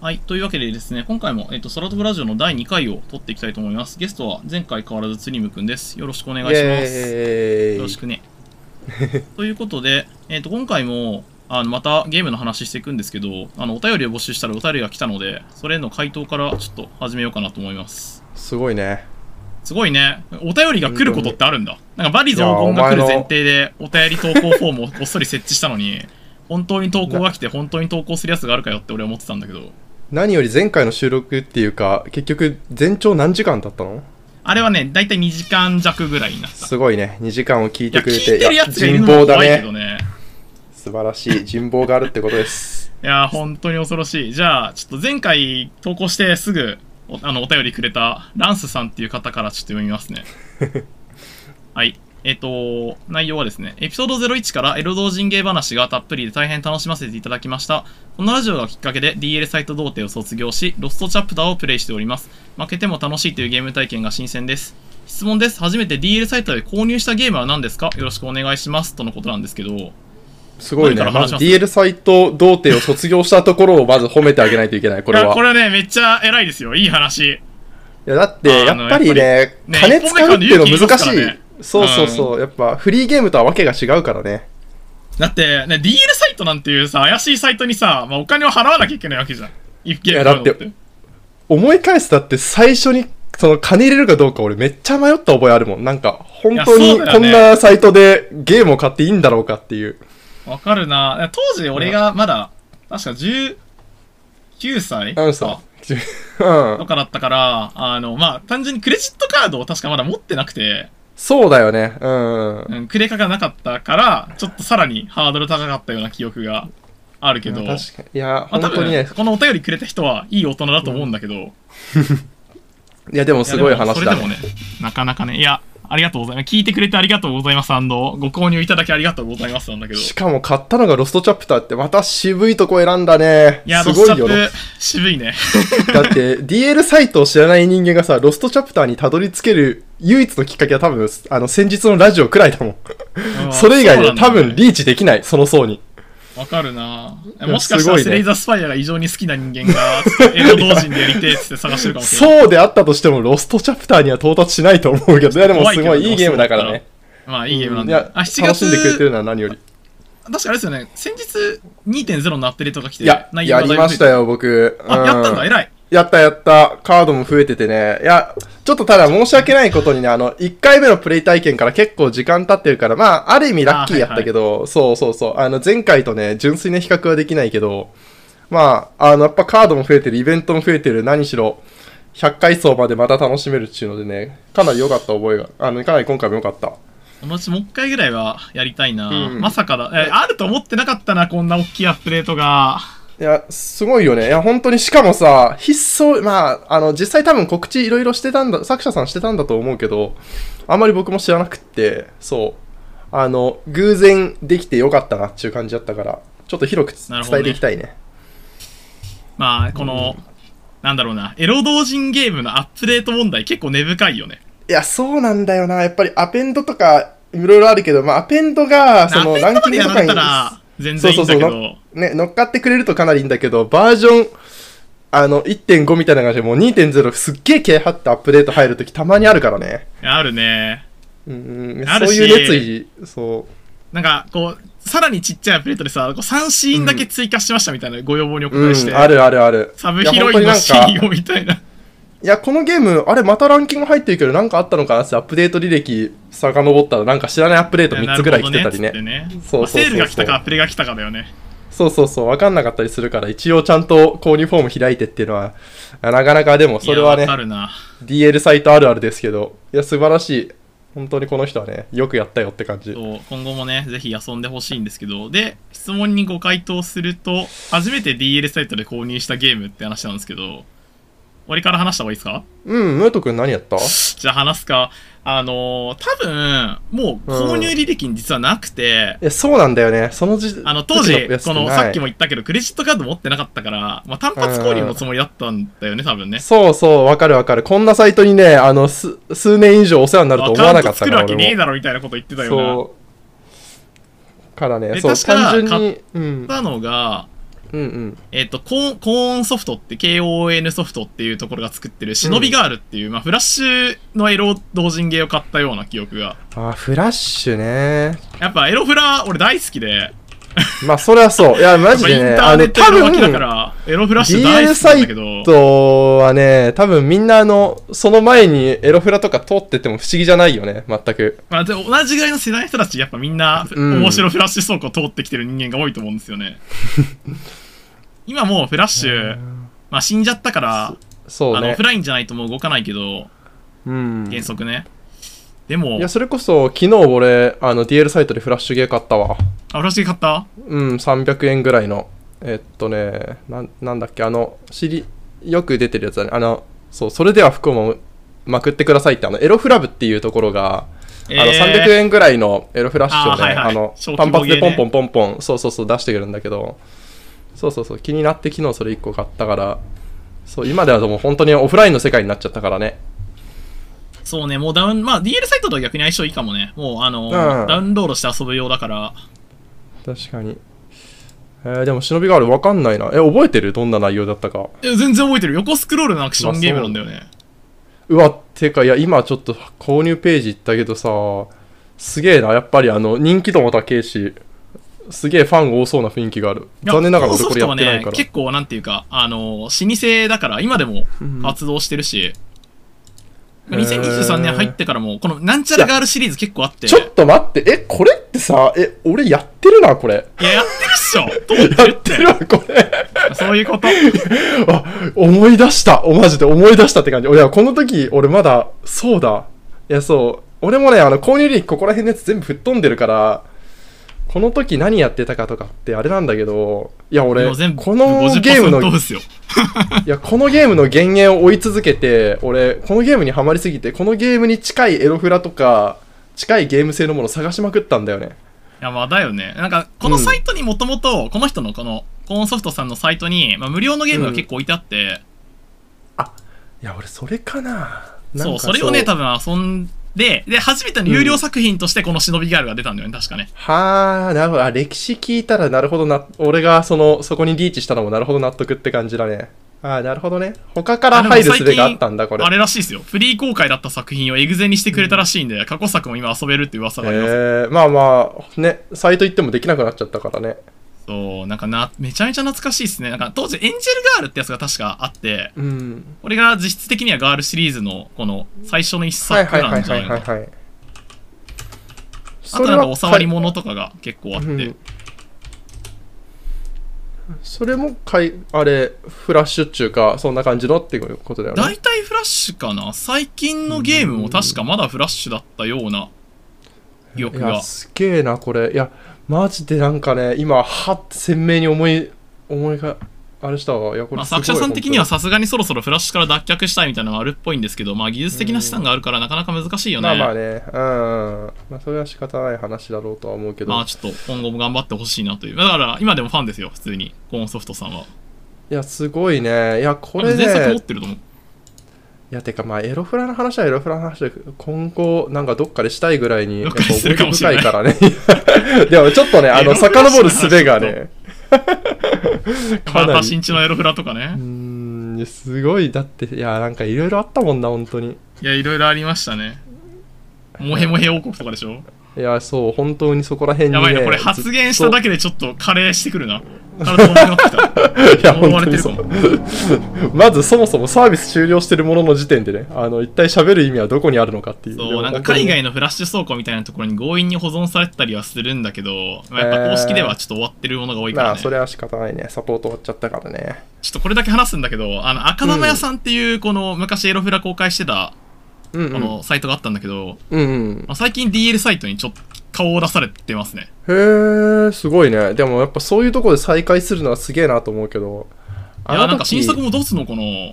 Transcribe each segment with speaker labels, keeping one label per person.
Speaker 1: はい。というわけでですね、今回も、えっと、空飛ぶラジオの第2回を撮っていきたいと思います。ゲストは前回変わらずつりむくんです。よろしくお願いします。
Speaker 2: エーイ
Speaker 1: よろしくね。 ということで、えっと、今回も、あの、またゲームの話していくんですけど、あの、お便りを募集したらお便りが来たので、それへの回答からちょっと始めようかなと思います。
Speaker 2: すごいね
Speaker 1: すごいね。お便りが来ることってあるんだ。なんか、バリ雑言が来る前提で、お便り投稿フォームをこっそり設置したのに、本当に投稿が来て、本当に投稿するやつがあるかよって俺は思ってたんだけど、
Speaker 2: 何より前回の収録っていうか結局全長何時間だったの
Speaker 1: あれはね、だいたい2時間弱ぐらいになった。
Speaker 2: すごいね2時間を聞い
Speaker 1: いや、
Speaker 2: て
Speaker 1: 聞
Speaker 2: くれ
Speaker 1: い
Speaker 2: て
Speaker 1: てるやつがい
Speaker 2: い
Speaker 1: る
Speaker 2: や
Speaker 1: の
Speaker 2: 人
Speaker 1: も
Speaker 2: 望だ
Speaker 1: 怖いけど
Speaker 2: ね
Speaker 1: ね。
Speaker 2: 素晴らしい人望があるってことです
Speaker 1: いや、本当に恐ろしい。じゃあ、ちょっと前回投稿してすぐおあのお便りくれたランスさんっていう方からちょっと読みます ね。はい。えっ、と、内容はですね、エピソード01からエロ同人芸話がたっぷりで大変楽しませていただきました。このラジオがきっかけで DL サイト童貞を卒業し、ロストチャプターをプレイしております。負けても楽しいというゲーム体験が新鮮です。質問です。初めて DL サイトで購入したゲームは何ですかよろしくお願いします。とのことなんですけど、
Speaker 2: すごいね
Speaker 1: 何から
Speaker 2: ま
Speaker 1: 話し
Speaker 2: ず
Speaker 1: ます
Speaker 2: DL サイト童貞を卒業したところをまず褒めてあげないといけないこれ
Speaker 1: いや
Speaker 2: は
Speaker 1: これはね、めっちゃ偉いですよ。いい話。
Speaker 2: いやだって
Speaker 1: あ
Speaker 2: や
Speaker 1: あの
Speaker 2: っぱりね
Speaker 1: やっぱりね
Speaker 2: 金使うっていうの難し
Speaker 1: 一本目からね
Speaker 2: いそうそうそうやっぱフリーゲームとはわけが違うからね
Speaker 1: だって、ね、DL サイトなんていうさ、怪しいサイトにさ、まあ、お金を払わなきゃいけないわけじゃん。一件
Speaker 2: いやだって思い返すだって最初にその金入れるかどうか俺めっちゃ迷った覚えあるもんなんか本当
Speaker 1: いや
Speaker 2: に
Speaker 1: そうだ
Speaker 2: こ
Speaker 1: よね
Speaker 2: んなサイトでゲームを買っていいんだろうかっていう
Speaker 1: わかるな。当時俺がまだ、確か19歳
Speaker 2: あの
Speaker 1: か
Speaker 2: さうん
Speaker 1: とかだったから、あの、まあ、単純にクレジットカードを確かまだ持ってなくて、
Speaker 2: そうだよねうんうん
Speaker 1: うん、クレカがなかったから、ちょっとさらにハードル高かったような記憶があるけど。
Speaker 2: いや確かにいや
Speaker 1: まあ、
Speaker 2: 本
Speaker 1: 多
Speaker 2: 当
Speaker 1: 分、
Speaker 2: にね
Speaker 1: このお便りくれた人はいい大人だと思うんだけど、
Speaker 2: いやでもすごい話だ
Speaker 1: やでもそれでも
Speaker 2: ね
Speaker 1: ね、なかなかね、いや、ありがとうございます。聞いてくれてありがとうございます。ご購入いただきありがとうございますなんだけど。
Speaker 2: し
Speaker 1: い
Speaker 2: かも買ったのがロストチャプターってまた渋いとこ選んだね
Speaker 1: や、
Speaker 2: す
Speaker 1: ロス
Speaker 2: ご
Speaker 1: チャ
Speaker 2: い よ
Speaker 1: ップ、渋いね。
Speaker 2: だって DL サイトを知らない人間がさロストチャプターにたどり着ける唯一のきっかけは多分あの先日のラジオくらいだもんそれ以外
Speaker 1: う
Speaker 2: で
Speaker 1: ん
Speaker 2: 多
Speaker 1: そうなんだ
Speaker 2: 分
Speaker 1: よね
Speaker 2: リーチできないその層に
Speaker 1: わかるな
Speaker 2: や
Speaker 1: もしかした
Speaker 2: す
Speaker 1: ら
Speaker 2: ごいね
Speaker 1: スレイザースパイアが異常に好きな人間が、ちょっとエロ同人でやりてえっつって探してるかもしれない。
Speaker 2: そうであったとしてもロストチャプターには到達しないと思うけどいやでもすご
Speaker 1: 怖いけど
Speaker 2: いいいゲームだからね
Speaker 1: まあ、いいゲームなん
Speaker 2: いや
Speaker 1: だ。あ、
Speaker 2: 楽
Speaker 1: 7月、
Speaker 2: しんでくれてるのは何より
Speaker 1: 確かあれですよね、先日2.0のアップデートが来て、
Speaker 2: いやや
Speaker 1: が
Speaker 2: り
Speaker 1: だいぶ
Speaker 2: ましたよ僕
Speaker 1: 増えてる。あ、やったん
Speaker 2: う
Speaker 1: だ、偉い。
Speaker 2: やったやったカードも増えててねいやちょっとただ申し訳ないことにねあの1回目のプレイ体験から結構時間経ってるからまあある意味ラッキーやったけど、そうそうそうあの前回とね純粋な比較はできないけどまああのやっぱカードも増えてるイベントも増えてる何しろ100回層までまた楽しめるっていうのでねかなり良かった覚えがあのかなり今回も良かった
Speaker 1: このうちもう一回ぐらいはやりたいな、
Speaker 2: うん
Speaker 1: まさかだえあると思ってなかったなこんな大きいアップデートが
Speaker 2: いや、すごいよね。いや、本当に、しかもさ、必須、まあ、あの、実際多分告知いろいろしてたんだ、作者さんしてたんだと思うけど、あんまり僕も知らなくって、そう。あの、偶然できてよかったなっていう感じだったから、ちょっと広くつ
Speaker 1: なるほど
Speaker 2: 伝
Speaker 1: ね
Speaker 2: えていきたいね。
Speaker 1: まあこの、なんだろうなエロ同人ゲームのアップデート問題結構根深いよね
Speaker 2: いや、そうなんだよな。やっぱりアペンドとか、いろいろあるけど、まあ、アペンドが、その、
Speaker 1: アップデー
Speaker 2: ラン
Speaker 1: トま
Speaker 2: キン
Speaker 1: でや
Speaker 2: グと
Speaker 1: ら
Speaker 2: か
Speaker 1: れ
Speaker 2: に
Speaker 1: た、ら全
Speaker 2: そう
Speaker 1: 然い
Speaker 2: そ
Speaker 1: い
Speaker 2: うん
Speaker 1: だ
Speaker 2: そう
Speaker 1: けど
Speaker 2: のね、乗っかってくれるとかなりいいんだけど、バージョン、あの、1.5みたいな感じで、もう2.0すっげえ気合張ってアップデート入るときたまにあるからね。
Speaker 1: あるね
Speaker 2: うんうん
Speaker 1: ある
Speaker 2: そう
Speaker 1: し
Speaker 2: いう熱意、そ
Speaker 1: なんかこうさらにちっちゃいアップデートでさこう3シーンだけ追加しましたみたいなご要望にお
Speaker 2: う、
Speaker 1: 答えして、
Speaker 2: うんあるあるある。
Speaker 1: サブヒロインのシ
Speaker 2: いや本当になん
Speaker 1: ー
Speaker 2: か
Speaker 1: ンをみたいない
Speaker 2: や、このゲーム、あれ、またランキング入ってるけど、なんかあったのかなって、アップデート履歴遡ったら、なんか知らないアップデート3つぐらい来てたり
Speaker 1: な
Speaker 2: ね。
Speaker 1: るほどねつってね
Speaker 2: そう
Speaker 1: まあ
Speaker 2: そうそうそう
Speaker 1: セールが来たかアップデが来たかだよね
Speaker 2: そうそうそう、わかんなかったりするから、一応ちゃんと購入フォーム開いてっていうのは、なかなかでも、それは
Speaker 1: や
Speaker 2: いね
Speaker 1: わ、かるな
Speaker 2: DL サイトあるあるですけど、いや、素晴らしい。本当にこの人はね、よくやったよって感じ。
Speaker 1: そう今後もね、ぜひ遊んでほしいんですけど、で、質問にご回答すると、初めて DL サイトで購入したゲームって話なんですけど、俺から話した方がいいです か
Speaker 2: うん、ムート君何やった
Speaker 1: じゃあ話すか。あのー多分、もう購入履歴に実はなくて、
Speaker 2: え、そうなんだよね。その時
Speaker 1: あの当時、
Speaker 2: 時やつって
Speaker 1: この
Speaker 2: ない
Speaker 1: さっきも言ったけど、クレジットカード持ってなかったから、まあ、単発購入のつもりだったんだよね、多分ね。
Speaker 2: そうそう、わかるわかる。こんなサイトにね、あの、す数年以上お世話になると
Speaker 1: ア
Speaker 2: 思
Speaker 1: カ
Speaker 2: わ
Speaker 1: ウン
Speaker 2: なか
Speaker 1: ト
Speaker 2: った
Speaker 1: 作
Speaker 2: か
Speaker 1: る
Speaker 2: ら。
Speaker 1: わけねえ
Speaker 2: 俺も
Speaker 1: だろみたいなこと言ってたよな。
Speaker 2: そう。からね、
Speaker 1: で
Speaker 2: そう、
Speaker 1: 確か
Speaker 2: 単純に、うん。
Speaker 1: 買ったのが、
Speaker 2: うんうん。
Speaker 1: えっ、と、コーン、コーンソフトって、KON ソフトっていうところが作ってる、忍びガールっていう、まあ、フラッシュのエロ同人芸を買ったような記憶が。
Speaker 2: あー、フラッシュね。
Speaker 1: やっぱエロフラ、俺大好きで、
Speaker 2: まあ、それはそう。いや、マ
Speaker 1: やっ
Speaker 2: ジ
Speaker 1: ぱイン
Speaker 2: でね。
Speaker 1: タ
Speaker 2: あ
Speaker 1: ーネ
Speaker 2: の、
Speaker 1: ット
Speaker 2: 多
Speaker 1: エロ書きだか
Speaker 2: 分、
Speaker 1: ら、エロフラッシュ大好
Speaker 2: DL
Speaker 1: きな
Speaker 2: サ
Speaker 1: んだ
Speaker 2: イ
Speaker 1: けど、
Speaker 2: トはね、多分みんなあの、その前にエロフラとか通ってても不思議じゃないよね、全く。
Speaker 1: まあ、でも同じぐらいの世代の人たち、やっぱみんな、
Speaker 2: うん
Speaker 1: 面白フラッシュ倉庫を通ってきてる人間が多いと思うんですよ ね。今もうフラッシュ、まあ死んじゃったから、
Speaker 2: そ
Speaker 1: あ
Speaker 2: う
Speaker 1: のオ
Speaker 2: ね
Speaker 1: フ。ラインじゃないともう動かないけど、
Speaker 2: うん。
Speaker 1: 原
Speaker 2: い
Speaker 1: 則ね。でも、
Speaker 2: や、それこそ、昨日俺、あの、DL サイトでフラッシュゲー買ったわ。
Speaker 1: あ、フラッシュ買った
Speaker 2: うん、300円ぐらいの。えっとね、なんなんだっけ、あの、知り、よく出てるやつだね。あの、そう、それでは服もまくってくださいって、あの、エロフラブっていうところが、あの
Speaker 1: えー
Speaker 2: 300円ぐらいのエロフラッシュ
Speaker 1: あ
Speaker 2: をね、
Speaker 1: ーはいはい
Speaker 2: あの
Speaker 1: 小規模
Speaker 2: 単発
Speaker 1: ゲー
Speaker 2: でポ
Speaker 1: ね
Speaker 2: ンポンポンポン、そうそうそう出してくるんだけど、そうそうそう、気になって昨日それ1個買ったから、そう、今ではもう本当にオフラインの世界になっちゃったからね。
Speaker 1: そうね、もうダウン、まあ DL サイトとは逆に相性いいかもね。もうあの、
Speaker 2: うん
Speaker 1: ダウンロードして遊ぶ用だから。
Speaker 2: 確かに。えー、でも忍びがあるわかんないな。え、覚えてるどんな内容だったか。
Speaker 1: え全然覚えてる。横スクロールのアクションゲームなんだよね。
Speaker 2: うわ、てか、いや、今ちょっと購入ページ行ったけどさ、すげえな、やっぱりあの、人気度も高いし、すげえファン多そうな雰囲気がある。
Speaker 1: いや
Speaker 2: 残念ながら俺
Speaker 1: ソ
Speaker 2: こ
Speaker 1: フ
Speaker 2: れ
Speaker 1: ト
Speaker 2: や
Speaker 1: は
Speaker 2: ってな
Speaker 1: ね
Speaker 2: いから。
Speaker 1: 結構なんていうか、あの、老舗だから、今でも
Speaker 2: うん
Speaker 1: 活動してるし、まあ
Speaker 2: へー
Speaker 1: 2023年入ってからも、このなんちゃらガールシリーズ結構あって、
Speaker 2: ちょっと待って、え、これってさ、え、俺やってるな、これ。
Speaker 1: い や、やってるっしょと思って
Speaker 2: や
Speaker 1: るっ
Speaker 2: ってるわ、これ。
Speaker 1: て。そういうこと。
Speaker 2: あ、思い出した。お、マジで思い出したって感じ。いや、この時、俺まだ、そうだ。いや、そう。俺もね、あの、購入利益ここら辺のやつ全部吹っ飛んでるから、この時何やってたかとかってあれなんだけど、いや、俺、
Speaker 1: も
Speaker 2: こ
Speaker 1: う全部
Speaker 2: のゲームの、
Speaker 1: 50%オフっ
Speaker 2: い
Speaker 1: すよ。
Speaker 2: や、このゲームの幻影を追い続けて、俺、このゲームにはまりすぎて、このゲームに近いエロフラとか、近いゲーム性のもの探しまくったんだよね。
Speaker 1: いや、まあだよね。なんか、このサイトにもともと、この人のこの、コーンソフトさんのサイトに、まあ、無料のゲームが結構置いてあって、
Speaker 2: いや、俺、それかな。なん
Speaker 1: そう、
Speaker 2: か
Speaker 1: それをね、多分遊んで、で、初めての有料作品としてこの忍びガールが出たんだよね、確かね。
Speaker 2: はあ、なるほど。あ、歴史聞いたらなるほどな、俺がその、そこにリーチしたのもなるほど納得って感じだね。ああ、なるほどね。他から入る術があったんだ、これ
Speaker 1: あ。れらしいですよ。プリ公開だった作品をエグゼにしてくれたらしいんで、過去作も今遊べるって噂
Speaker 2: え
Speaker 1: があります。
Speaker 2: ー、まあまあ、ね、サイト行ってもできなくなっちゃったからね。
Speaker 1: そう、なんかな、めちゃめちゃ懐かしいですね。なんか当時、エンジェルガールってやつが確かあって、
Speaker 2: うん。
Speaker 1: これが実質的にはガールシリーズの、この、最初の一
Speaker 2: はい
Speaker 1: 作
Speaker 2: はい
Speaker 1: な
Speaker 2: はい
Speaker 1: んじゃ
Speaker 2: は
Speaker 1: ないい
Speaker 2: は
Speaker 1: か
Speaker 2: い
Speaker 1: な。
Speaker 2: はい。
Speaker 1: あ
Speaker 2: そ
Speaker 1: と
Speaker 2: れ
Speaker 1: なん
Speaker 2: は
Speaker 1: かお触り物とかが結構あっ
Speaker 2: う
Speaker 1: て
Speaker 2: ん。それもかい、あれ、フラッシュっちゅうか、そんな感じのっていうことだよね。
Speaker 1: 大体フラッシュかな最近のゲームも確かまだフラッシュだったような記憶
Speaker 2: いや
Speaker 1: が。
Speaker 2: すげえなこれいやマジでなんかね今はって鮮明に思い思いがあれしたわいやこ
Speaker 1: ま
Speaker 2: れ
Speaker 1: あ、
Speaker 2: すごい
Speaker 1: 作者さん的にはさ
Speaker 2: 本
Speaker 1: すがにそろそろフラッシュから脱却したいみたいなのがあるっぽいんですけど、まあ技術的な資産があるからなかなか難しいよ
Speaker 2: 当に
Speaker 1: ね。
Speaker 2: ま
Speaker 1: まあ、
Speaker 2: あまあねうん、うん、まあそれは仕方ない話だろうとは思うけど、
Speaker 1: ちょっと今後も頑張ってほしいなという。だから今でもファンですよ、普通に。コーンソフトさんは。
Speaker 2: いやすごいねいやこ
Speaker 1: 多
Speaker 2: れ
Speaker 1: 分前作持
Speaker 2: ね
Speaker 1: ってると思う。
Speaker 2: いやてかまあエロフラの話はエロフラの話で今後なんかどっかでしたいぐらいに
Speaker 1: どっかでするかもし
Speaker 2: や
Speaker 1: れ
Speaker 2: っ
Speaker 1: ない
Speaker 2: ぱ思い出深いからね でもちょっとねあ
Speaker 1: エロ
Speaker 2: の
Speaker 1: フラの話
Speaker 2: 遡る術がね
Speaker 1: ま
Speaker 2: かな
Speaker 1: た
Speaker 2: り
Speaker 1: 新地のエロフラとかね
Speaker 2: う。んいやすごいだっていやなんかいろいろあったもんな本当に
Speaker 1: いや、いろいろありましたね。モヘモヘ王国とかでしょ
Speaker 2: いや、そう、本当にそこら辺に、ね。
Speaker 1: やばいな、これ発言しただ
Speaker 2: け。
Speaker 1: けでちょっと加齢してくるな。体重くなってきた。
Speaker 2: いや、
Speaker 1: 呪
Speaker 2: 本
Speaker 1: われ
Speaker 2: 当
Speaker 1: て
Speaker 2: に
Speaker 1: る
Speaker 2: そ
Speaker 1: か
Speaker 2: う
Speaker 1: も。
Speaker 2: まず、そもそもサービス終了してるものの時点でね、あの、一体喋る意味はどこにあるのかっていう。で
Speaker 1: そ
Speaker 2: も
Speaker 1: うなんか
Speaker 2: 本当に
Speaker 1: 海
Speaker 2: ね
Speaker 1: 外のフラッシュ倉庫みたいなところに強引に保存されてたりはするんだけど、まあ、やっぱ公式ではちょっと終わってるものが多いか
Speaker 2: ま
Speaker 1: ら
Speaker 2: あ、
Speaker 1: ね、
Speaker 2: それは仕方ないね。サポート終わっちゃったからね。
Speaker 1: ちょっとこれだけ話すんだけどあの赤玉屋さんっていうこの昔エロフラ公開してた
Speaker 2: うんう
Speaker 1: こ
Speaker 2: ん。
Speaker 1: のサイトがあったんだけど、
Speaker 2: うんうん
Speaker 1: まあ、最近 DL サイトにちょっと顔を出されてますね
Speaker 2: へー、すごいね。でもやっぱそういうところで再開するのはすげえなと思うけど。
Speaker 1: い
Speaker 2: あ
Speaker 1: や
Speaker 2: の
Speaker 1: なんか
Speaker 2: 時
Speaker 1: 新作もどうすんのこの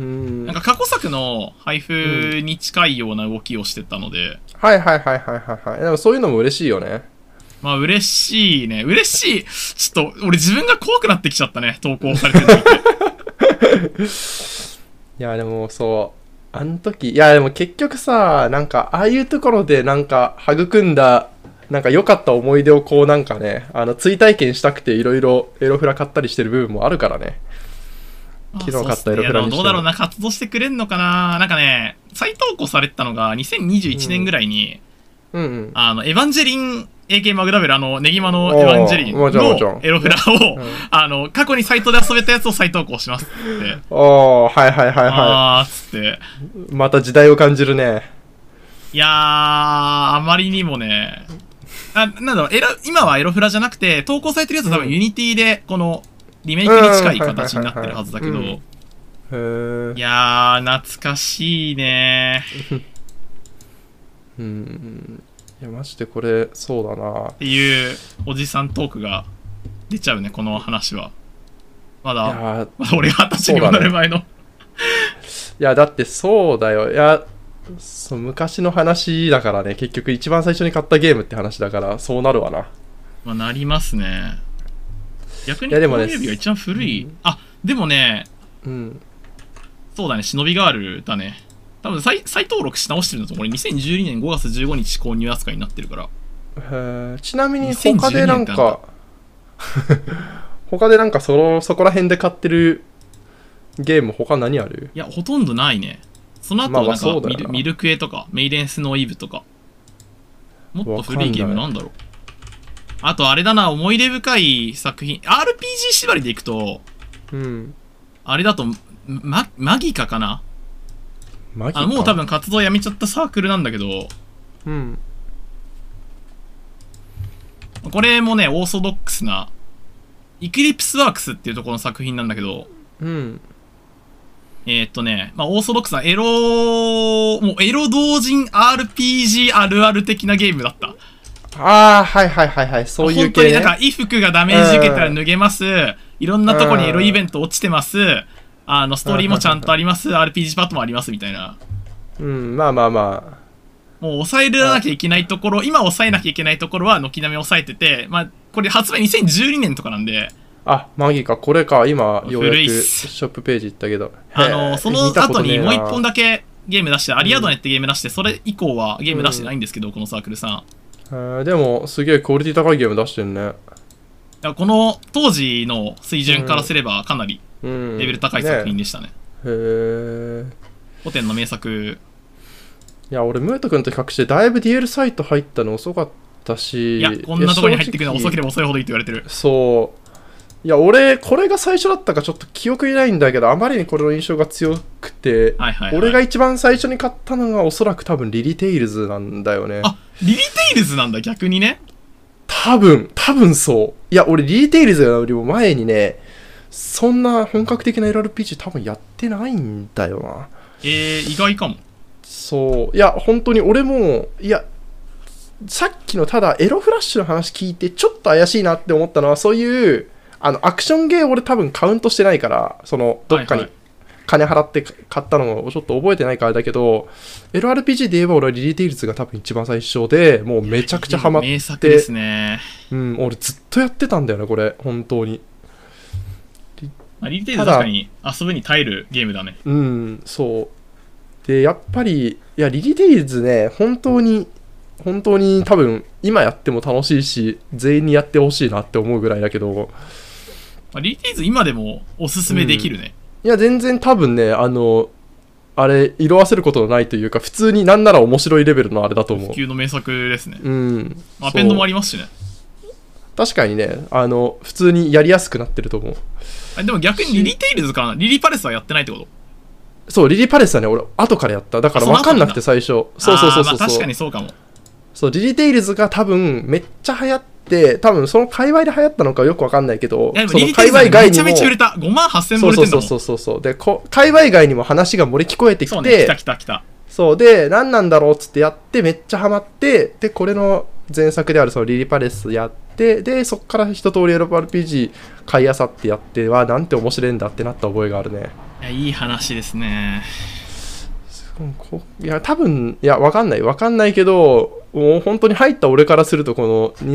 Speaker 2: うん。
Speaker 1: なんか過去作の配布に近いような動きをしてたので、
Speaker 2: はいはいはいはいはいはい。でもそういうのも嬉しいよね。
Speaker 1: まあ嬉しいね嬉しいちょっと俺自分が怖くなってきちゃったね投稿されてるの見て
Speaker 2: いやでもそうあの時いやでも結局さなんかああいうところでなんか育んだなんか良かった思い出をこうなんかね、あの、追体験したくていろいろエロフラ買ったりしてる部分もあるからね。昨日買ったエロフラ
Speaker 1: あそうっすねいやでも
Speaker 2: にして
Speaker 1: ど
Speaker 2: も
Speaker 1: うだろうな、活動してくれんのかななんかね、再投稿されてたのが2021年ぐらいに、
Speaker 2: うんうん。
Speaker 1: あの、エヴァンジェリン AK マグダベル、あの、ネギマのエヴァンジェリン
Speaker 2: おーもちろんもちろん
Speaker 1: のエロフラを、あの、過去にサイトで遊べたやつを再投稿しますって言って。
Speaker 2: おー、はいはいはいは
Speaker 1: あーっつって。
Speaker 2: い。また時代を感じるね。
Speaker 1: いやー、あまりにもね、あなんだろうエロ、今はエロフラじゃなくて、投稿されてるやつは多
Speaker 2: う
Speaker 1: 分
Speaker 2: ん
Speaker 1: ユニティで、この、リメイクに近い形
Speaker 2: う
Speaker 1: に
Speaker 2: ん
Speaker 1: なってるはずだけ
Speaker 2: は
Speaker 1: ど、
Speaker 2: いはいはいはいへー。
Speaker 1: やー、懐かしいね。
Speaker 2: うんうん。いや、マジでこれ、そうだな
Speaker 1: っ。ていうおじさんトークが出ちゃうね、この話は。ま
Speaker 2: い
Speaker 1: だ、
Speaker 2: やー
Speaker 1: まだ俺が二十歳にもなる前の。
Speaker 2: いやだってそうだよいやそう昔の話だからね結局一番最初に買ったゲームって話だからそうなるわな
Speaker 1: まあ、なりますね。逆に、
Speaker 2: いやでもね
Speaker 1: 指が一番古い。あ、でもね、
Speaker 2: うん
Speaker 1: そうだね、忍びガールだね。多分再、再登録し直してるんだと思う。俺2012年5月15日購入扱いになってるから。
Speaker 2: へーちなみに他でな
Speaker 1: 2012年
Speaker 2: ん
Speaker 1: だ
Speaker 2: か 他でなんかそのそこら辺で買ってるゲーム他何ある
Speaker 1: いや、ほとんどないね。その後
Speaker 2: まあまあ
Speaker 1: なんか、
Speaker 2: そうだよな
Speaker 1: ミルミルクエとか、メイデンスノーイブとか。もっと古いゲームなんだろう。あと、あれだな、思い出深い作品。RPG 縛りでいくと、
Speaker 2: うん
Speaker 1: あれだと、ま、マギカかな
Speaker 2: マギ
Speaker 1: あ
Speaker 2: か
Speaker 1: もう多分活動やめちゃったサークルなんだけど、
Speaker 2: うん
Speaker 1: これもね、オーソドックスな、イクリプスワークスっていうところの作品なんだけど、
Speaker 2: うん
Speaker 1: えーっとね、まあ、オーソドックスなエロ、もうエロ同人 RPG あるある的なゲームだった。
Speaker 2: ああはいはいはいはいそういう
Speaker 1: 本当に
Speaker 2: 系
Speaker 1: なんか
Speaker 2: ね、
Speaker 1: 衣服がダメージ受けたら脱げます。いろんなとこにエロイベント落ちてます。あの、ストーリーもちゃんとあります。RPG パッドもありますみたいな。
Speaker 2: うんまあまあまあ
Speaker 1: もう抑えなきゃいけないところ、今抑えなきゃいけないところは軒並み抑えてて、まあ、これ発売2012年とかなんで、
Speaker 2: あマギかこれか今ようや
Speaker 1: 古い
Speaker 2: く
Speaker 1: っす
Speaker 2: ショップページ行ったけど
Speaker 1: あの、その後にもう一本
Speaker 2: だ
Speaker 1: だけゲーム出して、アリアドネってゲーム出して、それ以降はゲーム出してないんですけど、このサークルさん。
Speaker 2: えーでもすげえクオリティ高いゲーム出してるね、
Speaker 1: だからこの当時の水準からすればかなり
Speaker 2: うん、
Speaker 1: レベル高い作品
Speaker 2: ね
Speaker 1: でしたね。
Speaker 2: へえ
Speaker 1: 古典の名作。
Speaker 2: いや俺ムート君と比較してだいぶ DL サイト入ったの遅かったし
Speaker 1: いや、こんなところに入ってくるのは遅けれ
Speaker 2: ば
Speaker 1: ば遅いほどいいと言われてる。
Speaker 2: そういや俺これが最初だったかちょっと記憶にないんだけどあまりにこれの印象が強くて、
Speaker 1: はいはい、はい。
Speaker 2: 俺が一番最初に買ったのがおそらく多分リリテイルズなんだよね
Speaker 1: あ、リリテイルズなんだ、逆にね。
Speaker 2: 多分多分そういや俺リリテイルズよりも前にねそんな本格的な LRPG 多分やってないんだよな
Speaker 1: えー、意外かも。
Speaker 2: そういや本当に俺もいやさっきのただエロフラッシュの話聞いてちょっと怪しいなって思ったのはそういうあのアクションゲー俺多分カウントしてないからそのどっか
Speaker 1: はい
Speaker 2: に
Speaker 1: はい
Speaker 2: 金払って買ったのをちょっと覚えてないからあれだけど LRPG で言えば俺はリリテイルズが多分一番最初でもうめちゃくちゃハマっ
Speaker 1: 名作
Speaker 2: て
Speaker 1: ですね。
Speaker 2: うん俺ずっとやってたんだよねこれ本当に
Speaker 1: まあ、リリテイルズ確かに遊ぶに耐えるゲームだね。
Speaker 2: うん、そう。で、やっぱり、いや、リリデイズね、本当に、本当に多分、今やっても楽しいし、全員にやってほしいなって思うぐらいだけど、
Speaker 1: まあ、リリテイルズ今でもおすすめできるね。
Speaker 2: いや、全然多分ね、あの、あれ、色あせることのないというか、普通になんなら面白いレベルのあれだと思
Speaker 1: 普
Speaker 2: う。
Speaker 1: 及の名作ですね。
Speaker 2: うん。
Speaker 1: まあアペンドもあ
Speaker 2: り
Speaker 1: りますしね。
Speaker 2: 確かにね、あの、普通にやりやすくなってると思う。
Speaker 1: あでも逆にリリテイルズかな。リリパレスはやってないってこと
Speaker 2: そう、リリパレスはね、俺、後からやった。だから
Speaker 1: あその
Speaker 2: 分
Speaker 1: 後
Speaker 2: かんなくて、最初。そうそうそうそうそう。
Speaker 1: あーまあ確かにそうかも。
Speaker 2: そう、リリテイルズが多分めっちゃ流行って、多分その界隈で流行ったのかよくわかんないけど
Speaker 1: いや、でも
Speaker 2: そ
Speaker 1: リ
Speaker 2: の
Speaker 1: リテイルズはねめちゃめちゃ売れ
Speaker 2: も、
Speaker 1: た。5万8000
Speaker 2: そ
Speaker 1: も
Speaker 2: う
Speaker 1: 売れ
Speaker 2: そ
Speaker 1: て
Speaker 2: うん
Speaker 1: だも。
Speaker 2: そうんそうそうそう、で、こ界隈外にも話が漏れ聞こえてき
Speaker 1: そうね、来
Speaker 2: て、
Speaker 1: た来た来た。
Speaker 2: そうで、何なんだろうっつってやって、めっちゃハマって、で、これの前作であるそのリリパレスやって、で、そっから一通りエロ RPG 買いあさってやっては、なんて面白いんだってなった覚えがあるね。
Speaker 1: いや、いい話ですね。
Speaker 2: うんこいや多分いやわかんないわかんないけどもう本当に入った俺からするとこの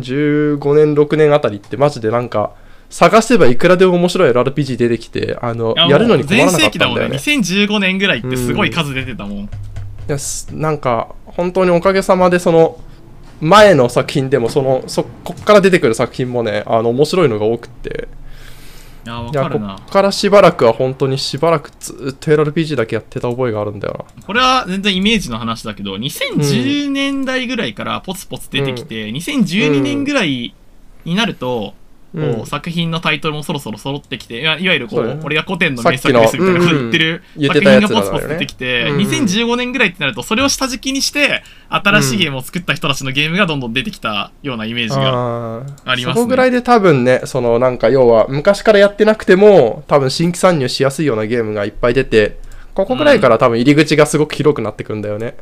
Speaker 2: 2015年6年あたりってマジでなんか探せばいくらでも面白い LRPG 出てきてあの
Speaker 1: い
Speaker 2: や
Speaker 1: もう
Speaker 2: るのに困らなか
Speaker 1: 全盛
Speaker 2: っ
Speaker 1: 期だ
Speaker 2: たん
Speaker 1: もんね。
Speaker 2: だよね
Speaker 1: 2015年ぐらいってすごい数出てたもん。
Speaker 2: いやすなんか本当におかげさまでその前の作品でもそのそこっから出てくる作品もねあの面白いのが多くって
Speaker 1: いや、わ
Speaker 2: いや
Speaker 1: か
Speaker 2: こ
Speaker 1: るな
Speaker 2: っ。からしばらくは本当にしばらくずっと LRPG だけやってた覚えがあるんだよ
Speaker 1: これは全然イメージの話だけど、2010年代ぐらいからポツポツ出てきて、2012年ぐらいになると、
Speaker 2: な、うん
Speaker 1: こう作品のタイトルもそろそろ揃ってきて、いやいわゆるこう
Speaker 2: そうだね
Speaker 1: 俺が古典の名作ですみたいなこと言ってる
Speaker 2: さっきのうんうん言っ
Speaker 1: 作
Speaker 2: てた
Speaker 1: 品が
Speaker 2: やつだ
Speaker 1: ポツポツ出てきて、
Speaker 2: うんうん
Speaker 1: 2015年ぐらいってなると、それを下敷きにして、新しいゲームを作った人たちのゲームがどんどん出てきたようなイメージが。
Speaker 2: あー
Speaker 1: ありますね
Speaker 2: そこぐらいで多分ねそのなんか要は昔からやってなくても多分新規参入しやすいようなゲームがいっぱい出てここぐらいから多分入り口がすごく広くなってくんだよね、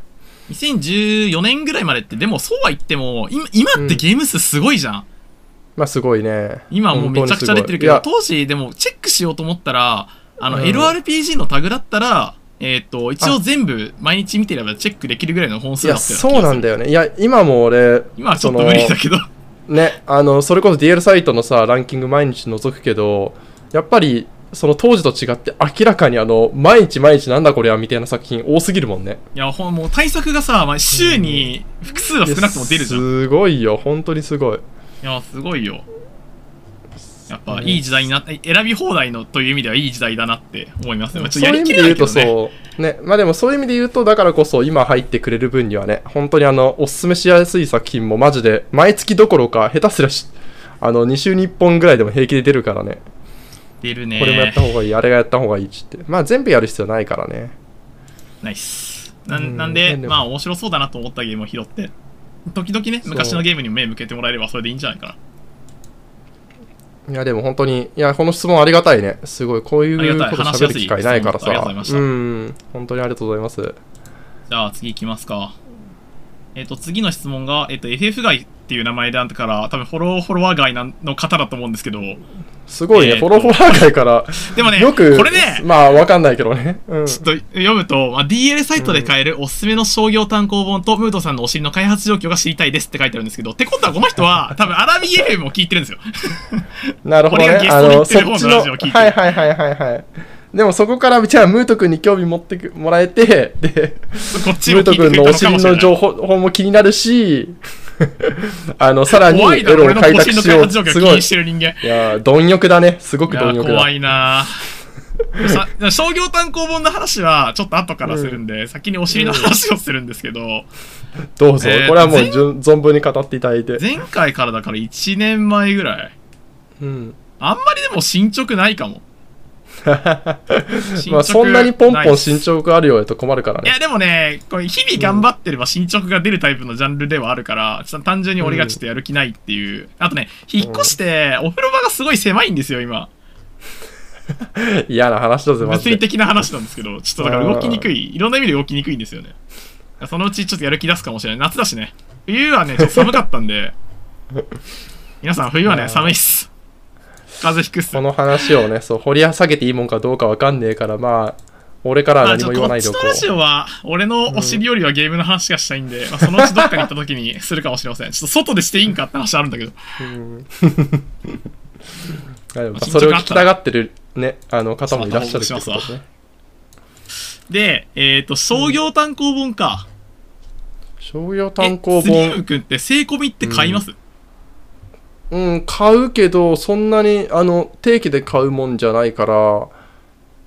Speaker 1: 2014年ぐらいまでって、でもそうは言っても、今今ってゲーム数すごいじゃん。
Speaker 2: まあすごいね
Speaker 1: 今もうめちゃくちゃ出てるけ
Speaker 2: い
Speaker 1: ど、
Speaker 2: や
Speaker 1: 当時でもチェックしようと思ったら、あの、
Speaker 2: うん
Speaker 1: LRPG のタグだったら、えっ、と、一応全部毎日見てればチェックできるぐらいの本数
Speaker 2: い
Speaker 1: だ
Speaker 2: や
Speaker 1: ったよ
Speaker 2: そうなん
Speaker 1: だ。
Speaker 2: だよねいや今も俺
Speaker 1: 今はちょっと無理だけど。
Speaker 2: ねあのそれこそ DL サイトのさランキング毎日覗くけどやっぱりその当時と違って明らかにあの毎日毎日なんだこれはみたいな作品多すぎるもんね
Speaker 1: いや、ほんもう対策がさ、まあ、週に複数は少なくとも出るじゃん。
Speaker 2: い
Speaker 1: い
Speaker 2: やすごいよ本当にすごい
Speaker 1: や、すごいよ。やっぱ、
Speaker 2: ね
Speaker 1: いい時代になった、選び放題のという意味ではいい時代だなって思いますね。まあ、ちょっ
Speaker 2: そ
Speaker 1: と
Speaker 2: う
Speaker 1: や
Speaker 2: いう
Speaker 1: り
Speaker 2: 意味
Speaker 1: きれ
Speaker 2: で
Speaker 1: な
Speaker 2: 言
Speaker 1: いうけどね。
Speaker 2: とそう、ね、まあでもそういう意味で言うと、だからこそ今入ってくれる分にはね、本当にあの、おすすめしやすい作品もマジで、毎月どころか、下手すらし、あの、2週に1本ぐらいでも平気で出るからね、
Speaker 1: 出るね。
Speaker 2: これもやった方がいい、あれがやった方がいいっつって、まあ全部やる必要ないからね。
Speaker 1: ナイス。な
Speaker 2: うん
Speaker 1: んなんで、
Speaker 2: なんで
Speaker 1: まあ面白そうだなと思ったゲームを拾って、時々ね、
Speaker 2: そう
Speaker 1: 昔のゲームにも目向けてもらえればそれでいいんじゃないかな。
Speaker 2: いやでも本当に、いや、この質問ありがたいね。すごい、こうい
Speaker 1: あり
Speaker 2: う
Speaker 1: がた
Speaker 2: こ
Speaker 1: い
Speaker 2: と
Speaker 1: 話し
Speaker 2: 喋
Speaker 1: や
Speaker 2: る
Speaker 1: すい
Speaker 2: 機会ないから
Speaker 1: 質問ありがとう
Speaker 2: さ
Speaker 1: ございま、した
Speaker 2: うん、本当にありがとうございます。
Speaker 1: じゃあ次行きますか。えっ、と、次の質問が、えっ、と、FF ガイっていう名前であったから、多分フォローフォロワーガイなんの方だと思うんですけど、
Speaker 2: すごい
Speaker 1: えー
Speaker 2: ね、フ
Speaker 1: と
Speaker 2: ォローフォロー界から、
Speaker 1: でもね、
Speaker 2: よく、
Speaker 1: これね、
Speaker 2: まあわかんないけどね。うん。
Speaker 1: ちょっと読むと、まあ、DL サイトで買えるおすすめの商業単行本と、ムードさんのお尻の開発状況が知りたいですって書いてあるんですけど、ってことはこの人は、多分アラビ FM も聞いてるんで すよ。
Speaker 2: なるほど
Speaker 1: 俺が
Speaker 2: ね。
Speaker 1: ゲス
Speaker 2: あ
Speaker 1: トに行
Speaker 2: の、
Speaker 1: って
Speaker 2: そ
Speaker 1: る方
Speaker 2: っち
Speaker 1: のラジオを
Speaker 2: の、
Speaker 1: 聞いて
Speaker 2: はいはいはいはいはい。でもそこから、じゃあ、ムート君に興味持ってくもらえて、で、
Speaker 1: こっち
Speaker 2: ム
Speaker 1: も
Speaker 2: ー
Speaker 1: 聞
Speaker 2: ト
Speaker 1: いてくれ
Speaker 2: 君
Speaker 1: たの
Speaker 2: のお
Speaker 1: か
Speaker 2: 尻
Speaker 1: もしれ
Speaker 2: の
Speaker 1: ない。
Speaker 2: 情報も気にな るし、あの、さらに
Speaker 1: 怖いな、
Speaker 2: エロを
Speaker 1: 俺の
Speaker 2: 開
Speaker 1: お
Speaker 2: 拓
Speaker 1: 尻の
Speaker 2: し
Speaker 1: 開
Speaker 2: よう。
Speaker 1: 発状況
Speaker 2: す
Speaker 1: 気
Speaker 2: ごい。
Speaker 1: に
Speaker 2: い
Speaker 1: してる人間。
Speaker 2: やー、貪欲だね。すごく貪
Speaker 1: いや
Speaker 2: 欲だ
Speaker 1: 怖。いなぁさ商業単行本の話はちょっと後からするんで、先にお尻の話をするんですけど、
Speaker 2: どうぞ
Speaker 1: えー。
Speaker 2: これはもう順、存分に語っていただいて。
Speaker 1: 前回からだから1年前ぐらい
Speaker 2: うん。
Speaker 1: あんまりでも進捗ないかも進捗
Speaker 2: まあ、そんなにポン
Speaker 1: な
Speaker 2: ポ
Speaker 1: い
Speaker 2: ン進捗があるようやと困るから
Speaker 1: い
Speaker 2: ね。
Speaker 1: やでもねこれ日々頑張ってれば進捗が出るタイプのジャンルではあるからちょっと単純に俺がちょっとやる気ないっていう、あとね引っ越してお風呂場がすごい狭いんですよ今
Speaker 2: 嫌な話だぜ、マ
Speaker 1: 物
Speaker 2: ジで
Speaker 1: 理。的な話なんですけど、ちょっとだから動きにくい、いろんな意味で動きにくいんですよね。そのうちちょっとやる気出すかもしれない。夏だしね。冬はね、ちょっと寒かったんで、 皆さん冬はね、寒いっす。風邪ひくっす。
Speaker 2: この話をね、そう、掘り下げていいもんかどうかわかんねえから、まあ、俺から
Speaker 1: ま
Speaker 2: は
Speaker 1: あ、ち
Speaker 2: 何
Speaker 1: ょ
Speaker 2: も
Speaker 1: っとこっ
Speaker 2: 言わないで
Speaker 1: ち
Speaker 2: お
Speaker 1: の
Speaker 2: こ
Speaker 1: ラジ
Speaker 2: う。
Speaker 1: オは、俺のお尻よりはゲームの話がしたいんで、まあ、そのうちどっかに行った時にするかもしれま せん。ちょっと外でしていいんかって話あるんだけど。
Speaker 2: はいまあ
Speaker 1: 進
Speaker 2: そ
Speaker 1: 捗
Speaker 2: れを
Speaker 1: があ
Speaker 2: 聞
Speaker 1: っ
Speaker 2: き
Speaker 1: たら
Speaker 2: たがってる、ね、あの方もいらっしゃるってこと
Speaker 1: ちょっと報告し
Speaker 2: ね。
Speaker 1: で、えっ、と、商業単行本か。
Speaker 2: 商業
Speaker 1: え
Speaker 2: 単行
Speaker 1: 杉山
Speaker 2: 本、
Speaker 1: くんってセイコミって買います、
Speaker 2: うん、買うけど、そんなにあの定期で買うもんじゃないから、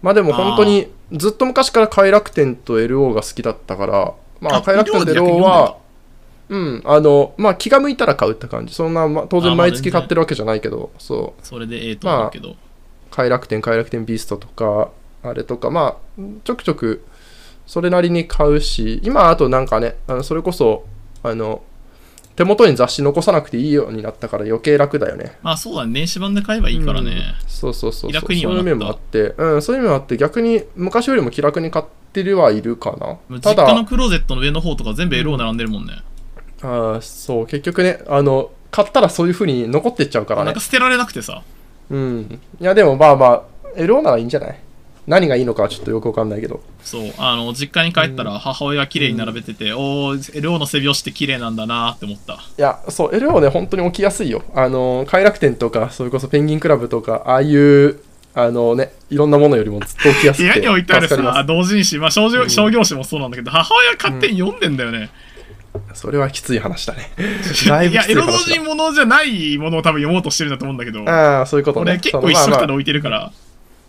Speaker 2: まあでも本当にずっと昔から快楽天と LO が好きだったから、まあ
Speaker 1: あ
Speaker 2: 快楽天と
Speaker 1: LO
Speaker 2: LO は、うん、あの、まあ気が向いたら買うって感じ。そんな、まあ当
Speaker 1: あ
Speaker 2: 然
Speaker 1: まあ
Speaker 2: 毎月買ってるわけじゃないけど、そう。
Speaker 1: それでええと思うけど。
Speaker 2: 快楽天快楽天ビーストとかあれとかまあちょくちょくそれなりに買うし今あとなんかねあのそれこそあの手元に雑誌残さなくていいようになったから余計楽だよね
Speaker 1: まあそうだね、電子版で買えばいいからね。
Speaker 2: うんそうそうそう
Speaker 1: 気
Speaker 2: そう
Speaker 1: 楽には
Speaker 2: そう
Speaker 1: な
Speaker 2: いう
Speaker 1: った
Speaker 2: 面もあって、うん、そういう面もあって逆に昔よりも気楽に買ってるはいるかな
Speaker 1: 実
Speaker 2: た
Speaker 1: 家の
Speaker 2: だ
Speaker 1: クローゼットの上の方とか全部エロー並んでるもんね。
Speaker 2: あーそう結局ねあの買ったらそういう風に残ってっちゃうから
Speaker 1: な
Speaker 2: ね
Speaker 1: んか捨てられなくてさ。
Speaker 2: うんいやでもまあまあ LO ならいいんじゃない何がいいのかはちょっとよくわかんないけど
Speaker 1: そう、あの、実家に帰ったら母親が綺麗に並べてて、おー、LO の背拍子って綺麗なんだなーって思った。
Speaker 2: いや、そう、LO ね、本当に起きやすいよ。あの、快楽天とか、それこそペンギンクラブとか、ああいう、あのね、いろんなものよりもずっと起きやす
Speaker 1: 部屋
Speaker 2: くて。
Speaker 1: に置いてある
Speaker 2: 助かりま
Speaker 1: さ、同人誌、まあ商業,、商業誌もそうなんだけど、母親が勝手に読んでんだよね。
Speaker 2: すそれはきつい話だね。 だ い
Speaker 1: い
Speaker 2: ぶき
Speaker 1: や、
Speaker 2: つ
Speaker 1: エ
Speaker 2: い
Speaker 1: ロ同
Speaker 2: 話
Speaker 1: 人ものじゃないものを多分読もうとしてるんだと思うんだけど、
Speaker 2: だ。ああ、そういうことね。
Speaker 1: 俺結構
Speaker 2: その
Speaker 1: 一
Speaker 2: まあ
Speaker 1: 緒くたで
Speaker 2: まあ
Speaker 1: 置いてるから、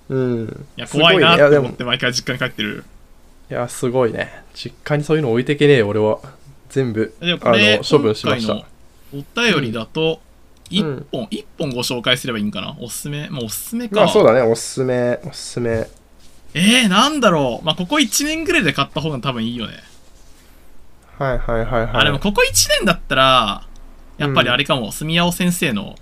Speaker 2: うん。
Speaker 1: いや、怖いな
Speaker 2: す
Speaker 1: っ
Speaker 2: ごねや
Speaker 1: て
Speaker 2: で
Speaker 1: 思
Speaker 2: も
Speaker 1: って毎回実家に帰ってる。
Speaker 2: いや、すごいね。実家にそういうの置いてけねえよ、俺は。全部、
Speaker 1: でもこ
Speaker 2: あ
Speaker 1: れ、
Speaker 2: の、処分しまし
Speaker 1: 今
Speaker 2: た。
Speaker 1: 回のお便りだと、一
Speaker 2: うん
Speaker 1: 本、一本ご紹介すればいいんかな。おすすめ、まあおすすめか。
Speaker 2: まあそうだね、おすすめ、おすすめ。
Speaker 1: えー、なんだろう。まあここ1年ぐらいで買った方が多分いいよね。
Speaker 2: はいはいはいはい。
Speaker 1: あ、でもここ1年だったら、やっぱりあれかも、住尾先生の、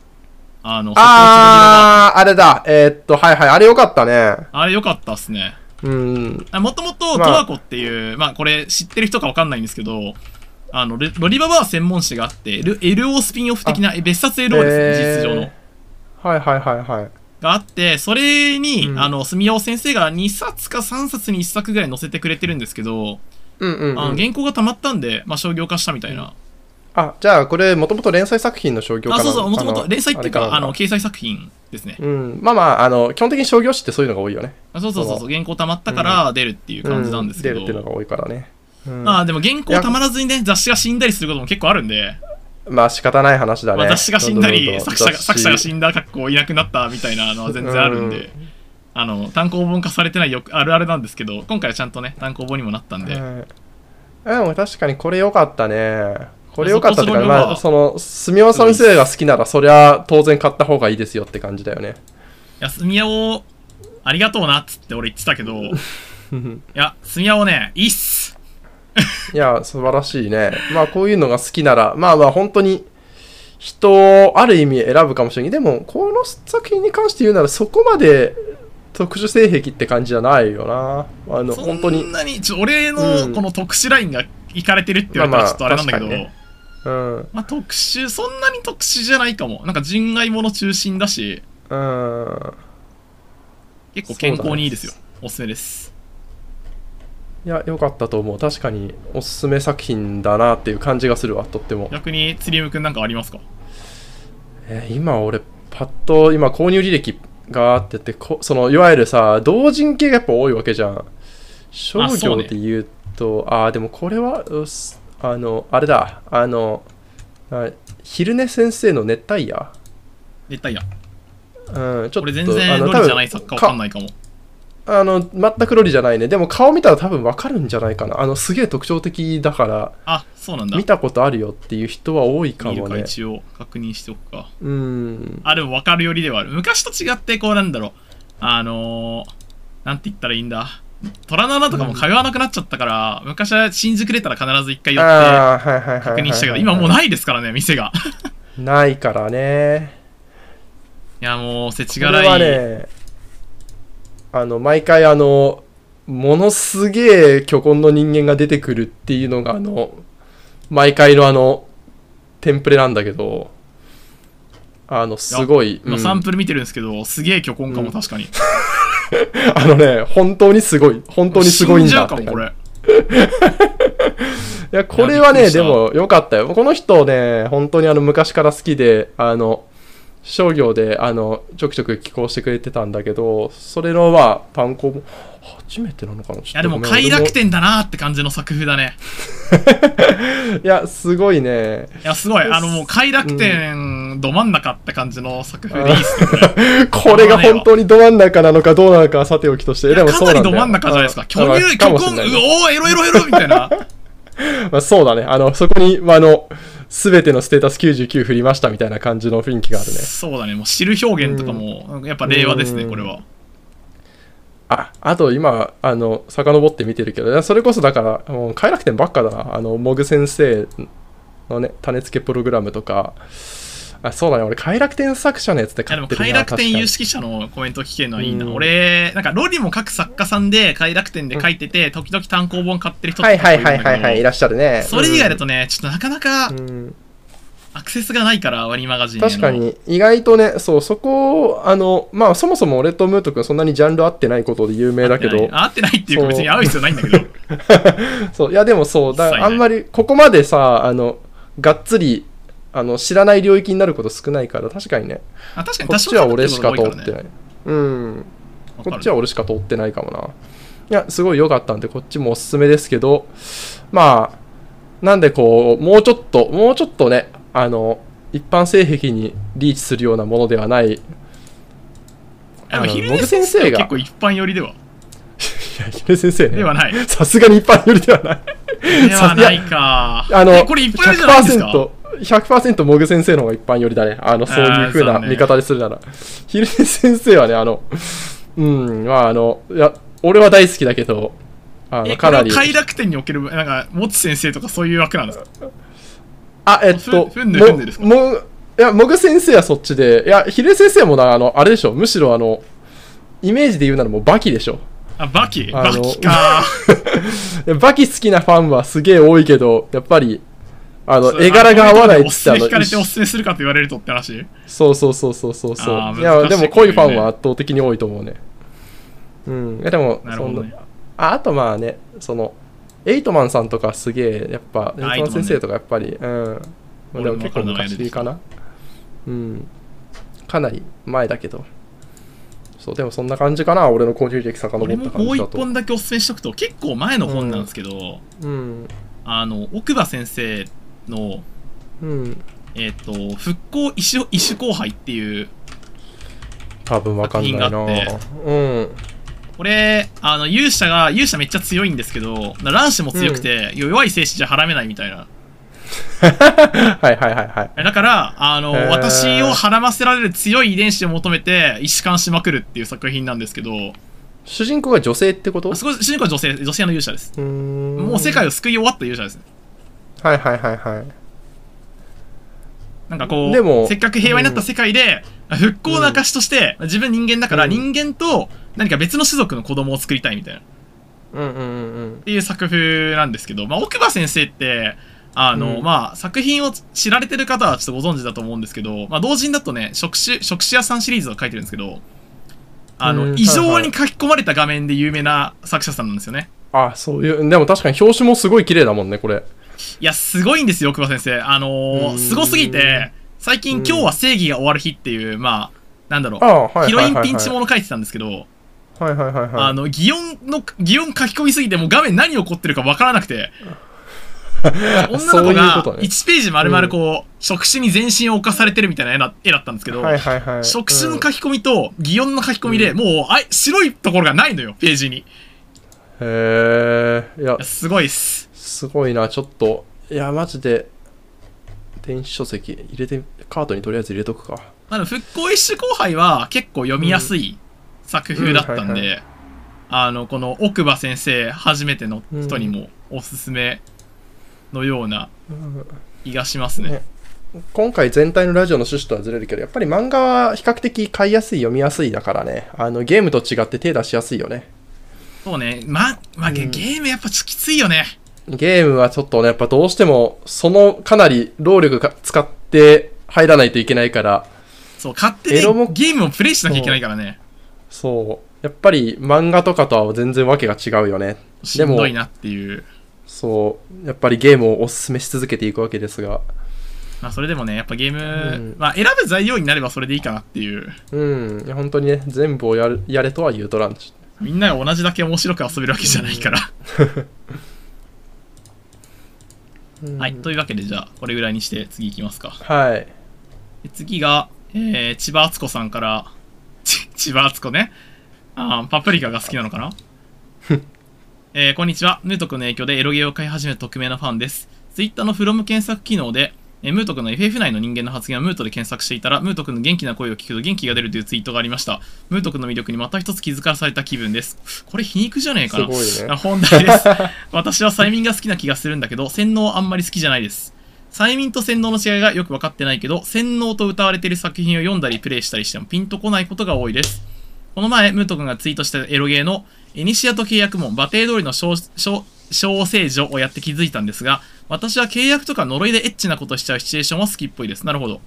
Speaker 1: あの、
Speaker 2: あー、あれだ。えーっと、はいはい、あれよかったね。
Speaker 1: あれ良かったっすね。
Speaker 2: うん。
Speaker 1: あもともと、ト
Speaker 2: まあ
Speaker 1: ワコっていう、まあ、これ知ってる人かわかんないんですけど、あの、レロリババア専門誌があって、L- LO スピンオフ的な、え別冊 LO ですね、
Speaker 2: えー
Speaker 1: 事実上の。
Speaker 2: はいはいはいはい。
Speaker 1: があって、それに、
Speaker 2: うん
Speaker 1: あの、住尾先生が2冊か3冊に1作ぐらい載せてくれてるんですけど、
Speaker 2: うんうん、
Speaker 1: あ
Speaker 2: う
Speaker 1: の
Speaker 2: ん。
Speaker 1: 原稿がたまったんで、まあ、商業化したみたいな。
Speaker 2: あ、じゃあこれ、もともと連載作品の商業か
Speaker 1: あ、
Speaker 2: な
Speaker 1: そうそう、もとも
Speaker 2: あ
Speaker 1: と
Speaker 2: の
Speaker 1: 連載っていうか、
Speaker 2: れ
Speaker 1: あ
Speaker 2: な
Speaker 1: の、掲載作品ですね。
Speaker 2: うん、まあまあ、あの、基本的に商業誌ってそういうのが多いよね。
Speaker 1: あそうそうそうそう、原稿たまったから出るっていう感じなんですけ
Speaker 2: う
Speaker 1: ど。
Speaker 2: 出るっていうのが多いからね。うん、
Speaker 1: まあ、でも原稿たまらずにね、雑誌が死んだりすることも結構あるんで、
Speaker 2: まあ仕方ない話だね。
Speaker 1: まあ、雑誌が死んだり、
Speaker 2: ど
Speaker 1: 作
Speaker 2: ん
Speaker 1: 者
Speaker 2: どんど
Speaker 1: が
Speaker 2: ん雑誌
Speaker 1: 作者が死んだ格好いなくなったみたいなのは全然あるんで、
Speaker 2: うん
Speaker 1: あの単行本化されてないよくあるあるなんですけど、今回はちゃんとね、単行本にもなったんで、
Speaker 2: はいあでも確かにこれ良かったね。これ良かったってい
Speaker 1: そ
Speaker 2: う
Speaker 1: こそこ
Speaker 2: か、まあ、その、住山先生が好きなら、そりゃ当然買った方がいいですよって感じだよね。
Speaker 1: 休み屋をありがとうなっつって俺言ってた けど、い
Speaker 2: うん
Speaker 1: や、住屋をね、いいっす
Speaker 2: いや、素晴らしいね。まあ、こういうのが好きなら、まあまあ、本当に、人をある意味選ぶかもしれない。でも、この作品に関して言うなら、そこまで特殊性癖って感じじゃないよな。あの、
Speaker 1: そ
Speaker 2: 本当に
Speaker 1: ん。なに、ちょ俺
Speaker 2: う
Speaker 1: の
Speaker 2: ん
Speaker 1: この特殊ラインがいかれてるって言われたら
Speaker 2: まあ
Speaker 1: ちょっとあれなんだけど、
Speaker 2: 確かにねうん。
Speaker 1: まあ特殊、そんなに特殊じゃないかも。なんか人外物中心だし、
Speaker 2: うん。
Speaker 1: 結構健康にいいですよ。おすすめです。
Speaker 2: いや、良かったと思う。確かに、おすすめ作品だなっていう感じがするわ、とっても。
Speaker 1: 逆に、釣りムくんなんかありますか
Speaker 2: えー今俺パッと今購入履歴があってってこそのいわゆるさ同人系がやっぱ多いわけじゃん商
Speaker 1: あそう
Speaker 2: 業
Speaker 1: ね
Speaker 2: で言うとああーでもこれはうっすあのあれだあのあ昼寝先生の熱帯夜
Speaker 1: 熱帯夜。
Speaker 2: うん、ちょっと
Speaker 1: 俺全然ロリじゃない作家わかんないかも。
Speaker 2: あの全くロリじゃないねでも顔見たら多分わかるんじゃないかなあのすげえ特徴的だから
Speaker 1: あ、そうなんだ。
Speaker 2: 見たことあるよっていう人は多いか
Speaker 1: 見る
Speaker 2: も
Speaker 1: か
Speaker 2: ね
Speaker 1: 一応確認しておくか。
Speaker 2: うん
Speaker 1: あ、でも分かるよりではある。昔と違って、こうなんだろう。あのー、なんて言ったらいいんだ。虎の穴とかも通わなくなっちゃったから、昔は新宿出たら必ず一回寄って
Speaker 2: あーはいはいはいはいはい
Speaker 1: 確認したけど、今もうないですからね、店が。
Speaker 2: ないからね
Speaker 1: いや、もう、世知
Speaker 2: こ
Speaker 1: 辛。
Speaker 2: れはいねあの毎回あのものすげえ巨根の人間が出てくるっていうのがあの毎回のあのテンプレなんだけどあのすごい、
Speaker 1: 今
Speaker 2: うん
Speaker 1: サンプル見てるんですけど、すげえ巨根かも、確かに。
Speaker 2: あのね本当にすごい本当にすごいん
Speaker 1: 死んじゃ
Speaker 2: だ
Speaker 1: う
Speaker 2: って
Speaker 1: かも、これ。
Speaker 2: いやこれは
Speaker 1: や
Speaker 2: い
Speaker 1: びっく
Speaker 2: ね
Speaker 1: りした
Speaker 2: でも良かったよこの人ね本当にあの昔から好きであの商業であのちょくちょく寄稿してくれてたんだけどそれのまあ単行も初めてなのかない
Speaker 1: や、でも、快楽天だなーって感じの作風だね。
Speaker 2: いや、すごいね。
Speaker 1: いや、すごい。あの、もう、快楽天、ど真ん中って感じの作風でいいっすね、これ。
Speaker 2: これが本当にど真ん中なのかどうなのかはさておきとして。
Speaker 1: いや
Speaker 2: でも
Speaker 1: か
Speaker 2: そう
Speaker 1: な
Speaker 2: な
Speaker 1: り
Speaker 2: んだ
Speaker 1: ど
Speaker 2: よ
Speaker 1: 真ん中じゃないですか。巨
Speaker 2: あ
Speaker 1: 乳、
Speaker 2: か
Speaker 1: 巨
Speaker 2: もしれ
Speaker 1: 根、
Speaker 2: ないうね
Speaker 1: おー、エロエロエロみたいな。
Speaker 2: まあ、そうだね。あの、そこに、まあ、あの、すべてのステータス99振りましたみたいな感じの雰囲気があるね。
Speaker 1: そうだね、もう知る表現とかも、やっぱ令和ですね、
Speaker 2: うん
Speaker 1: これは。
Speaker 2: あ、あと今、あの、遡って見てるけど、いやそれこそだから、もう快楽天ばっかだな。あの、モグ先生のね、種付けプログラムとか。あ、そうだね。俺、快楽天作者のやつって
Speaker 1: いや、
Speaker 2: 買
Speaker 1: でも、
Speaker 2: ってるな
Speaker 1: 快楽天
Speaker 2: 確かに
Speaker 1: 有識者のコメント聞けるのはいいな。
Speaker 2: うん
Speaker 1: 俺、なんか、ロリも各作家さんで、快楽天で書いてて、時々単行本買ってる人と
Speaker 2: は
Speaker 1: か
Speaker 2: いはいはいはいはい、い
Speaker 1: いるんだ
Speaker 2: らっしゃるね
Speaker 1: け。どそれ以外だとね、ちょっとなかなか
Speaker 2: うん、うん
Speaker 1: アクセスがないから、ワニマガジンへの
Speaker 2: 確か。に意外とねそうそこあのまあそもそも俺とムート君そんなにジャンル合ってないことで有名だけど
Speaker 1: 合ってないっていうか、別に合う必要ないんだけ ど。
Speaker 2: そういやでもそう
Speaker 1: 一
Speaker 2: だ
Speaker 1: 切ない
Speaker 2: あんまりここまでさあのがっつりあの知らない領域になること少ないから確かにね
Speaker 1: あ確かに、
Speaker 2: こ
Speaker 1: 多
Speaker 2: っ
Speaker 1: 少
Speaker 2: ちは俺しか通
Speaker 1: 被
Speaker 2: っ
Speaker 1: る
Speaker 2: て
Speaker 1: こ
Speaker 2: ない、うん
Speaker 1: とが多いら
Speaker 2: こ
Speaker 1: ね
Speaker 2: っちは俺しか通ってないかもないやすごい良かったんでこっちもおすすめですけどまあなんでこう、もうちょっと、もうちょっとね、あの、一般性癖にリーチするようなものではない、
Speaker 1: でも、
Speaker 2: あの
Speaker 1: ヒル
Speaker 2: モ
Speaker 1: ネ
Speaker 2: グ
Speaker 1: 先
Speaker 2: 先
Speaker 1: 生
Speaker 2: 生
Speaker 1: は
Speaker 2: が
Speaker 1: 結構一般寄りで は。
Speaker 2: いや、ヒル先生ね。
Speaker 1: ではない。
Speaker 2: さすがに一般寄りではない。
Speaker 1: では
Speaker 2: さ
Speaker 1: ないか。
Speaker 2: あの、
Speaker 1: えこれ一般寄りじゃないんですか
Speaker 2: 100%、100%モグ先生の方が一般寄りだね。あの、そういう風
Speaker 1: あーそ
Speaker 2: な
Speaker 1: うね
Speaker 2: 見方でするなら。ヒルネ先生はね、あの、 うん、まああの、いや、俺は大好きだけど、あ
Speaker 1: え
Speaker 2: の、
Speaker 1: こ
Speaker 2: か
Speaker 1: れ
Speaker 2: な
Speaker 1: は
Speaker 2: り。
Speaker 1: 快楽天における、なんか、モツ先生とかそういう枠なんですか
Speaker 2: あ、えっと、
Speaker 1: ふふんでふんでですか
Speaker 2: ももいや、モグ先生はそっちで、いや、ヒル先生もな、あの、あれでしょ、むしろあの、イメージで言うならもうバキでしょ。
Speaker 1: あ、バキ
Speaker 2: あ
Speaker 1: バ
Speaker 2: の
Speaker 1: キか。
Speaker 2: いやバキ好きなファンはすげえ多いけど、やっぱり、あ
Speaker 1: そ
Speaker 2: の、
Speaker 1: う
Speaker 2: 絵柄が合わないっ
Speaker 1: お
Speaker 2: つ
Speaker 1: すす
Speaker 2: ってあ
Speaker 1: め
Speaker 2: の
Speaker 1: 引かれておすすめするかと言われるとって話。
Speaker 2: そうそうそうそうそうそう
Speaker 1: あー
Speaker 2: いや
Speaker 1: 難しい
Speaker 2: でも
Speaker 1: こと
Speaker 2: 濃
Speaker 1: 言うね
Speaker 2: いファンは圧倒的に多いと思うねうんいやでも
Speaker 1: なるほどね
Speaker 2: そんなああとまあねそのエイトマンさんとかすげえやっぱエイト
Speaker 1: あ
Speaker 2: マン先生とかやっぱり、うんまあで
Speaker 1: 俺
Speaker 2: も
Speaker 1: も
Speaker 2: 結構昔かなうんかなり前だけどそうでもそんな感じかな俺の購入歴遡った
Speaker 1: 俺
Speaker 2: 感
Speaker 1: も
Speaker 2: じだと
Speaker 1: もう一本だけおすすめしとくと、結構前の本なんですけど、
Speaker 2: うん
Speaker 1: あの、奥歯先生の、
Speaker 2: うん
Speaker 1: えっ、と、復興石を石後輩っていう、
Speaker 2: 多分わかんないな
Speaker 1: 作品があっ
Speaker 2: うん
Speaker 1: これ、あの、勇者が、勇者めっちゃ強いんですけど、な乱視も強くて、弱い精子じゃはらめないみたいな。
Speaker 2: はいはいはいはい
Speaker 1: だから、あの、
Speaker 2: へー
Speaker 1: 私をはらませられる強い遺伝子を求めて、一視感しまくるっていう作品なんですけど、
Speaker 2: 主人公が女性ってこと
Speaker 1: あそこ、主人公は女性、女性の勇者です。
Speaker 2: も
Speaker 1: もう世界を救い終わった勇者ですね。
Speaker 2: はいはいはいはい
Speaker 1: なんかこう、
Speaker 2: でも
Speaker 1: せっかく平和になった世界で、復興の証として、自分人間だから、
Speaker 2: うん
Speaker 1: 人間と何か別の種族の子供を作りたいみたいな、っ
Speaker 2: うんうんうん
Speaker 1: ていう作風なんですけど、まあ、奥歯先生って、あの、
Speaker 2: うん
Speaker 1: まあ、作品を知られてる方はちょっとご存知だと思うんですけど、まあ、同人だとね、触手、触手屋さんシリーズを書いてるんですけど、あ
Speaker 2: う
Speaker 1: の、
Speaker 2: ん
Speaker 1: 異常
Speaker 2: はいは
Speaker 1: に
Speaker 2: い
Speaker 1: 書き込まれた画面で有名な作者さんなんですよね。
Speaker 2: あそういうでも確かに表紙もすごい綺麗だもんねこれ
Speaker 1: いや、すごいんですよ、奥歯先生。あの
Speaker 2: う
Speaker 1: ー、
Speaker 2: ん
Speaker 1: すごすぎて、最近、
Speaker 2: うん
Speaker 1: 今日は正義が終わる日っていう、まあ、なんだろう
Speaker 2: あ、はい
Speaker 1: ヒロ
Speaker 2: は
Speaker 1: イ
Speaker 2: い
Speaker 1: ン
Speaker 2: はいはい
Speaker 1: ピンチもの書いてたんですけど、
Speaker 2: はいはいはい
Speaker 1: あ
Speaker 2: はい
Speaker 1: の、擬音の、擬音書き込みすぎて、もう画面何起こってるかわからなくて、女の
Speaker 2: そう
Speaker 1: 子
Speaker 2: いう
Speaker 1: が
Speaker 2: ことね
Speaker 1: 1ページ丸々こう、触手に全身を侵されてるみたいな絵な絵だったんですけど、
Speaker 2: はいはいはい
Speaker 1: 触手の書き込みと擬音の書き込みで、もう、あい白いところがないのよ、ページに。い
Speaker 2: うんへえいや
Speaker 1: やすごいっす。
Speaker 2: すごいなちょっといやマジで電子書籍入れてカートにとりあえず入れとくか
Speaker 1: あの、復興一種後輩は結構読みやすい作風だったん
Speaker 2: うんはい
Speaker 1: で、あの、この奥歯先生、初めての人にもおすすめのような気がしますね。
Speaker 2: ね今回全体のラジオの趣旨とはずれるけどやっぱり漫画は比較的買いやすい読みやすいだからねあのゲームと違って手出しやすいよね
Speaker 1: そうね、ま、まあ、ゲ
Speaker 2: うん
Speaker 1: ゲームやっぱちょっときついよね。
Speaker 2: ゲームはちょっとね、やっぱどうしても、そのかなり労力が使って入らないといけないから、
Speaker 1: そう、買ってね、
Speaker 2: エロも
Speaker 1: ゲームをプレイしなきゃいけないからね。
Speaker 2: そう、やっぱり漫画とかとは全然わけが違うよね。
Speaker 1: し
Speaker 2: で
Speaker 1: ん
Speaker 2: も
Speaker 1: どい、なっていう。
Speaker 2: そう、やっぱりゲームをおすすめし続けていくわけですが、
Speaker 1: まあ、それでもね、やっぱゲーム、
Speaker 2: うん
Speaker 1: まあ、選ぶ材料になればそれでいいかなっていう。
Speaker 2: うん、いや本当にね、全部をやるやれとは言うとらんし。
Speaker 1: みんなが同じだけ面白く遊べるわけじゃないから。
Speaker 2: うん
Speaker 1: はい、というわけでじゃあ、これぐらいにして次行きますか。
Speaker 2: はい。
Speaker 1: で次が、えー、千葉敦子さんから、ち千葉敦子ね。あーパプリカが好きなの かなえー、こんにちは。ムート君の影響でエロゲーを飼い始めた匿名のファンです。ツイッターのフロム検索機能で、えームート君の FF 内の人間の発言をムートで検索していたら、ムート君の元気な声を聞くと元気が出るというツイートがありました。ムート君の魅力にまた一つ気づかされた気分です。これ皮肉じゃねえかな。
Speaker 2: すごいね
Speaker 1: あ本題です。私は催眠が好きな気がするんだけど、洗脳あんまり好きじゃないです。催眠と洗脳の違いがよく分かってないけど、洗脳と歌われている作品を読んだりプレイしたりしてもピンとこないことが多いです。この前、ムート君がツイートしたエロゲーの、エニシアと契約門、馬蹄通りの小小小聖女をやって気づいたんですが、私は契約とか呪いでエッチなことしちゃうシチュエーションは好きっぽいです。なるほど。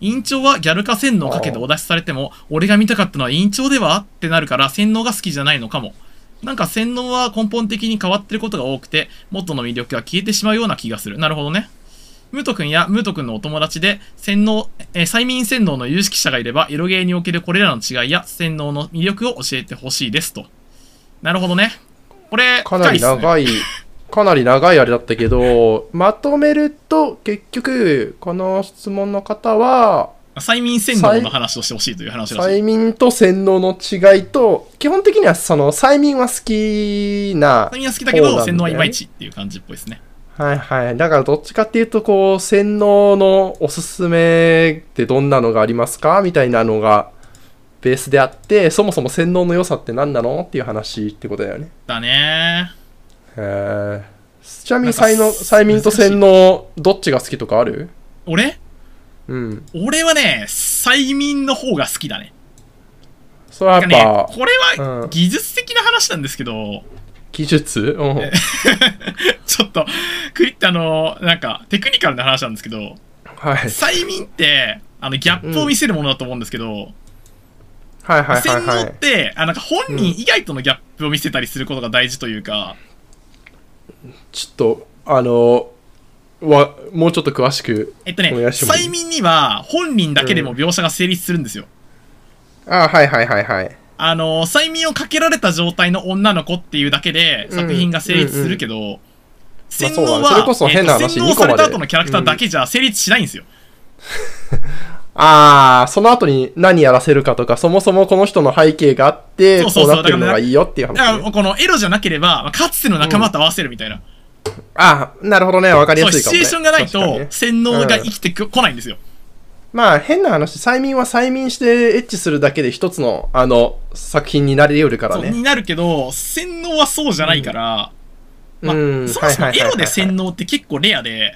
Speaker 1: 委員長はギャルか洗脳かけてお出しされても、俺が見たかったのは委員長ではってなるから、洗脳が好きじゃないのかも。なんか洗脳は根本的に変わってることが多くて、元の魅力が消えてしまうような気がする。なるほどね。ムート君やムート君のお友達で洗脳、えー催眠洗脳の有識者がいれば、エロゲーにおけるこれらの違いや洗脳の魅力を教えてほしいですと。なるほどね。これ、
Speaker 2: かなり
Speaker 1: 深いっすね
Speaker 2: 長い、かなり長いあれだったけど、まとめると、結局、この質問の方は、
Speaker 1: 催眠洗脳の話をしてほしいという話らしい。
Speaker 2: 催眠と洗脳の違いと、基本的にはその催眠は好きな
Speaker 1: 催。眠は好きだけ
Speaker 2: そう
Speaker 1: ど、
Speaker 2: なんだよね
Speaker 1: 洗脳はいまいちっていう感じっぽいですね。
Speaker 2: はいはい。だからどっちかっていうと、こう、洗脳のおすすめってどんなのがありますかみたいなのがベースであって、そもそも洗脳の良さって何なのっていう話ってことだよね。
Speaker 1: だね
Speaker 2: へーちなみに
Speaker 1: なんか
Speaker 2: 才能催眠と洗脳、どっちが好きとかある
Speaker 1: 俺
Speaker 2: うん。
Speaker 1: 俺はね、催眠の方が好きだね。
Speaker 2: それは
Speaker 1: な
Speaker 2: や
Speaker 1: ん
Speaker 2: っ
Speaker 1: かね
Speaker 2: ぱ、、
Speaker 1: これ
Speaker 2: う
Speaker 1: は
Speaker 2: ん
Speaker 1: 技術的な話なんですけど、
Speaker 2: 技術うん。
Speaker 1: ちょっと、クリッあの、なんか、テクニカルな話なんですけど、
Speaker 2: はい。
Speaker 1: 催眠って、あの、ギャップを見せるものだと思うんですけど、
Speaker 2: はいはいは
Speaker 1: 洗
Speaker 2: いは
Speaker 1: 脳っ
Speaker 2: い。
Speaker 1: て、あなんか本人以外とのギャップを見せたりすることが大事というか、
Speaker 2: ちょっと、あの、わ、もうちょっと詳しく。
Speaker 1: えっとね、
Speaker 2: お願いします
Speaker 1: 催眠には本人だけでも描写が成立するんですよ。
Speaker 2: あはいはいはいはい。
Speaker 1: あの、催眠をかけられた状態の女の子っていうだけで作品が成立するけど、洗脳は、
Speaker 2: まあそうだねそれこそ変な話
Speaker 1: えっと洗脳
Speaker 2: 二個
Speaker 1: さ
Speaker 2: まで
Speaker 1: れた後のキャラクターだけじゃ成立しないんですよ。
Speaker 2: ああ、その後に何やらせるかとか、そもそもこの人の背景があって、
Speaker 1: そうそうそう
Speaker 2: こうなってるのがいいよっていう
Speaker 1: だから
Speaker 2: 話、ね。
Speaker 1: このエロじゃなければ、まあかつての仲間と合わせるみたいな。
Speaker 2: ああ、なるほどね。わかり
Speaker 1: そ
Speaker 2: や
Speaker 1: う、
Speaker 2: すい
Speaker 1: シチュエーショ
Speaker 2: かも、ね。
Speaker 1: ンがない
Speaker 2: 確かに
Speaker 1: と
Speaker 2: ね、
Speaker 1: 洗脳が生きてこないんですよ。
Speaker 2: まあ、変な話、催眠は催眠して、エッチするだけで一つの、あの、作品になり得るから
Speaker 1: そうに
Speaker 2: ね。
Speaker 1: なるけど、洗脳はそうじゃないから、まあ、
Speaker 2: うん
Speaker 1: そもそも
Speaker 2: はいはいはいはい
Speaker 1: エロで洗脳って結構レアで、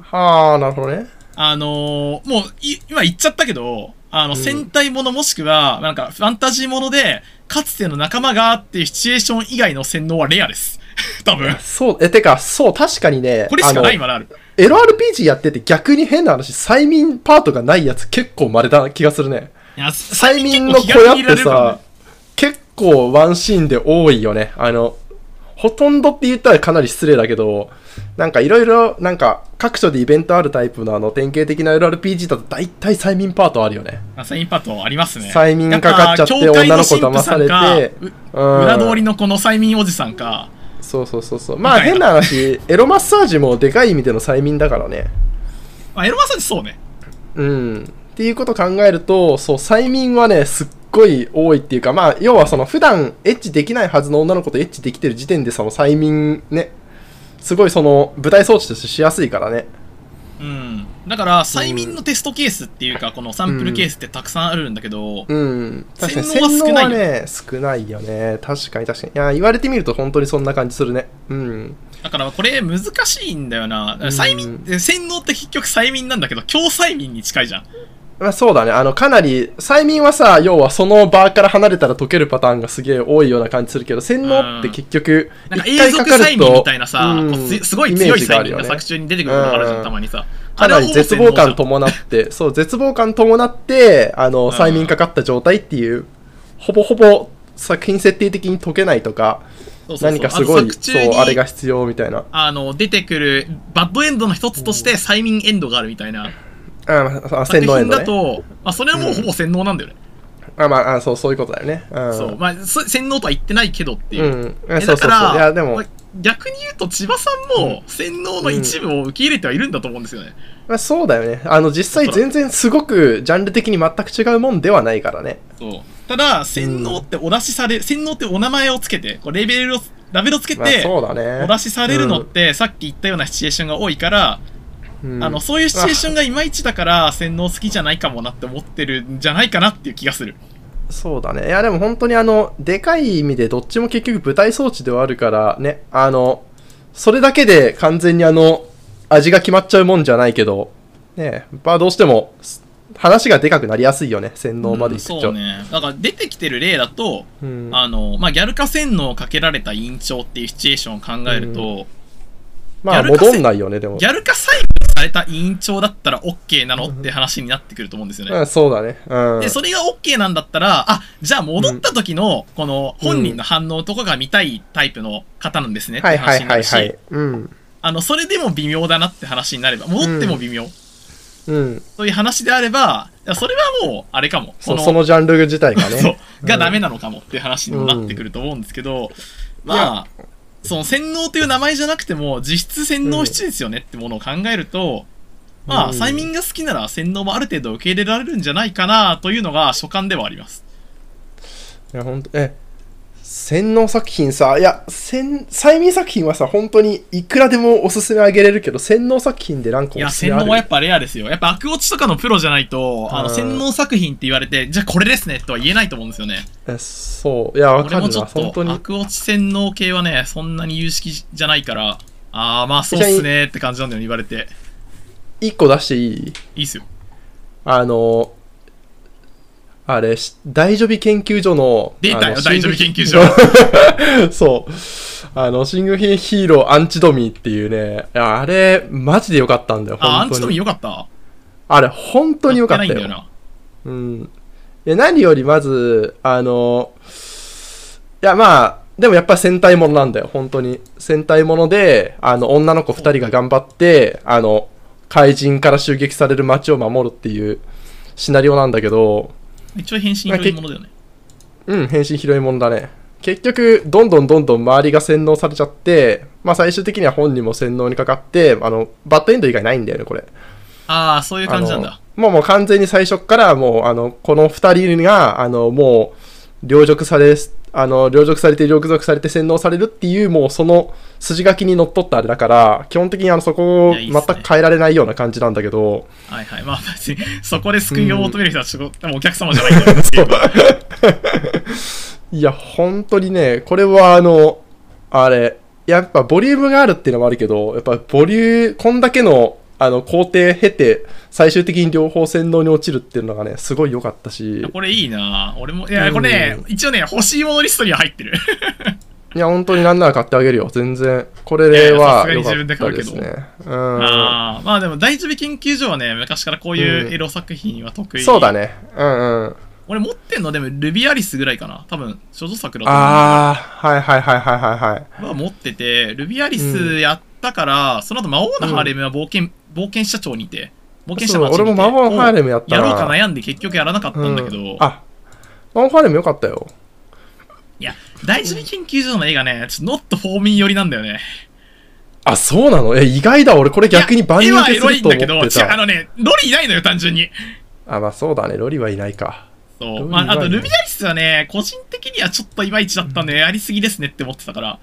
Speaker 2: はあ、なるほどね。
Speaker 1: あのーもうい、今言っちゃったけど、あの、戦隊ものもしくは、なんか、ファンタジーもので、かつての仲間がっていうシチュエーション以外の洗脳はレアです。 多分。
Speaker 2: そう、え、てか、そう、確かにね、
Speaker 1: これしかない
Speaker 2: あの
Speaker 1: まである。
Speaker 2: LRPG やってて逆に変な話、催眠パートがないやつ結構稀だ気がするね。
Speaker 1: いや、
Speaker 2: 催
Speaker 1: 催
Speaker 2: 眠の小屋ってさ、結構ワンシーンで多いよね。あの、ほとんどって言ったらかなり失礼だけど、なんかいろいろ、なんか各所でイベントあるタイプのあの典型的な LRPG だと大体催眠パートあるよね。
Speaker 1: あ催眠パートありますね。
Speaker 2: 催眠かかっちゃって
Speaker 1: なん教会
Speaker 2: 女の
Speaker 1: の
Speaker 2: 子
Speaker 1: 神
Speaker 2: 騙
Speaker 1: 父
Speaker 2: さ
Speaker 1: さ
Speaker 2: れ
Speaker 1: ん
Speaker 2: て
Speaker 1: か
Speaker 2: うん
Speaker 1: う裏通りのこの催眠おじさんか、
Speaker 2: そうそうそうそう。まあ
Speaker 1: みたいな
Speaker 2: 変な話、エロマッサージもでかい意味での催眠だからね。
Speaker 1: まあ、エロマッサージそうね。
Speaker 2: うん。っていうことを考えると、そう、催眠はね、すっごい多いっていうか、まあ、要はその、普段エッチできないはずの女の子とエッチできてる時点で、その催眠ね、すごいその、舞台装置としてしやすいからね。
Speaker 1: うん、だから催眠のテストケースっていうか、このサンプルケースってたくさんあるんだけど、
Speaker 2: うん。確かに、
Speaker 1: 洗
Speaker 2: 洗脳
Speaker 1: 脳
Speaker 2: は
Speaker 1: は少ないよ
Speaker 2: ね、少ないよね。確かに確かに。いや、言われてみると本当にそんな感じするね。うん。
Speaker 1: だからこれ難しいんだよな催眠って洗脳って結局催眠なんだけど強催眠に近いじゃん
Speaker 2: まあ、そうだね。あの、かなり、催眠はさ、要はその場から離れたら解けるパターンがすげえ多いような感じするけど、洗脳って結局、
Speaker 1: なんか
Speaker 2: 一
Speaker 1: 永
Speaker 2: 回
Speaker 1: 続
Speaker 2: かかると
Speaker 1: 催眠みたいなさ、
Speaker 2: うん
Speaker 1: こうすすごい強い
Speaker 2: イメージがあ
Speaker 1: 催
Speaker 2: る
Speaker 1: 眠
Speaker 2: よ
Speaker 1: が
Speaker 2: ね
Speaker 1: 作中に出てくるのがあるじゃん、
Speaker 2: うん
Speaker 1: たまにさ
Speaker 2: かなり絶望感
Speaker 1: と
Speaker 2: 伴って、 そう、絶望感伴って、あの、
Speaker 1: ん
Speaker 2: 催眠かかった状態っていう、ほぼほぼ作品設定的に解けないとか、何かすごい、そう、あれが必要みたいな。
Speaker 1: あの出てくるバッドエンドの一つとして催眠エンドがあるみたいな
Speaker 2: あ、あ、
Speaker 1: 作
Speaker 2: 洗脳
Speaker 1: 品
Speaker 2: エンド
Speaker 1: だ
Speaker 2: ね。
Speaker 1: と、まあ、それはもうほぼ洗脳なんだよね、
Speaker 2: あ、まあ、あそう、そういうことだよね。うん。
Speaker 1: そうまあ、そ洗脳とは言ってないけどっていう、
Speaker 2: うん。
Speaker 1: え
Speaker 2: あそうそうそう。い
Speaker 1: だから
Speaker 2: や、でも
Speaker 1: まあ、逆に言うと千葉さんも洗脳の一部を受け入れてはいるんだと思うんですよね、
Speaker 2: まあ、そうだよね。あの、実際全然すごく、ジャンル的に全く違うもんではないからね。
Speaker 1: そうただ洗脳ってお出しされ、洗脳ってお名前をつけてこうレベルをラベルをつけ
Speaker 2: まあ、
Speaker 1: て
Speaker 2: そうだね。
Speaker 1: お出しされるのって、さっき言ったようなシチュエーションが多いから、
Speaker 2: うん
Speaker 1: あのそういうシチュエーションがいまいちだから洗脳好きじゃないかもなって思ってるんじゃないかなっていう気がする
Speaker 2: そうだね。いや、でも本当にあの、でかい意味でどっちも結局舞台装置ではあるからね、あの、それだけで完全にあの、味が決まっちゃうもんじゃないけど、ねえ、まあどうしても、す話がでかくなりやすいよね、洗脳までいくと。
Speaker 1: うんそうねだから出てきてる例だと、
Speaker 2: うん
Speaker 1: あのまあ、ギャル化洗脳をかけられた院長っていうシチュエーションを考えると、
Speaker 2: まあ
Speaker 1: やるかせ
Speaker 2: 戻んないよね、でも
Speaker 1: ギ。ャル化採用された委員長だったら OK なのって話になってくると思うんですよ
Speaker 2: う
Speaker 1: ね。
Speaker 2: ん、そうだね。うん。
Speaker 1: で、それが OK なんだったら、あ、じゃあ戻った時の、この本人の反応とかが見たいタイプの方なんですねって
Speaker 2: はいはい
Speaker 1: 話にな
Speaker 2: はい
Speaker 1: るし
Speaker 2: は、い。うん。
Speaker 1: あの、それでも微妙だなって話になれば、戻っても微妙。
Speaker 2: うん。
Speaker 1: という話であれば、いやそれはもう、あれかも。
Speaker 2: そそのジャンル自体が
Speaker 1: そう
Speaker 2: ね。
Speaker 1: がダメなのかもっていう話にもなってくると思うんですけど、まあ、その洗脳という名前じゃなくても、実質洗脳七ですよねってものを考えると、まあ、
Speaker 2: うん
Speaker 1: 催眠が好きなら洗脳もある程度受け入れられるんじゃないかなというのが所感ではあります。
Speaker 2: いや本当え洗脳作品さいや洗催眠作品はさ本当にいくらでもおすすめあげれるけど洗脳作品でなんか
Speaker 1: い
Speaker 2: お
Speaker 1: や、
Speaker 2: すすめ
Speaker 1: 洗
Speaker 2: ある
Speaker 1: 脳はやっぱレアですよ。やっぱ悪落ちとかのプロじゃないと、あの、
Speaker 2: うん
Speaker 1: 洗脳作品って言われて、じゃあこれですねとは言えないと思うんですよね。
Speaker 2: えそういやわ
Speaker 1: 俺
Speaker 2: か
Speaker 1: も
Speaker 2: る
Speaker 1: ちょ
Speaker 2: な
Speaker 1: っ
Speaker 2: 本当
Speaker 1: と、
Speaker 2: に
Speaker 1: 悪落ち洗脳系はね、そんなに有識じゃないから、あーまあそうっすねって感じなんだよね、言われて。
Speaker 2: 一個出していい
Speaker 1: いいっすよ。
Speaker 2: あのあれし大丈夫研究所の
Speaker 1: 出た
Speaker 2: あ
Speaker 1: よ、
Speaker 2: の
Speaker 1: 大丈夫研究所。
Speaker 2: そう。あの、シングヒーローアンチドミーっていうね、いやあれ、マジでよかったんだよ、
Speaker 1: あ、ア
Speaker 2: 本
Speaker 1: ンチ
Speaker 2: 当
Speaker 1: トミー
Speaker 2: に。
Speaker 1: よかった
Speaker 2: あれ、本当によかった
Speaker 1: や
Speaker 2: よ。
Speaker 1: てないんだよ
Speaker 2: うん。で、何よりまず、あの、いや、まあ、でもやっぱ戦隊ものなんだよ、本当に。戦隊もので、あの、女の子二人が頑張って、あの、怪人から襲撃される街を守るっていうシナリオなんだけど、
Speaker 1: な。一応変身広いものだよね。
Speaker 2: うん、変身広いもんだね。結局、どんどんどんどん周りが洗脳されちゃって、まあ最終的には本人も洗脳にかかって、あの、バッドエンド以外ないんだよね、これ。
Speaker 1: ああ、そういう感じなんだ。
Speaker 2: あのもうもう完全に最初っから、もう、あの、この二人が、あの、もう、凌辱され、あの、凌辱されて、凌辱されて洗脳されるっていう、もうその筋書きにのっとったあれだから、基本的にあの、そこを
Speaker 1: いやいいっ
Speaker 2: 全
Speaker 1: すね
Speaker 2: く変えられないような感じなんだけど、
Speaker 1: はいはい。まあ別 に、そこで救いを求める人はちょっと、でもお客様じゃないんだよっていう。
Speaker 2: いや、本当にね、これはあの、あれ、やっぱボリュームがあるっていうのもあるけど、やっぱボリューこんだけの、あの、工程経て、最終的に両方洗脳に落ちるっていうのがね、すごい良かったし、
Speaker 1: これいいな俺も、いや、これね、
Speaker 2: う
Speaker 1: 一応ね、欲しいものリストには入ってる。
Speaker 2: いや、本当になんなら買ってあげるよ、全然。こ
Speaker 1: いやい
Speaker 2: れ
Speaker 1: やさ
Speaker 2: は
Speaker 1: すがに
Speaker 2: 良か
Speaker 1: 自
Speaker 2: っ
Speaker 1: 分で買
Speaker 2: た
Speaker 1: うけ
Speaker 2: で
Speaker 1: ど
Speaker 2: すね。う
Speaker 1: あ ーまあでも、大丈夫研究所はね、昔からこういううんエロ作品は得
Speaker 2: ん。
Speaker 1: 意。
Speaker 2: そうだ。ね。うんうん。
Speaker 1: 俺持ってんの、でも、ルビアリスぐらいかな。多分、少女作だと思うんだ
Speaker 2: あー、はいはいはいはいはいはい。
Speaker 1: けど。は持ってて、ルビアリスやったから、その後、魔王のハーレムは冒険、冒険者長にいて、冒険者町にいて
Speaker 2: そう俺も魔王のハーレムやった
Speaker 1: や
Speaker 2: な
Speaker 1: ろうか悩んで結局やらなかったんだけど、
Speaker 2: うん、あ、マンファレム良かったよ。
Speaker 1: いや、大事に研究所の映画ね、ちょっとノットフォーミー寄りなんだよね。
Speaker 2: あ、そうなのえ、意外だ。俺これ逆に万
Speaker 1: い
Speaker 2: 人
Speaker 1: や
Speaker 2: 受けすると思って
Speaker 1: 絵はエロいんだけ
Speaker 2: た。
Speaker 1: ど、違うあのね、ロリいないのよ、単純に。
Speaker 2: あ、まあそうだね。ロリはいないか。
Speaker 1: そう。
Speaker 2: ロリ
Speaker 1: ま
Speaker 2: はい
Speaker 1: あ、
Speaker 2: ない
Speaker 1: あと、ルビアリスはね、個人的にはちょっといまいちだったんで、やりすぎですねって思ってたから。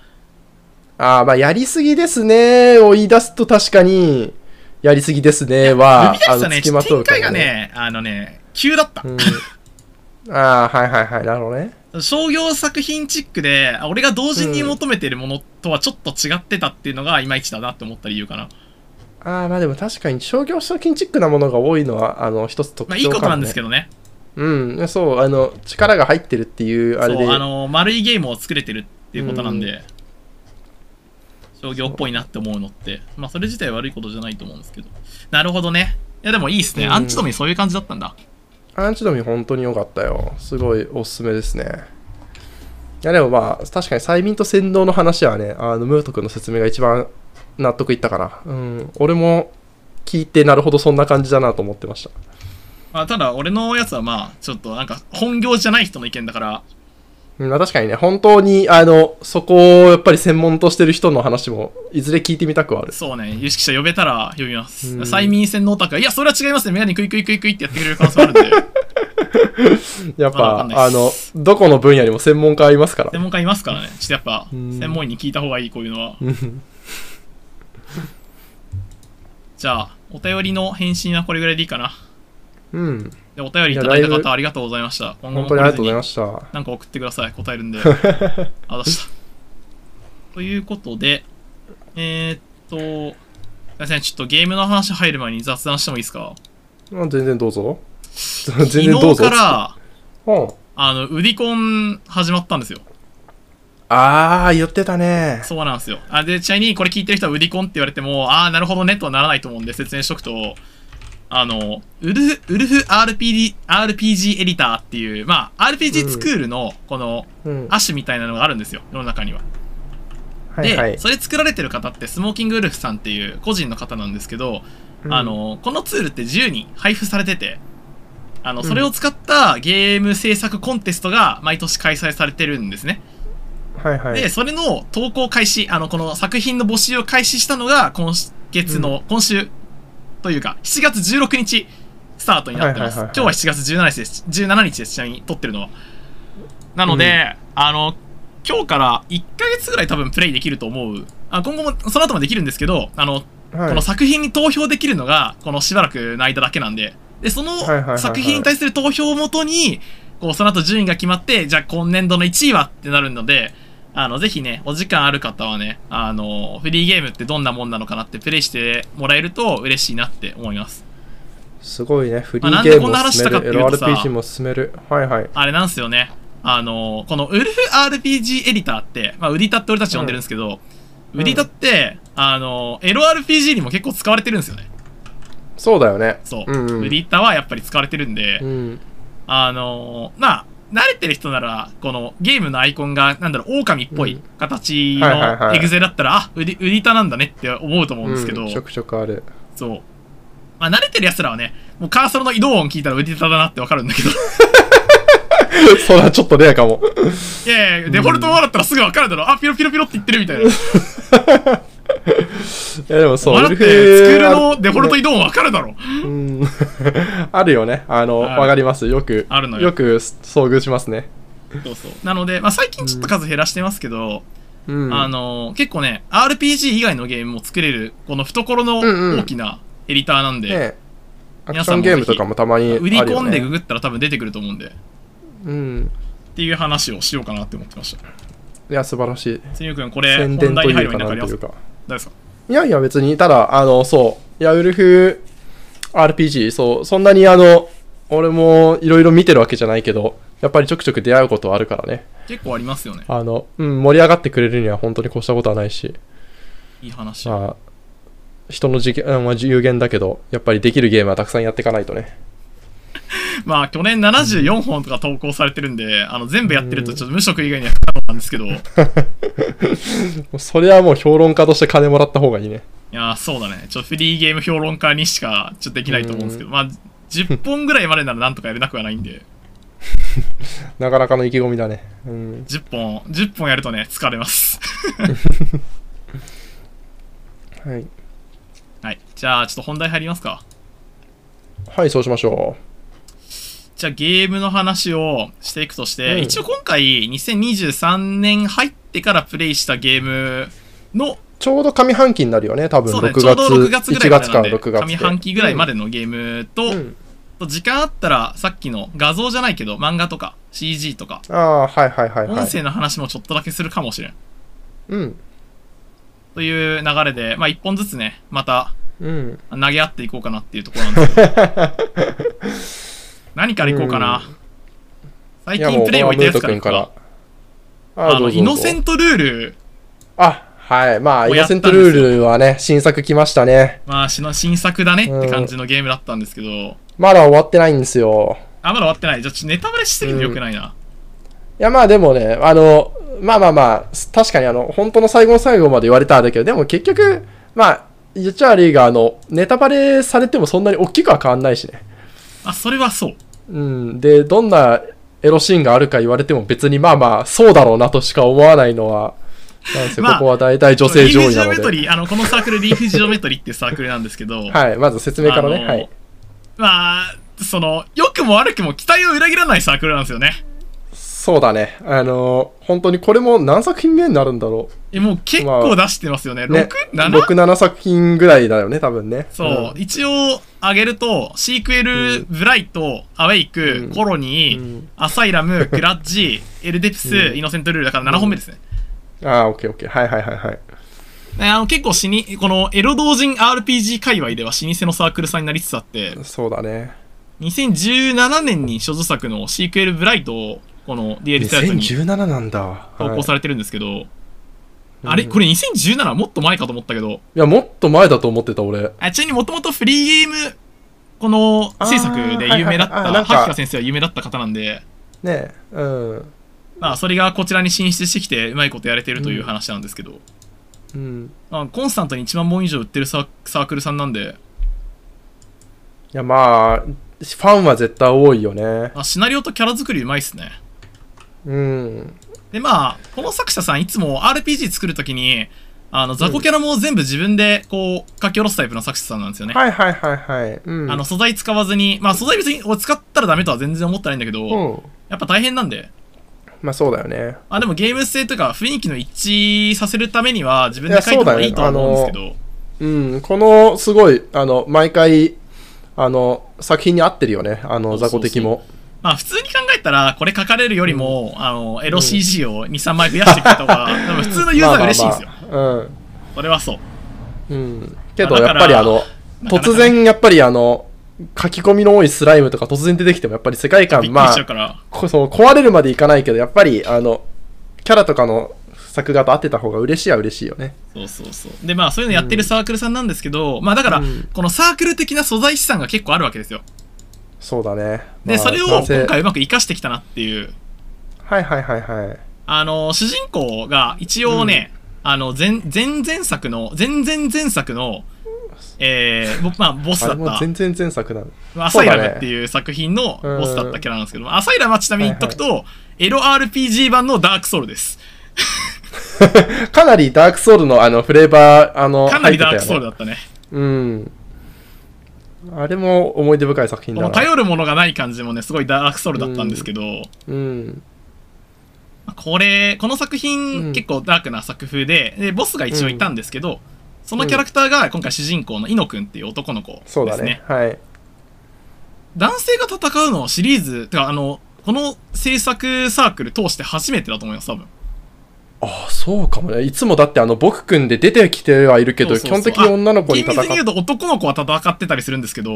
Speaker 2: あーまあやりすぎですねを言い出すと確かに、やりすぎですねは
Speaker 1: ルビ、ア
Speaker 2: あ
Speaker 1: リスは
Speaker 2: の、
Speaker 1: ね、
Speaker 2: 付きまと
Speaker 1: 展
Speaker 2: うか
Speaker 1: 開が
Speaker 2: らね。
Speaker 1: ね、あのね、急だった。
Speaker 2: うん、ああ、はいはいはい。なるほどね。
Speaker 1: 商業作品チックで、あ俺が同時に求めてるものとはちょっと違ってたっていうのが、いまいちだなって思った理由かな。
Speaker 2: ああ、まあでも確かに商業賞金チックなものが多いのは、あの、一つ特徴か
Speaker 1: まあ、
Speaker 2: も、
Speaker 1: い
Speaker 2: ね。
Speaker 1: いことなんですけ
Speaker 2: ど。
Speaker 1: どね。
Speaker 2: うん、そう、あの、力が入ってるっていう、あれで。
Speaker 1: そうあの丸いゲームを作れてるっていうことなんで、商業っぽいなって思うのってまあそれ自体悪いことじゃないと思うんですけどなるほどねいやでもいいっすね、
Speaker 2: うん
Speaker 1: アンチドミそういう感じだったんだ
Speaker 2: アンチドミ本当に良かったよ。すごいおすすめですね。いやでもまあ、確かに催眠と洗脳の話はね、あの、ムート君の説明が一番納得いったかな。うん。俺も聞いて、なるほどそんな感じだなと思ってました。
Speaker 1: まあただ俺のやつはまあちょっとなんか本業じゃない人の意見だから
Speaker 2: うん、まあ確かにね、本当に、あの、そこをやっぱり専門としてる人の話も、いずれ聞いてみたくはある。
Speaker 1: そうね有識者呼べたら呼びます、
Speaker 2: うん
Speaker 1: 催眠洗脳とかいやそれは違いますねメガネクイクイクイクイってやってくれる可能性もあるんで
Speaker 2: やっ
Speaker 1: まだわか
Speaker 2: ぱ
Speaker 1: ん、ない
Speaker 2: あ
Speaker 1: っ
Speaker 2: の
Speaker 1: す、
Speaker 2: どこの分野にも専門家いますから。
Speaker 1: 専門家いますからねちょっとやっぱ
Speaker 2: うん
Speaker 1: 専門医に聞いた方がいいこういうのは
Speaker 2: うん
Speaker 1: じゃあお便りの返信はこれぐらいでいいかな
Speaker 2: うん。
Speaker 1: でお便りいただいた
Speaker 2: いやだいぶ
Speaker 1: 方ありがとうございました今後も
Speaker 2: 本当
Speaker 1: こ
Speaker 2: に
Speaker 1: れ
Speaker 2: ありが
Speaker 1: で
Speaker 2: とう
Speaker 1: に
Speaker 2: ございました。
Speaker 1: なんか送ってください、答える んで。あ、出した。ということで、えー、っと、すいません、ちょっとゲームの話入る前に雑談してもいいですか
Speaker 2: あ全然どうぞ。全然どうぞ。
Speaker 1: 昨日から、
Speaker 2: うん。
Speaker 1: あの、ウディコン始まったんですよ。
Speaker 2: ああ、言ってたね。
Speaker 1: そうなんですよ。あで、ちなみにこれ聞いてる人はウディコンって言われても、ああ、なるほどねとはならないと思うんで説明しとくと、あの、ウルフ、ウルフ RPG、RPG エディターっていう、まあ、RPG スクールの、この、
Speaker 2: うん。
Speaker 1: 亜種みたいなのがあるんですよ、世の中には。
Speaker 2: は
Speaker 1: で、
Speaker 2: いはい。
Speaker 1: それ作られてる方ってスモーキングウルフさんっていう個人の方なんですけど、
Speaker 2: うん
Speaker 1: あ、のこのツールって自由に配布されててあのそれを使ったゲーム制作コンテストが毎年開催されてるんですね、
Speaker 2: はいはい。
Speaker 1: で、それの投稿開始、あの、この作品の募集を開始したのが、今月の、今週というか、7月16日スタートになってます。
Speaker 2: はいはいは
Speaker 1: 今
Speaker 2: い
Speaker 1: 日は7月17日です。17日です、ちなみに撮ってるのは。なので、あの、今日から1ヶ月ぐらい多分プレイできると思う。あ今後も、その後もできるんですけど、あの、
Speaker 2: はい
Speaker 1: この作品に投票できるのが、このしばらくの間だけなんで、で、そ
Speaker 2: いはいはいは
Speaker 1: の
Speaker 2: い
Speaker 1: 作品に対する投票をもとに、こう、その後順位が決まって、じゃあ今年度の1位はってなるので、あの、ぜひね、お時間ある方はね、あの、フリーゲームってどんなもんなのかなってプレイしてもらえると嬉しいなって思います。
Speaker 2: すごいね。フリ
Speaker 1: まあな
Speaker 2: ー
Speaker 1: んで
Speaker 2: ゲーム
Speaker 1: こん
Speaker 2: も
Speaker 1: な話した
Speaker 2: 進め
Speaker 1: かってい
Speaker 2: る。
Speaker 1: うとさ
Speaker 2: LRPG も進める。はいはい。
Speaker 1: あれなんですよね。あの、このウルフ RPG エディターって、まあ、ウディタって俺たち呼んでるんですけど、
Speaker 2: うん
Speaker 1: ウディタって、あの、LRPG にも結構使われてるんですよね。
Speaker 2: そうだよね。
Speaker 1: そう。
Speaker 2: うんうん
Speaker 1: ウディタはやっぱり使われてるんで、
Speaker 2: うん。
Speaker 1: あのーまあ、慣れてる人なら、このゲームのアイコンが、なんだろう、狼っぽい形
Speaker 2: はいはいは
Speaker 1: の
Speaker 2: い
Speaker 1: エグゼだったら、あ、ウリウリタなんだねって思うと思うんですけど、
Speaker 2: うんちょくちょくある。
Speaker 1: そう。まあ、慣れてる奴らはね、もうカーソルの移動音聞いたらウリタだなってわかるんだけ ど、い
Speaker 2: それはちょっとレアかも。
Speaker 1: やいや、デフォルトだったらすぐわかるだろ、あ、ピロピロピロって言ってるみたいな。
Speaker 2: いやでもそう、
Speaker 1: 笑
Speaker 2: ウル
Speaker 1: っ
Speaker 2: フ
Speaker 1: て、スクールのデフォルト移動音わかるだろ。
Speaker 2: うん、 あるよね。あの、
Speaker 1: ある
Speaker 2: わかります。よく、
Speaker 1: あるのよ
Speaker 2: よく遭遇しますね。
Speaker 1: そうそう。なので、まあ、最近ちょっと数減らしてますけど、
Speaker 2: うん。
Speaker 1: あのー結構ね、RPG 以外のゲームも作れる、この懐の大きなエディターなんで、
Speaker 2: ねえアクションゲームとかもたまにあるよ、
Speaker 1: 売
Speaker 2: ね。
Speaker 1: り込んでググったら多分出てくると思うんで、っ
Speaker 2: うん。
Speaker 1: ていう話をしようかなって思ってました。
Speaker 2: いや、素晴らしい。
Speaker 1: 千くん、これ、本
Speaker 2: 宣伝と
Speaker 1: 題に入
Speaker 2: い
Speaker 1: る
Speaker 2: う
Speaker 1: 前
Speaker 2: か
Speaker 1: に何か
Speaker 2: な
Speaker 1: あ
Speaker 2: ん
Speaker 1: ります
Speaker 2: という
Speaker 1: か大
Speaker 2: か。
Speaker 1: 丈夫ですか
Speaker 2: いやいや、別に、ただ、あの、そう、いや、ウルフ RPG、そう、そんなにあの、俺もいろいろ見てるわけじゃないけど、やっぱりちょくちょく出会うことはあるからね。
Speaker 1: 結構ありますよね。
Speaker 2: あの、うん、盛り上がってくれるには本当に越したことはないし。
Speaker 1: いい話。
Speaker 2: まあ、人の時間は有限だけど、やっぱりできるゲームはたくさんやっていかないとね。
Speaker 1: まあ、去年74本とか投稿されてるんで、あの全部やってると、ちょっと無職以外には不可能なん ですけど、い
Speaker 2: それはもう評論家として金もらった方がいいね。
Speaker 1: やー、そうだね。ちょっとフリーゲーム評論家にしかちょっとできないと思うんですけど、まあ、10本ぐらいまでならなんとかやれなくはないんで、
Speaker 2: なかなかの意気込みだね。うん。
Speaker 1: 10本、10本やるとね、疲れます。
Speaker 2: はい。
Speaker 1: はい。じゃあ、ちょっと本題入りますか。
Speaker 2: はい、そうしましょ
Speaker 1: じゃあゲームの話をしていくとして、
Speaker 2: うん
Speaker 1: 一応今回2023年入ってからプレイしたゲームの、
Speaker 2: う。ちょうど上半期になるよね、多分。
Speaker 1: そうだね、
Speaker 2: 6
Speaker 1: ちょう
Speaker 2: 月、
Speaker 1: ど6月ぐら
Speaker 2: 1
Speaker 1: いまでな
Speaker 2: 月か
Speaker 1: んで、
Speaker 2: 6月で。
Speaker 1: 上半期ぐらいまでのゲームと、
Speaker 2: うん。うん
Speaker 1: と時間あったらさっきの画像じゃないけど漫画とか CG とか、
Speaker 2: ああ、はいはいはいは
Speaker 1: 音
Speaker 2: い。
Speaker 1: 声の話もちょっとだけするかもしれん。
Speaker 2: うん。
Speaker 1: という流れで、まあ一本ずつね、また
Speaker 2: うん。
Speaker 1: 投げ合っていこうかなっていうところなんですけど。 何からいこうかな。最
Speaker 2: いやも
Speaker 1: 近
Speaker 2: う
Speaker 1: プレイ置いたやつからい
Speaker 2: 君
Speaker 1: くか。。
Speaker 2: あ
Speaker 1: あ
Speaker 2: あ、ど
Speaker 1: の、
Speaker 2: うぞ
Speaker 1: イ
Speaker 2: ど
Speaker 1: ノ
Speaker 2: うぞ
Speaker 1: セ。ントルール
Speaker 2: あ、はい。まあ、
Speaker 1: を
Speaker 2: イ
Speaker 1: やっ
Speaker 2: ノ
Speaker 1: た
Speaker 2: セ
Speaker 1: ん
Speaker 2: ン
Speaker 1: です
Speaker 2: ト
Speaker 1: よ
Speaker 2: ルールはね、新作来ましたね。
Speaker 1: まあ、しの新作だねって感じのゲームだったんですけど、
Speaker 2: まだ終わってないんですよ。
Speaker 1: あ、まだ終わってない。じゃあ、ちょっとネタバレしすぎてよくないな。
Speaker 2: いやまあでもね、あの、まあまあまあ、す確かにあの、本当の最後の最後まで言われたんだけど、でも結局、まあ、言っちゃ悪いが、あの、ネタバレされてもそんなに大きくは変わんないしね。
Speaker 1: あ、それはそう。
Speaker 2: うん。で、どんなエロシーンがあるか言われても別にまあまあ、そうだろうなとしか思わないのは、なんですよ、
Speaker 1: まあ
Speaker 2: ここは大体女性
Speaker 1: リー
Speaker 2: 上
Speaker 1: フ
Speaker 2: 位
Speaker 1: ジ
Speaker 2: な
Speaker 1: オメ
Speaker 2: の
Speaker 1: ト
Speaker 2: で。
Speaker 1: リー、あの、このサークル、リーフジオメトリーっていうサークルなんですけど、
Speaker 2: はい、まず説明から
Speaker 1: あ
Speaker 2: ね。
Speaker 1: の
Speaker 2: はい。
Speaker 1: まあ、その、良くも悪くも期待を裏切らないサークルなんですよね。
Speaker 2: そうだね。あの、本当にこれも何作品目になるんだろ
Speaker 1: え、もう結構出してますよね。
Speaker 2: う。ね
Speaker 1: 6?7?、
Speaker 2: 6、7作品ぐらいだよね、多分ね。
Speaker 1: そう、一応、あげると、シークエル、ブライト、アウェイク、コロニー、
Speaker 2: うん
Speaker 1: アサイラム、グラッジ、エルデプス、イノセントルールだから7本目ですね。
Speaker 2: うん。ああ、オッケーオッケー。はいはいはいはい。
Speaker 1: ねあの結構死に、このエロ同人 RPG 界隈では老舗のサークルさんになりつつあって、
Speaker 2: そうだね。
Speaker 1: 2017年に諸女作のシークエルブライトをこの DL サイトに
Speaker 2: 2017なんだ。は
Speaker 1: 投稿
Speaker 2: い、い
Speaker 1: されてるんですけど、あれこれ 2017? もっと前かと思ったけど、
Speaker 2: や、もっと前だと思ってた、俺。
Speaker 1: あちなみにもともとフリーゲーム、この制作で有名だっ
Speaker 2: あーはいはいはいあ
Speaker 1: た、
Speaker 2: なんか
Speaker 1: ハッカ先生は有名だった方なんで、
Speaker 2: ねえ。うん。
Speaker 1: まあそれがこちらに進出してきてうまいことやれてるという話なんですけど、
Speaker 2: うん。
Speaker 1: まあ、コンスタントに1万本以上売ってるサーサークルさんなんで、
Speaker 2: いや、まあ、ファンは絶対多いよね。
Speaker 1: まあ、シナリオとキャラ作りうまいっすね。
Speaker 2: うん。
Speaker 1: で、まあ、この作者さんいつも RPG 作るときに、あの、雑魚キャラも全部自分でこう、書き下ろすタイプの作者さんなんですよね。
Speaker 2: はいはいはいはい。うん。
Speaker 1: あの、素材使わずに、まあ素材別に俺使ったらダメとは全然思ってないんだけど、
Speaker 2: うん。
Speaker 1: やっぱ大変なんで。
Speaker 2: まあそうだよね。
Speaker 1: あ、でもゲーム性とか雰囲気の一致させるためには自分で書いた方がいいとは思うんですけど、
Speaker 2: うん。この、すごい、あの、毎回、あの、作品に合ってるよね。あの、
Speaker 1: そう
Speaker 2: 雑
Speaker 1: そうそう
Speaker 2: 魚的も。
Speaker 1: まあ普通に考えたらこれ書かれるよりも、あの、エロ CG を2、3枚増やしてくれた方 が、多分普通のユーザーが嬉しいんですよ。
Speaker 2: まあまあまあ
Speaker 1: それはそう。
Speaker 2: うん。うん。けど、
Speaker 1: まあだか
Speaker 2: やっ
Speaker 1: ら
Speaker 2: ぱりあの、
Speaker 1: なかなか
Speaker 2: 突然、やっぱりあの、書き込みの多いスライムとか突然出てきても、やっぱり世界
Speaker 1: び
Speaker 2: 観、
Speaker 1: っくり
Speaker 2: ま
Speaker 1: し
Speaker 2: あ
Speaker 1: ちゃう、から。
Speaker 2: こそう壊れるまでいかないけどやっぱりあのキャラとかの作画と合ってた方が嬉しいは嬉しいよね
Speaker 1: そうそうそう。で、まあ、そういうのやってるサークルさんなんですけど、まあ、だから、
Speaker 2: うん
Speaker 1: このサークル的な素材資産が結構あるわけですよ。
Speaker 2: そうだね
Speaker 1: で、
Speaker 2: まあ
Speaker 1: それを
Speaker 2: 男性
Speaker 1: 今回うまく活かしてきたなっていう。
Speaker 2: はいはいはいはい
Speaker 1: あの、主人公が一応ね、あの、前、前々作の、前々前作の、えー、僕、まあ、ボス
Speaker 2: あ
Speaker 1: だ
Speaker 2: れ
Speaker 1: っ
Speaker 2: も
Speaker 1: た、
Speaker 2: 全然前作なの
Speaker 1: まあアサイラ
Speaker 2: そうだ
Speaker 1: ム
Speaker 2: ね
Speaker 1: っていう作品の
Speaker 2: うん
Speaker 1: ボスだったキャラなんですけども、アサイラムはちなみに言っとくと、エロ RPG 版のダークソウルです。
Speaker 2: かなりダークソウルのあのフレーバーあの
Speaker 1: かなりダークソウ
Speaker 2: 入
Speaker 1: ルだっ
Speaker 2: って
Speaker 1: たね。
Speaker 2: たよねうんあれも思い出深い作品
Speaker 1: こ
Speaker 2: だ
Speaker 1: の
Speaker 2: な
Speaker 1: 頼るものがない感じもね、すごいダークソウルだったんですけど、
Speaker 2: うん
Speaker 1: まあこれこの作品、
Speaker 2: うん
Speaker 1: 結構ダークな作風ででボスが一応いたんですけど、そのキャラクターが今回主人公のイノくんっていう男の子ですね
Speaker 2: そうだねはい
Speaker 1: 男性が戦うのはシリーズてかあのこの制作サークル通して初めてだと思います多分
Speaker 2: ああそうかもねいつもだってあの僕くんで出てきてはいるけど
Speaker 1: そうそうそう
Speaker 2: 基本的に女の子に
Speaker 1: 厳密
Speaker 2: 戦っ
Speaker 1: に言うと男の子は戦ってたりするんですけど、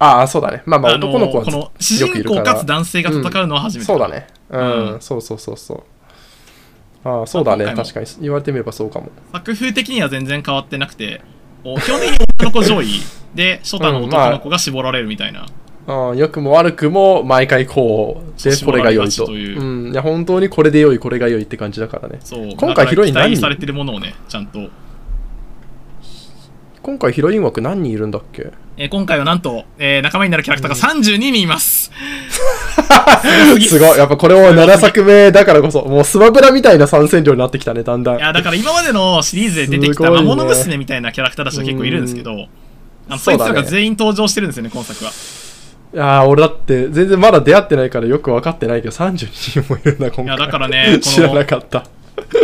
Speaker 2: ああそうだねまあまあ
Speaker 1: あの
Speaker 2: 男の子は
Speaker 1: この主人公かつ男性が戦うのは初めて、
Speaker 2: そうだねうん、
Speaker 1: うん
Speaker 2: そうそうそうそうああそうだね
Speaker 1: まあ今回も
Speaker 2: 確かに言われてみればそうかも
Speaker 1: 作風的には全然変わってなくてこう基本的に女の子上位で初太の男の子が絞られるみたいな、
Speaker 2: ああ良くも悪くも毎回こうで
Speaker 1: そう
Speaker 2: これが良い
Speaker 1: 絞
Speaker 2: と
Speaker 1: られがちという
Speaker 2: うん、いや本当にこれで良いこれが良いって感じだからね
Speaker 1: そう
Speaker 2: 今回
Speaker 1: だから
Speaker 2: ヒロイン何
Speaker 1: 期
Speaker 2: 人
Speaker 1: 待されてるものをねちゃんと
Speaker 2: 今回ヒロイン枠何人いるんだっけ
Speaker 1: えー今回はなんと、えー仲間になるキャラクターが32人います。す
Speaker 2: すごいやっぱこれも7作目だからこそもうスマブラみたいな参戦量になってきたねだんだん
Speaker 1: いや、だから今までのシリーズで出てきた
Speaker 2: すごい
Speaker 1: 魔
Speaker 2: ね
Speaker 1: 物娘みたいなキャラクターたちが結構いるんですけど、あのそ
Speaker 2: そう
Speaker 1: いつ
Speaker 2: だね
Speaker 1: らが全員登場してるんですよね、今作は。
Speaker 2: いやー俺だって全然まだ出会ってないからよく分かってないけど32人もいるんだ今回
Speaker 1: いやだから ねこの
Speaker 2: 知らなかった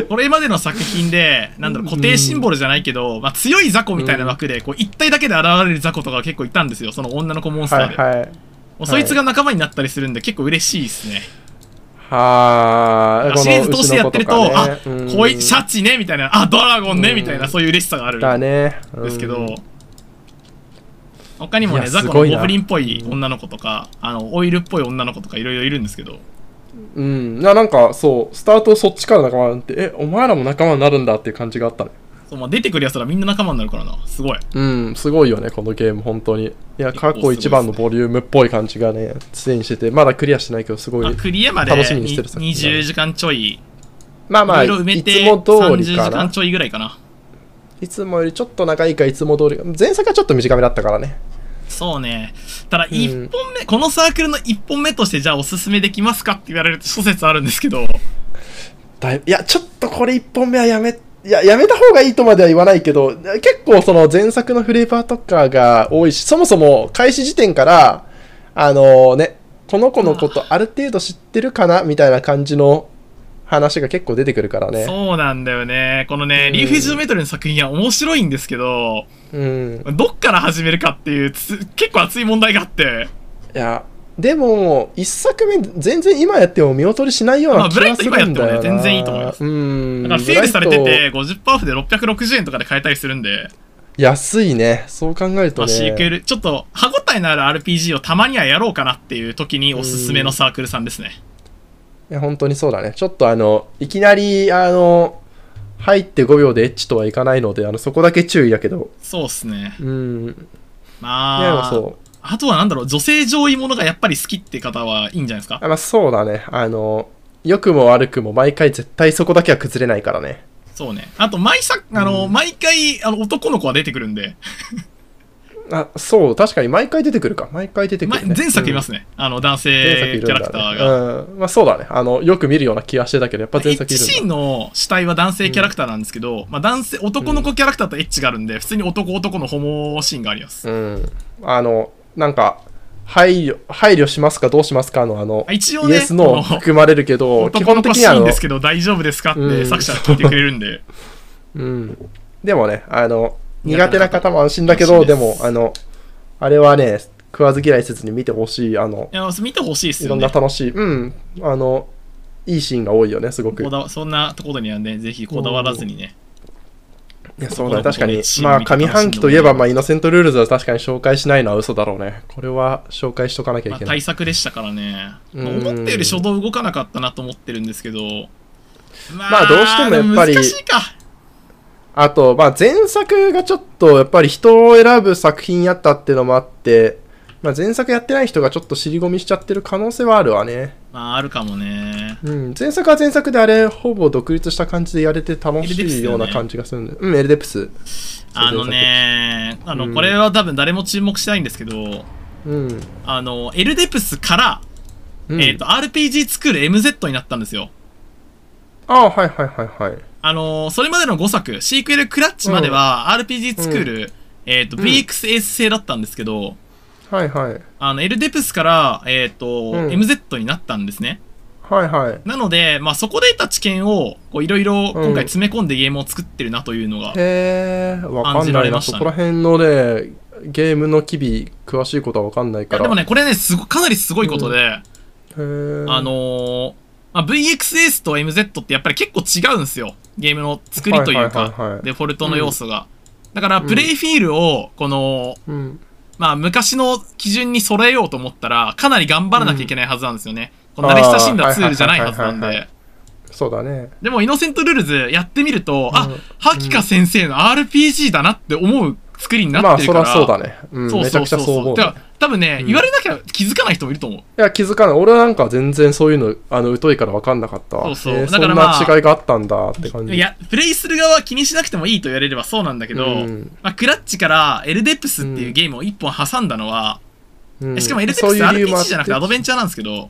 Speaker 1: これまでの作品で、なんだろう、固定シンボルじゃないけど、まあ、強い雑魚みたいな枠で、こう、一体だけで現れる雑魚とかが結構いたんですよ、その女の子モンスタ
Speaker 2: は
Speaker 1: ー
Speaker 2: い
Speaker 1: で。
Speaker 2: はい
Speaker 1: もうそいつが仲間になったりするんで、結構嬉しいですね。
Speaker 2: はあ
Speaker 1: シリーズ通してやってると、あ、こいシ
Speaker 2: ャ
Speaker 1: ャチね、みたいな、あ、ドラゴンね、
Speaker 2: うん
Speaker 1: みたいな、そういう嬉しさがある。
Speaker 2: だね。うん
Speaker 1: ですけど、他にも
Speaker 2: い
Speaker 1: ね
Speaker 2: や
Speaker 1: ザ
Speaker 2: す
Speaker 1: コ
Speaker 2: ごい
Speaker 1: の
Speaker 2: な
Speaker 1: ゴブリンっぽい女の子とかあのオイルっぽい女の子とかいろいろいるんですけど
Speaker 2: うん。ななんか、そう、スタートそっちから仲間になって、え、お前らも仲間になるんだっていう感じがあったね。
Speaker 1: そう、まあ、出てくるやつらみんな仲間になるからなすごい
Speaker 2: うん、すごいよね、このゲーム、本当に。いや、過去一番のボリュームっぽい感じがね、常にしてて、まだクリアしてないけど、すご
Speaker 1: まあ
Speaker 2: い。
Speaker 1: クリアまで
Speaker 2: 楽しみにしてる作品だね
Speaker 1: 20時間ちょい
Speaker 2: まあまあ、
Speaker 1: い
Speaker 2: い
Speaker 1: ろいろ埋めて
Speaker 2: つも通
Speaker 1: 30
Speaker 2: り
Speaker 1: 時
Speaker 2: か
Speaker 1: 間
Speaker 2: な。
Speaker 1: ちょいぐらいかない
Speaker 2: つもよりちょっと長いか、いつも通りか。前作はちょっと短めだったからね。
Speaker 1: そうねただ1本目、このサークルの1本目としてじゃあおすすめできますかって言われると諸説あるんですけど
Speaker 2: だいぶいやちょっとこれ1本目はやめいややめた方がいいとまでは言わないけど結構その前作のフレーバーとかが多いしそもそも開始時点からあのねこの子のことある程度知ってるかなみたいな感じの話が結構出てくるからね
Speaker 1: そうなんだよねこのね、
Speaker 2: うん
Speaker 1: リーフ1 0メートルの作品は面白いんですけど
Speaker 2: うん
Speaker 1: どっから始めるかっていうつ結構熱い問題があって
Speaker 2: いやでも1作目全然今やっても見劣りしないよう
Speaker 1: まあ
Speaker 2: な気
Speaker 1: ブライ
Speaker 2: が
Speaker 1: ト
Speaker 2: するんだよな、
Speaker 1: 今やってもね全然いいと思います
Speaker 2: うん
Speaker 1: だからセールされて
Speaker 2: ブライ
Speaker 1: て50%オフで660円とかで買えたりするんで、
Speaker 2: ト安いねそう考える
Speaker 1: ま
Speaker 2: と
Speaker 1: あ、シークエ
Speaker 2: ね
Speaker 1: ル、ちょっと歯応えのある RPG をたまにはやろうかなっていう時におすすめのサークルさんですね。
Speaker 2: いや本当にそうだねちょっとあのいきなりあの入って5秒でエッチとはいかないのであのそこだけ注意だけど
Speaker 1: そうっすね。
Speaker 2: うんいやでも
Speaker 1: まあ、
Speaker 2: そう
Speaker 1: あとはなんだろう、女性上位ものがやっぱり好きって方はいいんじゃないですか。
Speaker 2: あ、まあ、そうだねあの良くも悪くも毎回絶対そこだけは崩れないからね
Speaker 1: そうね。あと、毎作、あの、毎回、あの、男の子は出てくるんで、
Speaker 2: あ、そう、確かに毎回出てくるか。毎回出てく
Speaker 1: ま
Speaker 2: る、ね。。
Speaker 1: 前作いますすね、あの男
Speaker 2: 前作い
Speaker 1: 性
Speaker 2: るん
Speaker 1: キャ
Speaker 2: だ、
Speaker 1: ラ
Speaker 2: ね。
Speaker 1: クターが。
Speaker 2: うん。まあそうだね。あの、よく見るような気がしてたけど、やっぱ
Speaker 1: エ
Speaker 2: 前
Speaker 1: ッ
Speaker 2: 作
Speaker 1: チ
Speaker 2: いるんだ。
Speaker 1: シーンの主体は男性キャラクターなんですけど、まあ、男性男の子キャラクターとエッチがあるんで、普通に男男のホモシーンがあります。
Speaker 2: うん、あのなんか配慮配慮しますかどうしますかのあの
Speaker 1: あ一応
Speaker 2: イ
Speaker 1: ね
Speaker 2: エスノー
Speaker 1: この
Speaker 2: 含まれるけど基
Speaker 1: 男
Speaker 2: 本
Speaker 1: の子
Speaker 2: 的
Speaker 1: シ
Speaker 2: にはあ
Speaker 1: ーン
Speaker 2: の
Speaker 1: ですけど大丈夫ですかっ
Speaker 2: う
Speaker 1: て
Speaker 2: ん
Speaker 1: 作者が聞いてくれ るんで、
Speaker 2: うん、でもねあの苦
Speaker 1: 苦
Speaker 2: 手
Speaker 1: 手
Speaker 2: な
Speaker 1: な
Speaker 2: 方
Speaker 1: 方
Speaker 2: も安心だけ
Speaker 1: 安
Speaker 2: ど
Speaker 1: 心で
Speaker 2: ですもあのあれはね食わず嫌いせずに見てほしいあの
Speaker 1: いや見てほしいです
Speaker 2: いろ
Speaker 1: よ
Speaker 2: んな
Speaker 1: ね。
Speaker 2: 楽しい、うんあのいいシーンが多いよねすごくい
Speaker 1: こだわそんなところにはね、ぜひこだわらずにね。こだわこだわりチーム見て楽しんでもらえ
Speaker 2: やそうだね確かにまあ上
Speaker 1: る
Speaker 2: 半期といえば、まあ、イノセントルールズは確かに紹介しないのは嘘だろうねこれは紹介しとかなきゃ
Speaker 1: ま
Speaker 2: い
Speaker 1: あ、
Speaker 2: けない、
Speaker 1: 対策でしたからね。
Speaker 2: うん
Speaker 1: まあ思ったより初動動かなかったなと思ってるんですけど、ま
Speaker 2: まあどうしてもやっぱり
Speaker 1: で難しいか。
Speaker 2: あと、まあ、前作がちょっとやっぱり人を選ぶ作品やったっていうのもあって、まあ、前作やってない人がちょっと尻込みしちゃってる可能性はあるわね、
Speaker 1: まああるかもね。
Speaker 2: うん、前作は前作であれほぼ独立した感じでやれて楽
Speaker 1: エルデプ
Speaker 2: しい
Speaker 1: ス
Speaker 2: よ
Speaker 1: よ
Speaker 2: う
Speaker 1: ね
Speaker 2: な感じがするんで、うんエルデプス
Speaker 1: あのね、あ
Speaker 2: う
Speaker 1: の
Speaker 2: ん
Speaker 1: これは多分誰も注目してないんですけど、
Speaker 2: うん、
Speaker 1: あの、エルデプスから、
Speaker 2: うん、
Speaker 1: えっ、と、RPG 作る MZ になったんですよ。
Speaker 2: ああはいはいはいはい
Speaker 1: あのーそれまでの5作、シークエルクラッチまでは RPG 作る、えっ、と、
Speaker 2: うん
Speaker 1: VXS 製だったんですけど、
Speaker 2: はいはい
Speaker 1: あの、エルデプスから、えっ、と、
Speaker 2: うん
Speaker 1: MZ になったんですね。
Speaker 2: はいはい
Speaker 1: なので、まあ、そこで得た知見を、こう、いろいろ
Speaker 2: うん
Speaker 1: 今回詰め込んでゲームを作ってるなというのが、
Speaker 2: へえわか
Speaker 1: 感
Speaker 2: ん
Speaker 1: じ
Speaker 2: な
Speaker 1: ら
Speaker 2: い
Speaker 1: れ
Speaker 2: な、
Speaker 1: まし
Speaker 2: そ
Speaker 1: たね
Speaker 2: こら辺のねゲームの機微詳しいことはわかんない
Speaker 1: い
Speaker 2: か
Speaker 1: や
Speaker 2: ら
Speaker 1: でもね、これね、すご、かなりすごいことで、
Speaker 2: へー
Speaker 1: あのーまあ、VXS と MZ ってやっぱり結構違うんですよ。ゲームの作りという
Speaker 2: はいはいはいは
Speaker 1: か
Speaker 2: い、
Speaker 1: デフォルトの要素が。だから、
Speaker 2: うん
Speaker 1: プレイフィールを、この、
Speaker 2: うん
Speaker 1: まあ、昔の基準に揃えようと思ったら、かなり頑張らなきゃいけないはずなんですよね。こん、慣れ親しんだツールじゃないはずなん
Speaker 2: あーはいはいはい
Speaker 1: で。
Speaker 2: そうだね
Speaker 1: でも、イノセントルールズやってみると、あ
Speaker 2: うん、
Speaker 1: ハキカ先生の RPG だなって思う作りになってるから。
Speaker 2: まあそりゃそうだね、うん、
Speaker 1: そう
Speaker 2: めちゃ
Speaker 1: そう
Speaker 2: くちゃ
Speaker 1: そう
Speaker 2: そう
Speaker 1: そ
Speaker 2: 思
Speaker 1: う。
Speaker 2: う
Speaker 1: て
Speaker 2: ね、
Speaker 1: か多分ね、
Speaker 2: うん
Speaker 1: 言われなきゃ気づかない人もいると思う。
Speaker 2: いや気づかない俺はなんか全然そういうのあの疎いから分かんなかったわ
Speaker 1: そうそう
Speaker 2: えー
Speaker 1: だからまあ
Speaker 2: そんな違いがあったんだって感じ
Speaker 1: いや、プレイする側は気にしなくてもいいと言われればそうなんだけど、
Speaker 2: うん
Speaker 1: まあ、クラッチからエルデプスっていうゲームを1本挟んだのは、
Speaker 2: うん
Speaker 1: しかもエルデプ
Speaker 2: そう
Speaker 1: ス
Speaker 2: いう理由も
Speaker 1: RPG
Speaker 2: あって
Speaker 1: じゃなくてアドベンチャーなんですけど、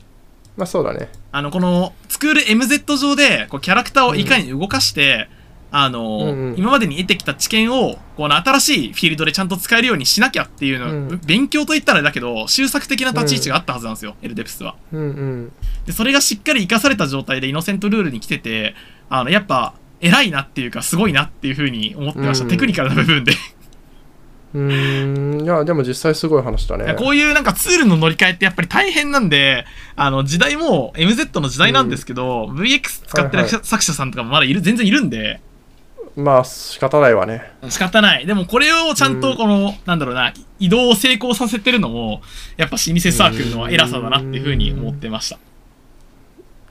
Speaker 2: まあそうだね
Speaker 1: あの、この、スクール MZ 上で、こう、キャラクターをいかに動かして、あの、
Speaker 2: うんうん
Speaker 1: 今までに得てきた知見を、この新しいフィールドでちゃんと使えるようにしなきゃっていうの、
Speaker 2: うん
Speaker 1: 勉強と言ったらあれだけど、修作的な立ち位置があったはずなんですよ、エルデプスは。
Speaker 2: うんうん
Speaker 1: で、それがしっかり活かされた状態で、イノセントルールに来てて、あの、やっぱ、偉いなっていうか、すごいなっていうふうに思ってました。
Speaker 2: うん
Speaker 1: テクニカルな部分で。
Speaker 2: うーんいやでも実際すごい話だね
Speaker 1: こういうなんかツールの乗り換えってやっぱり大変なんで、あの時代も MZ の時代なんですけど、VX 使ってる
Speaker 2: はいは
Speaker 1: 作者さんとかもまだいる、全然いるんで、
Speaker 2: まあ仕方ないわね
Speaker 1: 仕方ない。でもこれをちゃん
Speaker 2: う
Speaker 1: と
Speaker 2: ん
Speaker 1: この、なんだろうな、移動を成功させてるのも、やっぱ老舗サークルの偉さだなっていうふうに思ってました。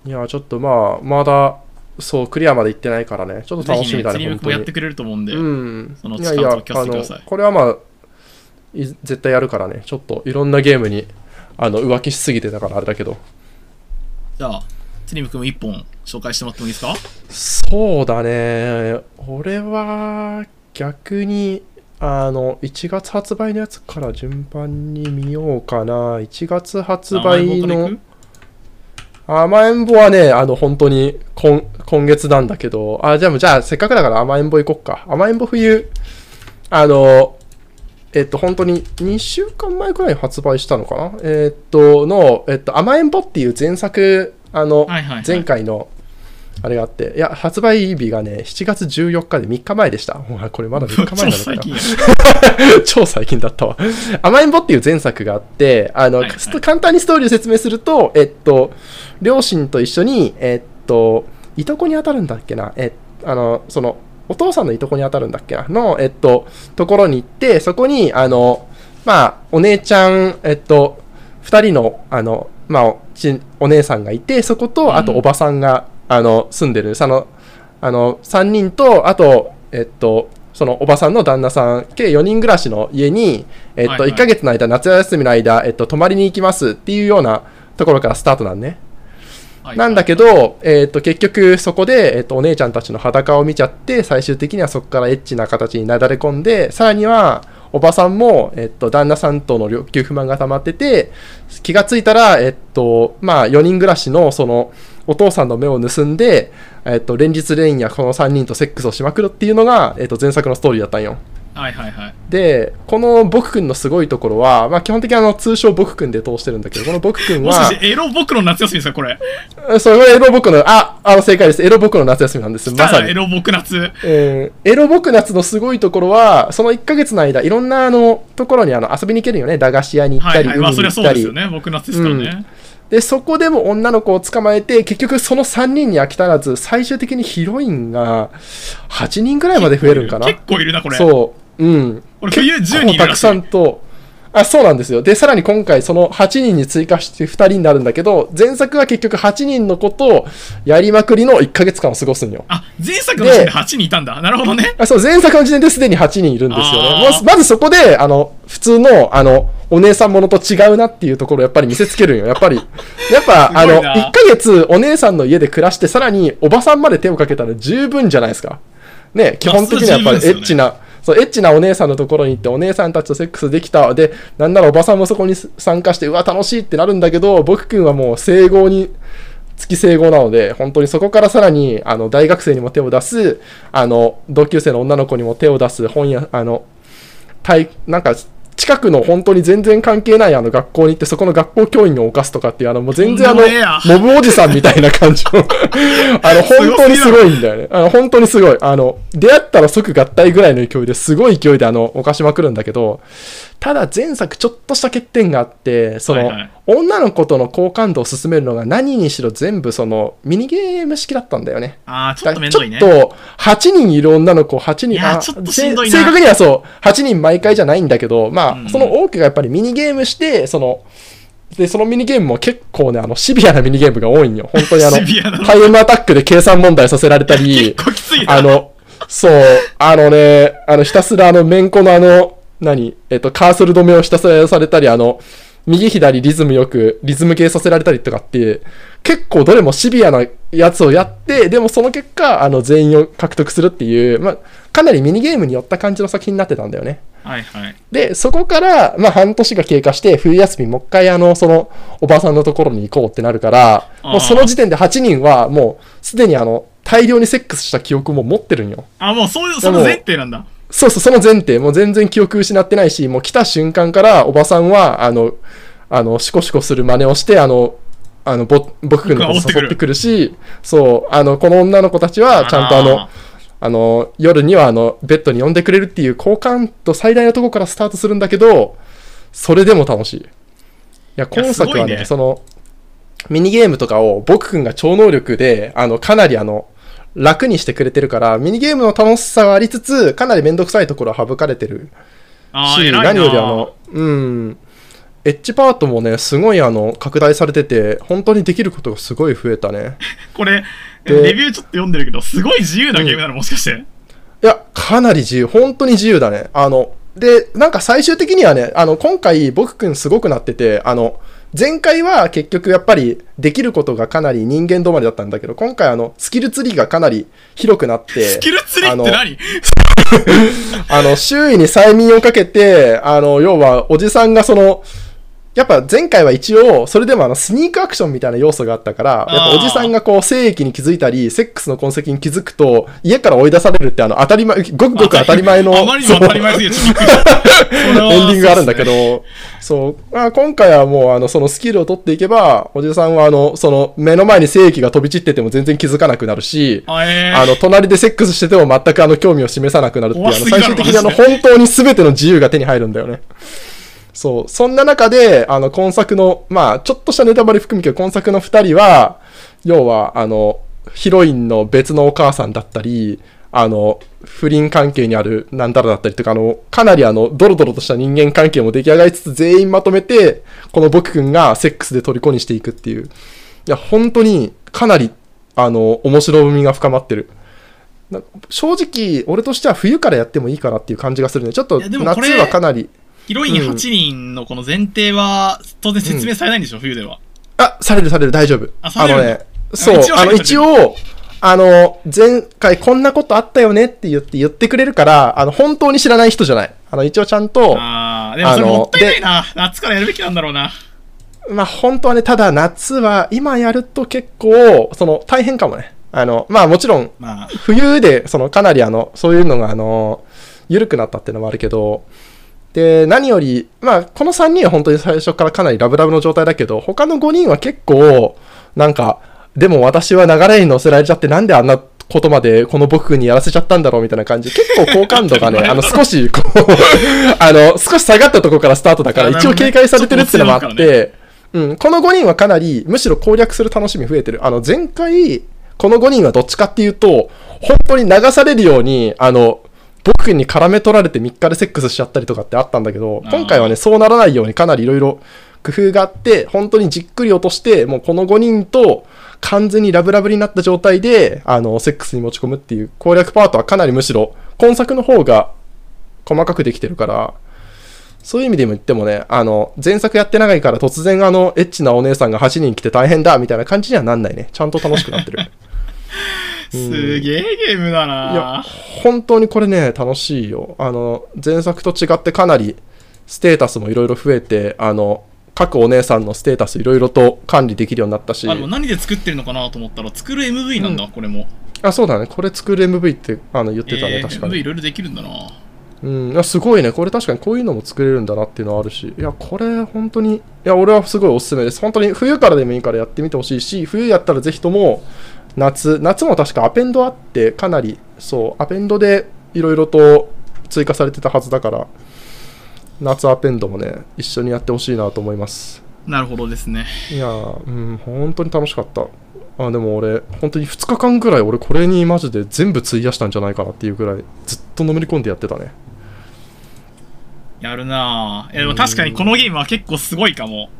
Speaker 2: いやちょっとまあまだそうクリアまで行ってないからねちょっと
Speaker 1: ぜ
Speaker 2: 楽
Speaker 1: ひ
Speaker 2: し
Speaker 1: ね、
Speaker 2: みだ
Speaker 1: 釣
Speaker 2: ね
Speaker 1: り向
Speaker 2: 本
Speaker 1: きも
Speaker 2: 当
Speaker 1: や
Speaker 2: に
Speaker 1: ってくれると思うんで、
Speaker 2: うん
Speaker 1: その
Speaker 2: いやい
Speaker 1: 力
Speaker 2: や
Speaker 1: を聞かせてください
Speaker 2: あのこれはまあい絶対やるからねちょっといろんなゲームにあの浮気しすぎてたからあれだけど
Speaker 1: じゃあ、釣り向きも1本紹介してもらってもいいですか
Speaker 2: そうだね俺は逆にあの1月発売のやつから順番に見ようかな1月発売
Speaker 1: 名前僕か
Speaker 2: の
Speaker 1: ら行く
Speaker 2: 甘えん坊はねあの本当に今今月なんだけどあじゃあじゃあせっかくだから甘えん坊行こっか甘えん坊冬あのえっと本当に2週間前くらいに発売したのかなえっとの、えっと、甘えん坊っていう前作あの、
Speaker 1: はいはいはい
Speaker 2: 前回のあれがあっていや発売日がね7月14日で3日前でしたほらこれまだ3日前なのか
Speaker 1: 最
Speaker 2: な
Speaker 1: 近や。
Speaker 2: 超最近だったわ。甘えん坊っていう前作があって、あの、
Speaker 1: はいはい
Speaker 2: す簡単にストーリーを説明すると、えっと、両親と一緒に、えっと、いとこに当たるんだっけな、えあの、その、お父さんのいとこに当たるんだっけな、の、えっと、ところに行って、そこに、あの、まあ、お姉ちゃん、えっと、二人の、あの、まあ、おちお姉さんがいて、そこ
Speaker 1: うん
Speaker 2: と、あとおばさんが、あの、住んでる、その、あの3人とあとえっとそのおばさんの旦那さん計4人暮らしの家に、えっと
Speaker 1: はいはい
Speaker 2: 1ヶ月の間夏休みの間、えっと、泊まりに行きますっていうようなところからスタートなんね、
Speaker 1: はい
Speaker 2: なんだけど、えっと結局そこで、えっとお姉ちゃんたちの裸を見ちゃって最終的にはそこからエッチな形になだれ込んでさらにはおばさんも、えっと、旦那さんとの欲求不満が溜まってて、気がついたら、えっと、まあ、4人暮らしの、その、お父さんの目を盗んで、えっと、連日レインやこの3人とセックスをしまくるっていうのが、えっと、前作のストーリーだったんよ。
Speaker 1: はいはいはい。
Speaker 2: で、この僕くんのすごいところは、まあ、基本的にあの、通称僕くんで通してるんだけど、この僕くん
Speaker 1: もしか
Speaker 2: は
Speaker 1: し、てエロ僕の夏休みですか、これ。
Speaker 2: うんそれはエロ僕の、あ、あの、正解です。エロ僕の夏休みなんです。ま
Speaker 1: た
Speaker 2: さ
Speaker 1: だ
Speaker 2: に
Speaker 1: エ。ロ僕夏。
Speaker 2: えーエロ僕夏のすごいところは、その1ヶ月の間、いろんなあのところにあの遊びに行けるよね。駄菓子屋に行っ
Speaker 1: は
Speaker 2: た
Speaker 1: い
Speaker 2: り、
Speaker 1: はい。まあ、
Speaker 2: 海
Speaker 1: そりゃそ
Speaker 2: に行っ
Speaker 1: う
Speaker 2: た
Speaker 1: です
Speaker 2: り、
Speaker 1: よね。僕夏ですからね。
Speaker 2: で、そこでも女の子を捕まえて、結局その3人に飽き足らず、最終的にヒロインが8人ぐらいまで増えるんかな。
Speaker 1: 結構いるな、これ。
Speaker 2: そう。うん。
Speaker 1: これ冬10人いるらしい
Speaker 2: 結構たくさんと、あ、そうなんですよ。で、さらに今回、その8人に追加して2人になるんだけど、前作は結局8人のことをやりまくりの1ヶ月間を過ごすんよ。
Speaker 1: あ、前作の時点で8人いたんだ。なるほどね。
Speaker 2: あそう前作の時点ですでに8人いるんですよ
Speaker 1: あ
Speaker 2: ね
Speaker 1: ー
Speaker 2: まずまずそこであの普通のあのお姉さんものと違うなっていうところをやっぱり見せつけるんよやっぱ りやっぱあ
Speaker 1: すご
Speaker 2: の
Speaker 1: いな
Speaker 2: 1ヶ月お姉さんの家で暮らしてさらにおばさんまで手をかけたら十分じゃないですかね基本的にはやっぱり
Speaker 1: まあそれは十分ですよ
Speaker 2: エ
Speaker 1: ね
Speaker 2: ッチな、そうエッチなお姉さんのところに行ってお姉さんたちとセックスできたでなんならおばさんもそこに参加してうわ楽しいってなるんだけど僕くんはもう整合に月整合なので、本当にそこからさらに、あの、大学生にも手を出す、あの、同級生の女の子にも手を出す、本屋、あの、体、なんか、近くの本当に全然関係ないあの学校に行って、そこの学校教員を犯すとかっていう、あの、もう全然あの
Speaker 1: とんでもねえや、
Speaker 2: モブおじさんみたいな感じ の、あの、本当にすごいんだよね。あの、本当にすごい。あの、出会ったら即合体ぐらいの勢いですごい勢いであの、犯しまくるんだけど、ただ前作ちょっとした欠点があって、その、
Speaker 1: はいはい
Speaker 2: 女の子との好感度を進めるのが何にしろ全部そのミニゲーム式だったんだよね。
Speaker 1: あー、ちょっとめんどいね。
Speaker 2: ちょっと8人いる女の子8人
Speaker 1: いや
Speaker 2: あ
Speaker 1: ちょっとしんどいな
Speaker 2: せ正確にはそう8人毎回じゃないんだけどまあ、
Speaker 1: うん
Speaker 2: その多くがやっぱりミニゲームしてそのでそのミニゲームも結構ねあのシビアなミニゲームが多いんよ本当にあの
Speaker 1: シビアな
Speaker 2: タイムアタックで計算問題させられたり
Speaker 1: 結構きついな。
Speaker 2: あの、そう、あのね、あの、ひたすらあの、めんこのあの、何、えっと、カーソル止めをひたすらやらされたり、あの、右左リズムよく、リズム系させられたりとかって、結構どれもシビアなやつをやって、でもその結果、あの、全員を獲得するっていう、まあ、かなりミニゲームに寄った感じの作品になってたんだよね。
Speaker 1: はいはい。
Speaker 2: で、そこから、まあ、半年が経過して、冬休み、もう一回、あの、その、おばさんのところに行こうってなるから、もうその時点で8人は、もう、すでに、あの、大量にセックスした記憶も持ってるんよ。
Speaker 1: あ、もうそういう、その前提なんだ。
Speaker 2: そうそう、その前提、もう全然記憶失ってないし、もう来た瞬間から、おばさんは、あの、あの、シコシコする真似をして、あの、あの、ぼ、僕くんのことを誘ってくるし、そう、あの、この女の子たちは、ちゃんとあの
Speaker 1: あ、
Speaker 2: あの、夜には、あの、ベッドに呼んでくれるっていう好感度最大のとこからスタートするんだけど、それでも楽しい。いや、今作は
Speaker 1: すごい
Speaker 2: ね、
Speaker 1: ね
Speaker 2: その、ミニゲームとかを僕くんが超能力で、あの、かなりあの、楽にしてくれてるから、ミニゲームの楽しさはありつつ、かなりめんどくさいところは省かれてる
Speaker 1: あー、
Speaker 2: し、
Speaker 1: 偉いな。
Speaker 2: 何よりあの、うん、エッジパートもね、すごいあの、拡大されてて、本当にできることがすごい増えたね。
Speaker 1: これ、
Speaker 2: で
Speaker 1: レビューちょっと読んでるけど、すごい自由なゲームなの、もしかして。
Speaker 2: いや、かなり自由。本当に自由だね。あの、で、なんか最終的にはね、あの、今回、僕くんすごくなってて、あの、前回は結局やっぱりできることがかなり人間止まりだったんだけど、今回あの、スキルツリーがかなり広くなって、
Speaker 1: スキルツリーって何
Speaker 2: あの、周囲に催眠をかけて、あの、要は、おじさんがその、やっぱ前回は一応、それでもあの、スニークアクションみたいな要素があったから、やっぱおじさんがこう、性域に気づいたり、セックスの痕跡に気づくと、家から追い出されるって、あの、当たり前、ごくごく当たり前の、
Speaker 1: あまりにも当たり前すぎて、ちょっとびっくりした。エン
Speaker 2: エンディングがあるんだけ。ど、そう、まあ、今回はもう、あの、そのスキルを取っていけば、おじさんは、あの、その、目の前に精液が飛び散ってても全然気づかなくなるし、
Speaker 1: あえー
Speaker 2: あの、隣でセックスしてても全くあの、興味を示さなくなるっていう、あの、
Speaker 1: 怖すぎだ
Speaker 2: 最
Speaker 1: ろ
Speaker 2: 終的にあの、
Speaker 1: マジで
Speaker 2: 本当に全ての自由が手に入るんだよね。そう、そんな中で、あの、今作の、まあ、ちょっとしたネタバレ含みけど、今作の二人は、要は、あの、ヒロインの別のお母さんだったり、あの、不倫関係にあるなんだらだったりとか、あの、かなりあの、ドロドロとした人間関係も出来上がりつつ、全員まとめて、この僕くんがセックスで虜にしていくっていう。いや、本当に、かなり、あの、面白みが深まってる。な正直、俺としては冬からやってもいいかなっていう感じがするね。ちょっと、
Speaker 1: いやで
Speaker 2: 夏
Speaker 1: もこれ
Speaker 2: はかなり、
Speaker 1: ヒロイン
Speaker 2: うん
Speaker 1: 8人のこの前提は、当然説明されないんでしょ、冬では。
Speaker 2: あ、されるされる、大丈夫。
Speaker 1: あされる
Speaker 2: のね、そう、
Speaker 1: 一応
Speaker 2: あの、
Speaker 1: 入って
Speaker 2: 一
Speaker 1: る
Speaker 2: 応、あの、前回こんなことあったよねって言って言ってくれるから、あの、本当に知らない人じゃない。あの、一応ちゃんと、
Speaker 1: ああ、でもそれもったいないな。夏からやるべきなんだろうな。
Speaker 2: まあ本当はね、ただ夏は今やると結構、その大変かもね。あの、まあもちろん、
Speaker 1: まあ、
Speaker 2: 冬で、そのかなりあの、そういうのがあの、緩くなったっていうのもあるけど、で、何より、まあこの3人は本当に最初からかなりラブラブの状態だけど、他の5人は結構、なんか、でも私は流れに乗せられちゃって、なんであんなことまでこの僕にやらせちゃったんだろうみたいな感じ。結構好感度がね、あの少し、こう、あの、少し下がったところからスタートだから、一応警戒されてるっていうのもあっ
Speaker 1: ちょっと強いから
Speaker 2: て、うん、この5人はかなり、むしろ攻略する楽しみ増えてる。あの、前回、この5人はどっちかっていうと、本当に流されるように、あの、僕に絡め取られて3日でセックスしちゃったりとかってあったんだけど
Speaker 1: あ、ー
Speaker 2: 今回はね、そうならないようにかなりいろいろ工夫があって、本当にじっくり落として、もうこの5人と完全にラブラブになった状態で、あの、セックスに持ち込むっていう攻略パートはかなりむしろ、今作の方が細かくできてるから、そういう意味でも言ってもね、あの、前作やって長いから突然あの、エッチなお姉さんが8人来て大変だみたいな感じにはなんないね。ちゃんと楽しく なってる。
Speaker 1: すげえゲームだ
Speaker 2: いや
Speaker 1: な。、
Speaker 2: 本当にこれね、楽しいよ。あの、前作と違ってかなり、ステータスもいろいろ増えて、あの、各お姉さんのステータスいろいろと管理できるようになったし、
Speaker 1: あの何で作ってるのかなと思ったら、作る MV なんだ、これも。
Speaker 2: あ、そうだね、これ作る MV ってあの言ってたね、
Speaker 1: えー
Speaker 2: 確か
Speaker 1: MV
Speaker 2: に。
Speaker 1: いろいろできるんだな。
Speaker 2: うん、いやすごいね、これ確かにこういうのも作れるんだなっていうのはあるし、いや、これ本当に、いや、俺はすごいおすすめです。本当に冬からでもいいからやってみてほしいし、冬やったらぜひとも夏、夏も確かアペンドあって、かなり、そう、アペンドでいろいろと追加されてたはずだから、夏アペンドもね、一緒にやってほしいなと思います。
Speaker 1: なるほどですね。
Speaker 2: いやー、うん、本当に楽しかった。あでも俺、本当に2日間ぐらい、俺これにマジで全部費やしたんじゃないかなっていうぐらい、ずっとのめり込んでやってたね。
Speaker 1: やるなぁ。いやでも確かにこのゲームは結構すごいかも。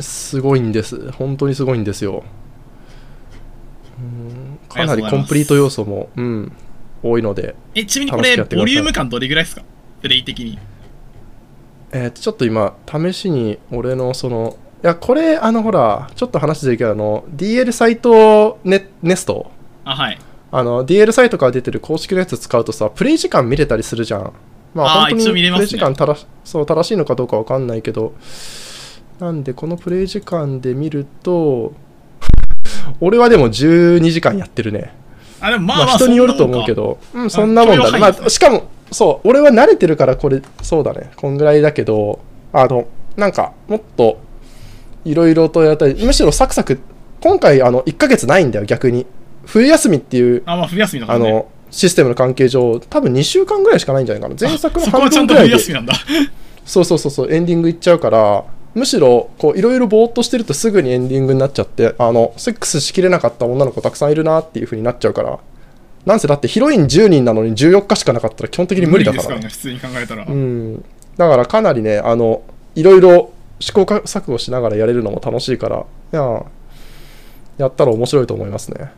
Speaker 2: すごいんです。本当にすごいんですよ。うんかなり
Speaker 1: ありがとうございます
Speaker 2: コンプリート要素も、うん、多いので、
Speaker 1: え、ちなみにこ
Speaker 2: 楽し
Speaker 1: れ、
Speaker 2: くやってくださ
Speaker 1: ボ
Speaker 2: い
Speaker 1: リューム感どれぐらいですかプレイ的に。
Speaker 2: えーとちょっと今、試しに俺のその、いや、これ、あの、ほら、ちょっと話ずれるけど、あの、DL サイトネネスト、
Speaker 1: あ、はい。
Speaker 2: あの、DL サイトから出てる公式のやつ使うとさ、プレイ時間見れたりするじゃん。まあ、
Speaker 1: あー
Speaker 2: 本当
Speaker 1: 一応見
Speaker 2: にプ
Speaker 1: れますね
Speaker 2: レイ時間たらしそう正しいのかどうかわかんないけど、なんで、このプレイ時間で見ると、 俺はでも12時間やってるね。
Speaker 1: あ、でもまあ
Speaker 2: ま
Speaker 1: まあ、
Speaker 2: あ、人によると思うけど、うん、そんなもんだ、
Speaker 1: あそ
Speaker 2: ねま
Speaker 1: れははい
Speaker 2: あ、しかも、そう、俺は慣れてるから、これ、そうだね、こんぐらいだけど、あの、なんか、もっと、いろいろとやったり、むしろサクサク、今回、あの、1ヶ月ないんだよ、逆に。冬休みっていう、
Speaker 1: そんなもんか。あ、まあ、冬休みだか
Speaker 2: あ
Speaker 1: らね。
Speaker 2: の、システムの関係上、多分2週間ぐらいしかないんじゃないかな。前作の
Speaker 1: そこは
Speaker 2: 半
Speaker 1: ちゃ
Speaker 2: 分
Speaker 1: んと
Speaker 2: ぐらい
Speaker 1: 冬
Speaker 2: で、
Speaker 1: 休みなんだ。
Speaker 2: そうそうそうそう、エンディングいっちゃうから、むしろ、こう、いろいろぼーっとしてるとすぐにエンディングになっちゃって、あの、セックスしきれなかった女の子たくさんいるなっていう風になっちゃうから、なんせだってヒロイン10人なのに14日しかなかったら基本的に無理だ
Speaker 1: で
Speaker 2: か
Speaker 1: すかららね、
Speaker 2: ね。
Speaker 1: 普通に考えたら。
Speaker 2: うん。だからかなりね、あの、いろいろ試行錯誤しながらやれるのも楽しいから、いや、やったら面白いと思いますね。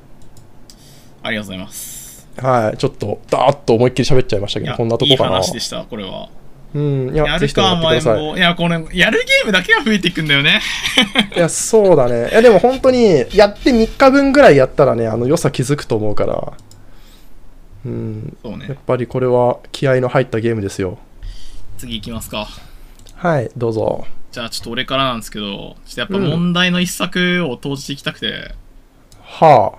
Speaker 1: ありがとうございます。
Speaker 2: はい、ちょっと、ダーッと思いっきり喋っちゃいました
Speaker 1: い
Speaker 2: けど、
Speaker 1: や、
Speaker 2: こんなとこか
Speaker 1: いい
Speaker 2: な。
Speaker 1: 話でした、これは。
Speaker 2: うん、い
Speaker 1: や
Speaker 2: や、ぜ
Speaker 1: る
Speaker 2: ひともや
Speaker 1: か、
Speaker 2: ってく
Speaker 1: 前
Speaker 2: ださい。
Speaker 1: も。いや、これ、やるゲームだけが増えていくんだよね。
Speaker 2: いや、そうだね。いや、でも本当に、やって3日分ぐらいやったらね、あの、良さ気づくと思うから。うん。
Speaker 1: そう
Speaker 2: やっ
Speaker 1: ね。
Speaker 2: ぱりこれは気合の入ったゲームですよ。
Speaker 1: 次行きますか。
Speaker 2: はい、どうぞ。
Speaker 1: じゃあ、ちょっと俺からなんですけど、ちょっとやっぱ問題の一作を投じていきたくて、
Speaker 2: はあ。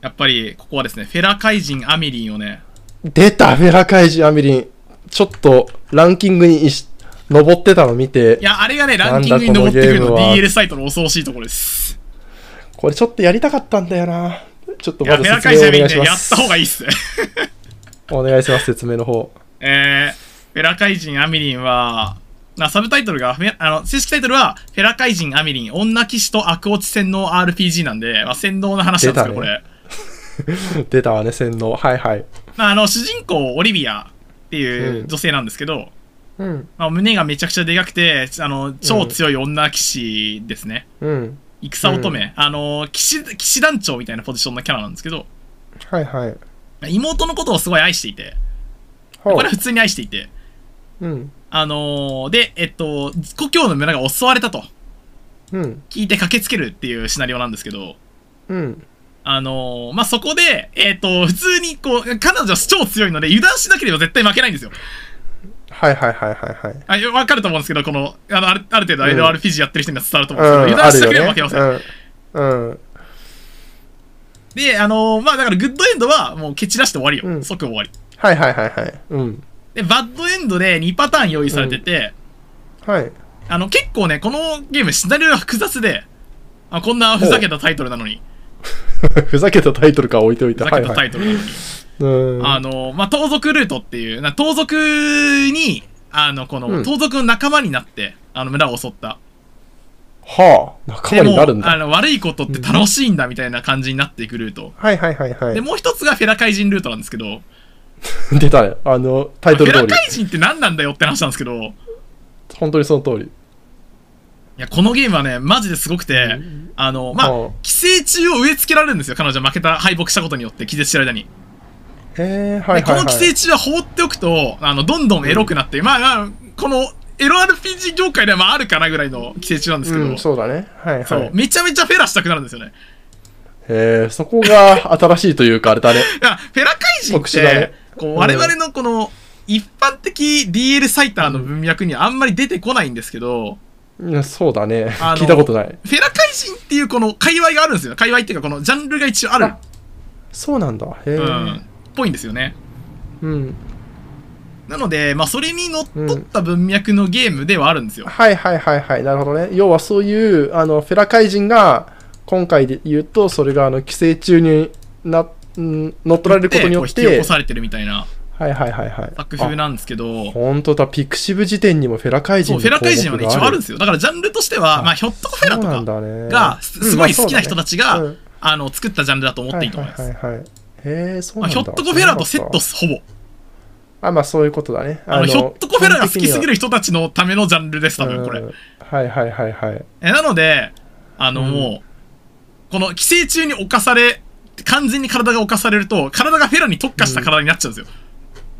Speaker 1: やっぱり、ここはですね、フェラ怪人アミリンをね、
Speaker 2: 出たフェラカイジアミリン。ちょっと、ランキングにいし登ってたの見て
Speaker 1: い、や、あれがね、ランキングに登ってくるの、DL サイトの恐ろしいところです。
Speaker 2: これちょっとやりたかったんだよな。ちょっと
Speaker 1: いや、
Speaker 2: ま
Speaker 1: フ
Speaker 2: ず
Speaker 1: ェラ
Speaker 2: 説
Speaker 1: 怪人アミリンね、
Speaker 2: 明をお願いしま
Speaker 1: やっ
Speaker 2: す。
Speaker 1: た方がいいっすね。
Speaker 2: お願いします、説明の方。
Speaker 1: えー、フェラ怪人アミリンは、なサブタイトルが、フェあの正式タイトルは、フェラ怪人アミリン、女騎士と悪落ち洗脳 RPG なんで、まあ、洗脳の話なんですけど、
Speaker 2: 出
Speaker 1: こ
Speaker 2: たね
Speaker 1: れ。
Speaker 2: 出たわね、洗脳。はいはい。
Speaker 1: まあ、あの、主人公、オリビアっていう女性なんですけど、
Speaker 2: うん。
Speaker 1: まあ、胸がめちゃくちゃでかくて、あの、超強い女騎士ですね。
Speaker 2: うん。
Speaker 1: 戦乙女。あの、騎士、騎士団長みたいなポジションのキャラなんですけど、
Speaker 2: はいはい。
Speaker 1: 妹のことをすごい愛していて、
Speaker 2: ほう
Speaker 1: これは普通に愛していて、
Speaker 2: うん。
Speaker 1: あのーで、えっと、故郷の村が襲われたと
Speaker 2: うん。
Speaker 1: 聞いて駆けつけるっていうシナリオなんですけど、
Speaker 2: うん。
Speaker 1: あのーまあ、そこで、えっと、普通にこう、彼女は超強いので、油断しなければ絶対負けないんですよ。
Speaker 2: はいはいはいはいはい。
Speaker 1: あいやわかると思うんですけど、この、あのあるある程度
Speaker 2: うん
Speaker 1: LRPG やってる人には伝わると思うんですけど、油断
Speaker 2: ある
Speaker 1: して
Speaker 2: よ
Speaker 1: くれば
Speaker 2: ね
Speaker 1: 負けません。
Speaker 2: うん。うん。
Speaker 1: で、あのーまあだからグッドエンドはもう蹴散らして終わりよ。
Speaker 2: うん
Speaker 1: 即終わり。
Speaker 2: はいはいはいはい。うん。
Speaker 1: で、バッドエンドで2パターン用意されてて、
Speaker 2: はい。
Speaker 1: あの、結構ね、このゲームシナリオが複雑で、あこんなふざけたタイトルなのに、
Speaker 2: ふざけたタイトルから置いておいて。
Speaker 1: ふざけた
Speaker 2: は
Speaker 1: タ
Speaker 2: い
Speaker 1: イトルなのに、
Speaker 2: はい、うん。
Speaker 1: あのーまあ盗賊ルートっていう、な盗賊に、あの、こ
Speaker 2: う
Speaker 1: の、
Speaker 2: ん
Speaker 1: 盗賊の仲間になって、あの、村を襲った。
Speaker 2: はあ、仲
Speaker 1: で
Speaker 2: 間に
Speaker 1: も
Speaker 2: なるん
Speaker 1: う、あ
Speaker 2: だ。
Speaker 1: の、悪いことって楽しいんだみたいな感じになっていくルート。
Speaker 2: はいはいはいは
Speaker 1: で、
Speaker 2: い。
Speaker 1: もう一つがフェラ怪人ルートなんですけど、
Speaker 2: 出たね。あの、タイト
Speaker 1: フ
Speaker 2: ル
Speaker 1: ェ
Speaker 2: 通
Speaker 1: ラ
Speaker 2: り。
Speaker 1: 怪人って何なんだよって話なんですけど、い
Speaker 2: 本当にその通り。
Speaker 1: や、このゲームはね、マジですごくて、
Speaker 2: うん
Speaker 1: あの、ま
Speaker 2: うん
Speaker 1: あ、寄生虫を植え付けられるんですよ、彼女は負けた、敗北したことによって、気絶してる間に。
Speaker 2: へえ、はいはい、は
Speaker 1: で
Speaker 2: い。
Speaker 1: この寄生虫は放っておくと、あの、どんどんエロくなって、まあまあ、この、エロ RPG 業界ではまああるかなぐらいの寄生虫なんですけど、
Speaker 2: うん、そうだね。はい
Speaker 1: そ
Speaker 2: は
Speaker 1: う
Speaker 2: い。
Speaker 1: めちゃめちゃフェラしたくなるんですよね。
Speaker 2: へえ、そこが新しいというか、あれだね。
Speaker 1: いや、フェラ怪人っ
Speaker 2: 特殊だ
Speaker 1: て
Speaker 2: ね、
Speaker 1: こ
Speaker 2: う
Speaker 1: うん我々のこの一般的 DL サイターの文脈にはあんまり出てこないんですけど、
Speaker 2: うんそうだね。
Speaker 1: あの
Speaker 2: 聞いたことない。
Speaker 1: フェラ怪人っていうこの界隈があるんですよ。界隈っていうかこのジャンルが一応ある
Speaker 2: あ。そうなんだ。へえ。
Speaker 1: うん。っぽいんですよね。
Speaker 2: うん。
Speaker 1: なので、まあそれにのっとった文脈のゲームではあるんですよ。
Speaker 2: はいはいはいはい。なるほどね。要はそういう、あの、フェラ怪人が、今回で言うと、それが、あの、寄生虫にな、ん乗っ取られることに
Speaker 1: でこう
Speaker 2: よっ
Speaker 1: 引き起
Speaker 2: て
Speaker 1: こ、されてるみたいな
Speaker 2: はいはいはいはい。
Speaker 1: 作風
Speaker 2: あ
Speaker 1: なんですけど、
Speaker 2: 本当だ、ピクシブ辞典にもフェラ怪人
Speaker 1: そう、
Speaker 2: の
Speaker 1: フェラ怪人はね、
Speaker 2: 項目
Speaker 1: 一
Speaker 2: が
Speaker 1: 応あるんですよ。だからジャンルとしては、
Speaker 2: あ
Speaker 1: まあひょっとこフェラと
Speaker 2: そうなん
Speaker 1: か
Speaker 2: だね
Speaker 1: が、すすごい好きな人
Speaker 2: だ
Speaker 1: たちが、
Speaker 2: うん
Speaker 1: あの、作ったジャンルだと思っていいと思います。
Speaker 2: はいはいはいはいへえ、そう
Speaker 1: ま
Speaker 2: な
Speaker 1: あ、
Speaker 2: んだ。
Speaker 1: ひょっとこフェラとセットっ
Speaker 2: 知らなか
Speaker 1: す、ほぼ。
Speaker 2: ったあ、まあそういうことだね。
Speaker 1: あの、ひょっとこフェラが好きすぎ
Speaker 2: る
Speaker 1: る人たちのためのジャンルです、多分これ。
Speaker 2: はいはいはいはい。
Speaker 1: えなので、あの、
Speaker 2: うん
Speaker 1: もう、この寄生虫に侵され、完全に体が侵されると、体がフェラに特化した体になっちゃうんですよ。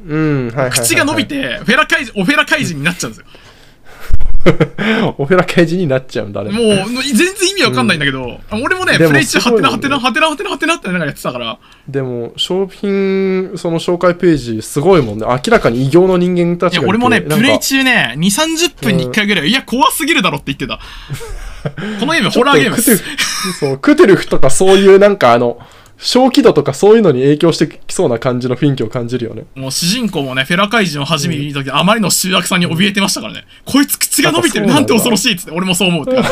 Speaker 2: うん、はいはいはいはい。
Speaker 1: 口が伸び。て、フェラ怪人、オフェラ怪人になっちゃうんですよ。
Speaker 2: おフェラ怪人になっちゃうんだね。
Speaker 1: もう、全然意味わかんないんだけど、俺もね、
Speaker 2: でも
Speaker 1: プレイ中、
Speaker 2: す
Speaker 1: ハ
Speaker 2: ご
Speaker 1: テ
Speaker 2: い
Speaker 1: ナ
Speaker 2: よね
Speaker 1: ハテナハテナハテナハテナってなんかやってたから、
Speaker 2: でも、商品、その紹介ページ、すごいもんね。明らかに異形の人間た
Speaker 1: い
Speaker 2: ち
Speaker 1: や
Speaker 2: がいて。
Speaker 1: 俺もね、
Speaker 2: なんか
Speaker 1: プレイ中ね、2、30分に1回ぐらい、いや、怖すぎるだろって言ってた。このゲーム、ホラーゲームで
Speaker 2: ちょっ
Speaker 1: す。
Speaker 2: とクテルフそう、クテルフとかそういうなんかあの、正気度とかそういうのに影響してきそうな感じの雰囲気を感じるよね。
Speaker 1: もう主人公もね、フェラ怪人を初めて見た時、あまりの集約さんに怯えてましたからね。こいつ口が伸びてる、
Speaker 2: や
Speaker 1: な
Speaker 2: っぱ
Speaker 1: んて
Speaker 2: そ
Speaker 1: 恐
Speaker 2: うなんだ
Speaker 1: ろ しいっつって、俺もそう思うって。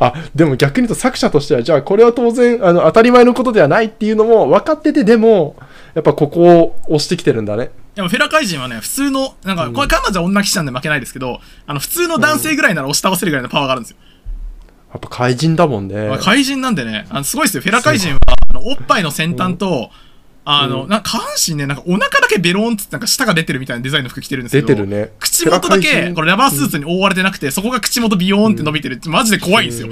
Speaker 2: あ、でも逆に言うと作者としては、じゃあこれは当然、あの、当たり前のことではないっていうのも分かってて、でも、やっぱここを押してきてるんだね。
Speaker 1: でもフェラ怪人はね、普通の、なんか、これ彼女は女騎士なんで負けないですけど、あの、普通の男性ぐらいなら押し倒せるぐらいのパワーがあるんですよ。
Speaker 2: やっぱ怪人だもんね
Speaker 1: まあ。怪人なんでね、あのすごいですよ。フェラ怪人は、あのおっぱいの先端と、あの、なんか下半身ね、なんかお腹だけベローンっつって、なんか舌が出てるみたいなデザインの服着てるんですけど、
Speaker 2: 出てるね。
Speaker 1: 口元だ
Speaker 2: フェラ怪
Speaker 1: け、
Speaker 2: 人
Speaker 1: これラバースーツに覆われてなくて、そこが口元ビヨーンって伸びてるって、マジで怖いんですよ。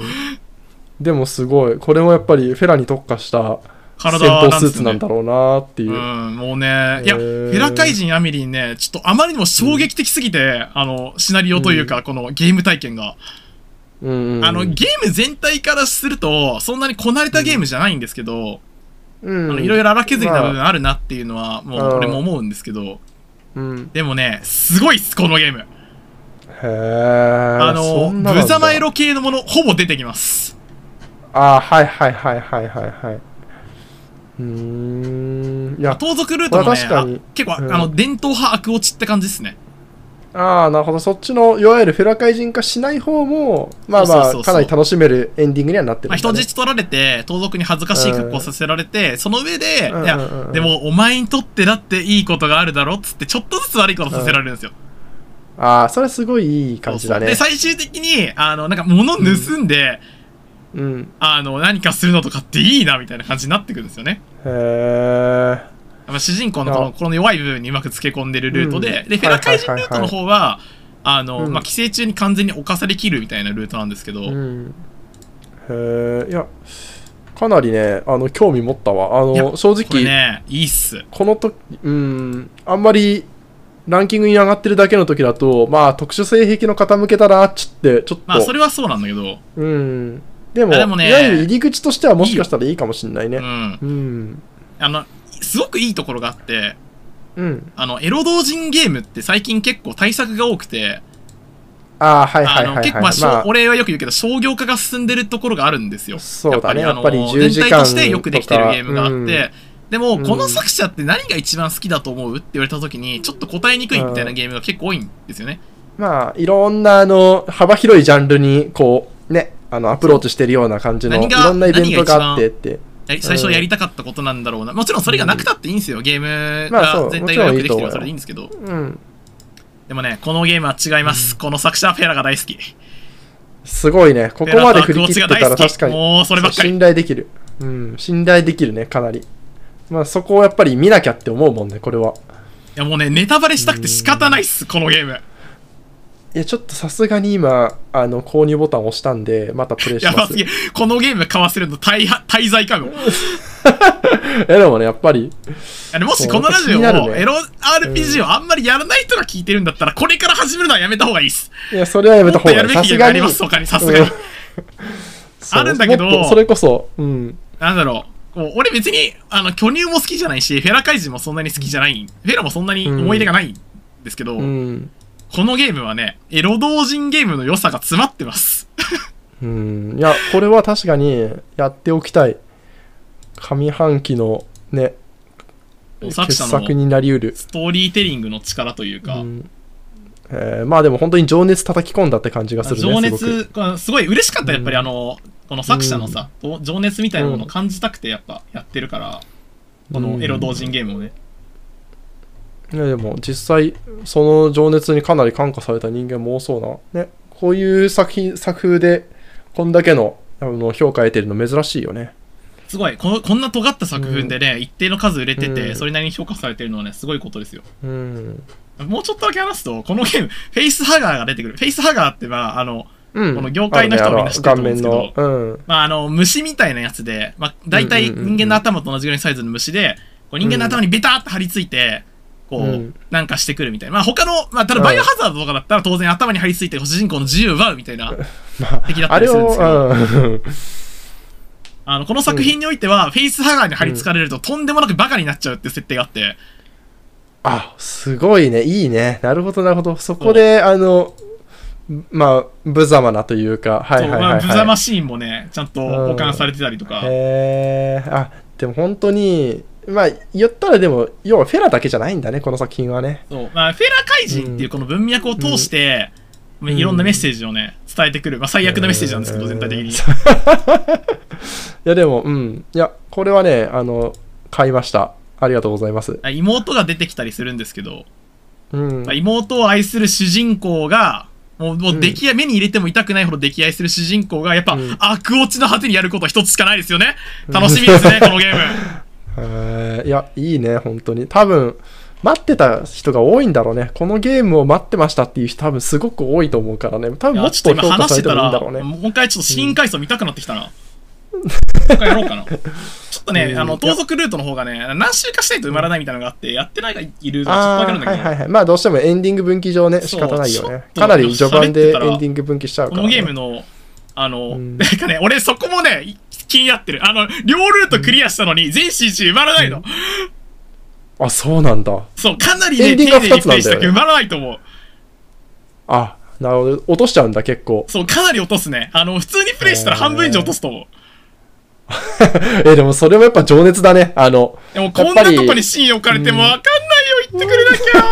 Speaker 2: でもすごい。これもやっぱりフェラに特化した戦
Speaker 1: 体なんで
Speaker 2: 闘
Speaker 1: すよね
Speaker 2: スーツなんだろうなっていう。
Speaker 1: うん、もうね、いや、
Speaker 2: へー
Speaker 1: フェラ怪人アミリンね、ちょっとあまりにも衝撃的すぎて、あの、シナリオというか、このゲーム体験が。
Speaker 2: うんうんうん
Speaker 1: あの、ゲーム全体からすると、そんなにこなれたゲームじゃないんですけど、
Speaker 2: うん
Speaker 1: あのいろいろ荒削りな部分あるなっていうのは、もう
Speaker 2: まあ
Speaker 1: 俺も思うんですけど、
Speaker 2: うん
Speaker 1: でもね、すごいっす、このゲーム。
Speaker 2: へえ。
Speaker 1: あの、
Speaker 2: そんななんだ
Speaker 1: 無様エロ系のもの、ほぼ出てきます。
Speaker 2: あーはいはいはいはいはいはい。うーん。いや、
Speaker 1: 盗賊ルートも
Speaker 2: これ
Speaker 1: ね、
Speaker 2: 確かに
Speaker 1: あ結構、
Speaker 2: うん
Speaker 1: あの、伝統派悪落ちって感じですね。
Speaker 2: ああ、なるほど。そっちの、いわゆるフェラ怪人化しない方も、まあ
Speaker 1: そうそう
Speaker 2: ま
Speaker 1: そうそう
Speaker 2: あ、かなり楽しめるエンディングにはなってるん
Speaker 1: まあ、
Speaker 2: だね。
Speaker 1: 人質取られて、盗賊に恥ずかしい格好をさせられて、その上で、い
Speaker 2: うんうんうん
Speaker 1: や
Speaker 2: う、ん
Speaker 1: でもお前にとってだっていいことがあるだろっつって、ちょっとずつ悪いことさせられるんですよ。
Speaker 2: ああ、それはすごいいい感じだね。
Speaker 1: そうそうで、最終的に、あの、なんか物盗んで、
Speaker 2: うん。
Speaker 1: あの、何かするのとかっていいな、みたいな感じになってくるんですよね。
Speaker 2: へえ。
Speaker 1: まあ、主人公のこの
Speaker 2: あ
Speaker 1: この弱い部分にうまくつけ込んでるルートで、
Speaker 2: うん
Speaker 1: で、フェラ怪人ルートの方は、あの、
Speaker 2: うん
Speaker 1: まあ、寄生虫に完全に侵されきるみたいなルートなんですけど、
Speaker 2: うん。へえ。いや、かなりね、あの、興味持ったわ。あ
Speaker 1: いや
Speaker 2: の、正
Speaker 1: これ
Speaker 2: 直、
Speaker 1: ね、いいっす。
Speaker 2: この時、うん、あんまり、ランキングに上がってるだけの時だと、まあ、特殊性癖の傾けだな、っちって、ちょっと。
Speaker 1: まあ、それはそうなんだけど、
Speaker 2: うん。でも、
Speaker 1: あでもね
Speaker 2: いわゆる入り口としてはもしかしたらいいかもしれないうね。
Speaker 1: ん。
Speaker 2: うん。
Speaker 1: あの、すごくいいところがあって、
Speaker 2: うん。
Speaker 1: あの、エロ同人ゲームって最近結構対策が多くて、
Speaker 2: ああ、はいは
Speaker 1: あ
Speaker 2: いはい、
Speaker 1: の、
Speaker 2: はい。
Speaker 1: 結構、まあ、しょ
Speaker 2: まあ
Speaker 1: 俺はよく言うけど、商業化が進んでるところがあるんですよ。
Speaker 2: そうだね
Speaker 1: やっぱり、あ
Speaker 2: やっ
Speaker 1: の、
Speaker 2: ぱり10時
Speaker 1: 全
Speaker 2: 間
Speaker 1: 体としてよくできてるゲームがあって、
Speaker 2: うん
Speaker 1: でも、
Speaker 2: うん
Speaker 1: この作者って何が一番好きだと思うって言われた時に、ちょっと答えにくいみたいなゲームが結構多いんですよね。
Speaker 2: まあ、いろんな、あの、幅広いジャンルに、こう、ね、あの、アプローチしてるような感じの、
Speaker 1: 何
Speaker 2: い
Speaker 1: が
Speaker 2: ろんなイベントがあってって。
Speaker 1: やり最初やりたかったことなんだろうな。もちろんそれがなくたっていいんですよ。ゲーム
Speaker 2: まあそ
Speaker 1: が
Speaker 2: う
Speaker 1: 全体がよくできてれ
Speaker 2: もちろんいいと思う
Speaker 1: ば
Speaker 2: よ
Speaker 1: それでいいんですけど。
Speaker 2: うん。
Speaker 1: でもね、このゲームは違います。この作者はフェラが大好き。
Speaker 2: すごいね。ここまで振り切ってたら
Speaker 1: フェラとアクローチが大
Speaker 2: 確か
Speaker 1: 好き
Speaker 2: に。
Speaker 1: もうそればっかり。
Speaker 2: 信頼できる。うん。信頼できるね、かなり。まあ、そこをやっぱり見なきゃって思うもんね、これは。
Speaker 1: いやもうね、ネタバレしたくて仕方ないっす、このゲーム。
Speaker 2: いや、ちょっとさすがに今、あの、購入ボタンを押したんで、またプレイし
Speaker 1: や
Speaker 2: ま
Speaker 1: ば
Speaker 2: す。
Speaker 1: すぎる。このゲーム買わせるの滞滞在かも。
Speaker 2: え、でもね、やっぱり、
Speaker 1: あのもし
Speaker 2: そう
Speaker 1: このラジオ
Speaker 2: 気になる
Speaker 1: を、
Speaker 2: ね
Speaker 1: エロ RPG をあんまりやらない人が聞いてるんだったら、これから始めるのはやめた方がいいっす。
Speaker 2: いや、それはやめ
Speaker 1: も
Speaker 2: た
Speaker 1: っ
Speaker 2: 方
Speaker 1: と
Speaker 2: が
Speaker 1: や
Speaker 2: い
Speaker 1: るべ
Speaker 2: い。さ
Speaker 1: き
Speaker 2: す
Speaker 1: が
Speaker 2: が
Speaker 1: あ
Speaker 2: に
Speaker 1: ります、。他に。さすが
Speaker 2: う
Speaker 1: に
Speaker 2: ん。そう
Speaker 1: あるんだけど
Speaker 2: もっとそれこそ、うん。
Speaker 1: なんだろう。こう俺別に、あの、巨乳も好きじゃないし、フェラ怪人もそんなに好きじゃない。フェラもそんなに思い出がないんですけど、
Speaker 2: うん。
Speaker 1: このゲームはね、エロ同人ゲームの良さが詰まってます。
Speaker 2: うん。いや、これは確かに、やっておきたい。上半期の、ね、
Speaker 1: 作
Speaker 2: 傑
Speaker 1: 者
Speaker 2: 作
Speaker 1: の
Speaker 2: になりうる。
Speaker 1: ストーリーテリングの力というか、
Speaker 2: うんえーまあでも本当に情熱叩き込んだって感じがするね。
Speaker 1: 情
Speaker 2: すごく
Speaker 1: 熱あすごい嬉しかったやっぱり、
Speaker 2: うん
Speaker 1: あのこの作者のさ、お情熱みたいなものを感じたくてやっぱやってるから、このエロ同人ゲームをね、
Speaker 2: いやでも実際その情熱にかなり感化された人間も多そうな、ね、こういう作品作風でこんだけのあの評価得てるの珍しいよね
Speaker 1: すごいこのこんな尖った作品でね、一定の数売れてて、
Speaker 2: うん
Speaker 1: それなりに評価されてるのはねすごいことですよ
Speaker 2: うん、
Speaker 1: もうちょっとだけ話すとこのゲームフェイスハガーが出てくるフェイスハガーってまああの
Speaker 2: うん、
Speaker 1: この業界の人はみんな知ってると思うんですけど
Speaker 2: あねあの顔面の
Speaker 1: まああの虫みたいなやつで、まあ、大体
Speaker 2: うんうんうんうん
Speaker 1: 人間の頭と同じぐらいのサイズの虫で、こう人間の頭にベターって張り付いて、こう、
Speaker 2: うん
Speaker 1: なんかしてくるみたいな。まあ他の、まあただバイオハザードとかだったら当然頭に張り付いて主人公の自由を奪うみ たいな敵だ
Speaker 2: うん、
Speaker 1: った
Speaker 2: あ
Speaker 1: り
Speaker 2: れ
Speaker 1: するんですけど、あ
Speaker 2: を、うん、
Speaker 1: のこの作品においては、フェイスハガーに張り付かれるととんでもなくバカになっちゃうっていう設定があって、
Speaker 2: あすごいねいいねなるほどなるほどそこであのまあ無様なというかはい
Speaker 1: そう
Speaker 2: はい
Speaker 1: ま
Speaker 2: は
Speaker 1: あ
Speaker 2: い、
Speaker 1: 無様
Speaker 2: はい、
Speaker 1: シーンもね、ちゃんと保管されてたりとか、
Speaker 2: へえあでも本当にまあ言ったらでも要はフェラだけじゃないんだねこの作品はね
Speaker 1: そうまあ、フェラ怪人っていうこの文脈を通して、まあいろんなメッセージをね、伝えてくる、まあ最悪なメッセージなんですけど、全体的に。
Speaker 2: いやでも、うん。いや、これはね、あの、買いました。ありがとうございます。
Speaker 1: あ妹が出てきたりするんですけど、
Speaker 2: うん
Speaker 1: まあ、。妹を愛する主人公がもうもう出来合い、目に入れても痛くないほど溺愛する主人公がやっぱ、
Speaker 2: うん
Speaker 1: 悪落ちの果てにやることは一つしかないですよね楽しみですね、このゲ ーム
Speaker 2: えーいや、いいね、本当に。多分、待ってた人が多いんだろうね。このゲームを待ってましたっていう人、多分すごく多いと思うからね。
Speaker 1: い
Speaker 2: 多分も
Speaker 1: や
Speaker 2: っ
Speaker 1: ちょ
Speaker 2: と
Speaker 1: っと
Speaker 2: 評
Speaker 1: 今
Speaker 2: 価
Speaker 1: 話
Speaker 2: さ
Speaker 1: し
Speaker 2: れ
Speaker 1: てた
Speaker 2: てもいいんだ
Speaker 1: ら
Speaker 2: ろうね。
Speaker 1: もう一回ちょっと新回想見たくなって きたな、もう一回やろうかなちょっとね、
Speaker 2: うん
Speaker 1: あの盗賊ルートの方がね何周かしないと埋まらないみたいなのがあってやってないがいるの
Speaker 2: あ
Speaker 1: が
Speaker 2: あ
Speaker 1: ちょっとわかるん
Speaker 2: ー、
Speaker 1: だ
Speaker 2: は
Speaker 1: け
Speaker 2: い
Speaker 1: ど、
Speaker 2: はいはい。まあ、どうしてもエンディング分岐上ね、
Speaker 1: そう
Speaker 2: 仕方ない
Speaker 1: ち
Speaker 2: よね。
Speaker 1: ょっと
Speaker 2: かなり序盤で
Speaker 1: 喋ってたら
Speaker 2: エンディング分岐しちゃうか
Speaker 1: こ
Speaker 2: ら、
Speaker 1: のゲームの、あの、
Speaker 2: ん
Speaker 1: なんかね、俺そこもね、気になってる。あの、両ルートクリアしたのに、全 CG 埋まらないの。
Speaker 2: あ、そうなんだ。
Speaker 1: そう、かなりね、
Speaker 2: エン
Speaker 1: 丁
Speaker 2: ディングが
Speaker 1: 寧に
Speaker 2: 二
Speaker 1: プ
Speaker 2: つな
Speaker 1: レ
Speaker 2: んだよ
Speaker 1: イしたけ
Speaker 2: ね
Speaker 1: ど埋まらないと思う。
Speaker 2: あ、なるほど。落としちゃうんだ、結構。
Speaker 1: そう、かなり落とすね。あの、普通にプレイしたら半分以上落とすと思う。
Speaker 2: え、でもそれもやっぱ情熱だね。あの、
Speaker 1: でも、こんなとこにシーン置かれてもわかんないよ、言ってくれなきゃ。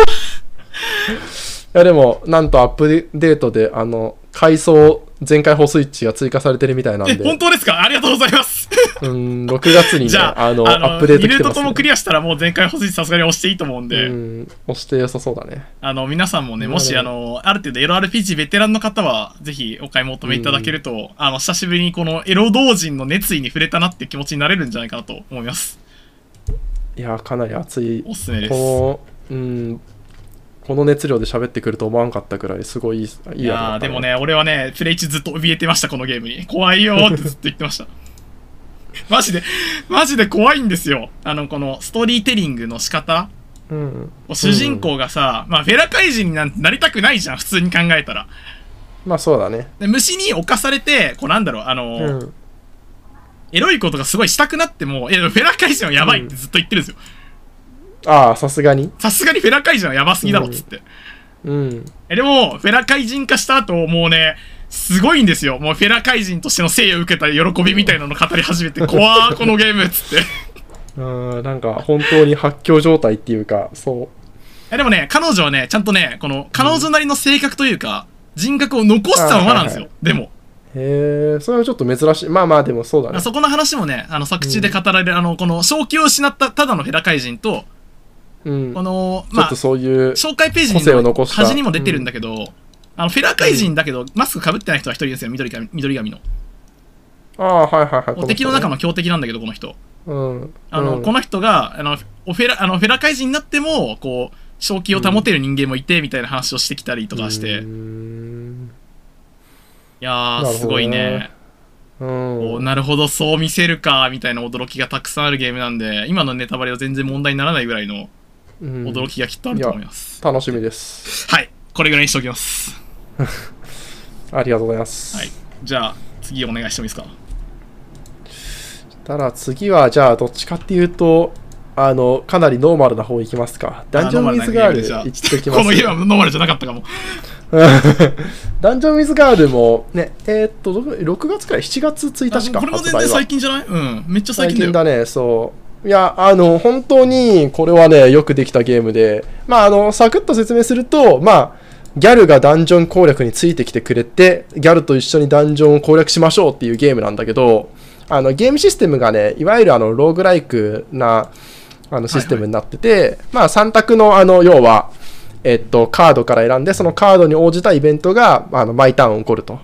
Speaker 2: いやでも、なんとアップデートで、あの、階層全開放スイッチが追加されてるみたいなん
Speaker 1: え、
Speaker 2: で、
Speaker 1: 本当ですかありがとうございます。
Speaker 2: うん、6月にね、
Speaker 1: じゃあ、
Speaker 2: あ
Speaker 1: あの、
Speaker 2: の、
Speaker 1: 二
Speaker 2: アップデート
Speaker 1: ル
Speaker 2: 来
Speaker 1: ー
Speaker 2: て
Speaker 1: ト
Speaker 2: ま
Speaker 1: と
Speaker 2: す、
Speaker 1: もクリアしたらもう全開星さすがに押していいと思うんで。
Speaker 2: うん、押して良さそうだね。
Speaker 1: あの皆さんもね、
Speaker 2: なる
Speaker 1: も
Speaker 2: ほど
Speaker 1: しあのある程度エロ RPG ベテランの方は、ぜひお買い求めいただけると、あの久しぶりにこのエロ同人の熱意に触れたなっていう気持ちになれるんじゃないかなと思います。
Speaker 2: いや、かなり熱い。
Speaker 1: おすすめです。
Speaker 2: この、うん、この熱量で喋ってくると思わんかったくらい、すごいいい、いいやつだった
Speaker 1: いやーでも。ね、俺はね、プレイ中ずっと怯えてました、このゲームに。怖いよーってずっと言ってました。 マジで、マジで怖いんですよ。あの、このストーリーテリングの仕方。
Speaker 2: うん。
Speaker 1: 主人公がさ、まあ、フェラ怪人になんてなりたくないじゃん、普通に考えたら。
Speaker 2: まあそうだね。
Speaker 1: で虫に侵されて、こうなんだろう、あの
Speaker 2: う
Speaker 1: ー
Speaker 2: ん。
Speaker 1: エロいことがすごいしたくなっても、いや、フェラ怪人はやばいってずっと言ってるんですよ。
Speaker 2: ああ、さすがに。
Speaker 1: さすがにフェラカイジンはやばすぎだろっつって、
Speaker 2: うん。
Speaker 1: えでもフェラカイ人化した後もうねすごいんですよもうフェラカイ人としての生を受けた喜びみたいなの語り始 めて怖ーこのゲームっつって
Speaker 2: うん、なんか本当に発狂状態っていうか、そう。
Speaker 1: えでもね彼女はねちゃんとねこの彼女なりの性格というか、人格を残したままなんですよ、
Speaker 2: あは
Speaker 1: でも
Speaker 2: へえ、それはちょっと珍しい。まあまあ、でもそうだね。
Speaker 1: そこの話もねあの作中で語られる、あのこの正気を失ったただのフェラカイ人と
Speaker 2: うん。ち
Speaker 1: こ
Speaker 2: ょ
Speaker 1: のま
Speaker 2: っ
Speaker 1: あ
Speaker 2: とそういう。
Speaker 1: 紹介ページ
Speaker 2: 個性を残
Speaker 1: の
Speaker 2: した
Speaker 1: 端にも出てるんだけど、あのフェラカイ人だけどマスクかぶってない人は一人ですよ緑髪緑髪の
Speaker 2: ああ、はいはいはい。こ
Speaker 1: もう
Speaker 2: 人
Speaker 1: 敵の中の強敵なんだけどこの人
Speaker 2: うん。
Speaker 1: あの、
Speaker 2: うん
Speaker 1: この人があのおフェラあのフェラカイ人になってもこう正気を保てる人間もいてみたいな話をしてきたりとかして、
Speaker 2: うー
Speaker 1: い
Speaker 2: ん
Speaker 1: や
Speaker 2: な
Speaker 1: ー
Speaker 2: るほどね
Speaker 1: すごいね
Speaker 2: うん
Speaker 1: こうなるほどそう見せるかみたいな驚きがたくさんあるゲームなんで今のネタバレは全然問題にならないぐらいの
Speaker 2: うん
Speaker 1: 驚きがきっとあると思います、
Speaker 2: 楽しみです。
Speaker 1: はいこれぐらいにしておきます
Speaker 2: ありがとうございます。
Speaker 1: はいじゃあ次お願いしてもいいですか
Speaker 2: ただ次は、じゃあ、どっちかっていうと、あの、かなりノーマルな方いきますか。ダンジョンウィズ
Speaker 1: あノー
Speaker 2: ガール、
Speaker 1: マルなゲームで
Speaker 2: 行ってきます。
Speaker 1: このゲームはノーマルじゃなかったかも
Speaker 2: ダンジョンウィズガールも、ね、えーっと、どこ6月から7月1日
Speaker 1: あ
Speaker 2: か、
Speaker 1: これも全
Speaker 2: 発売
Speaker 1: 然
Speaker 2: は
Speaker 1: 最近じゃないうんめっちゃ最近だよ
Speaker 2: だね、そう。いや、あの、本当に、これはね、よくできたゲームで、まあ、あの、サクッと説明すると、まあ、ギャルがダンジョン攻略についてきてくれて、ギャルと一緒にダンジョンを攻略しましょうっていうゲームなんだけど、あの、ゲームシステムがね、いわゆるあの、ローグライクな、あの、システムになってて、まあ、3択の、あの、要は、えっと、カードから選んで、そのカードに応じたイベントが、あの、毎ターン起こると。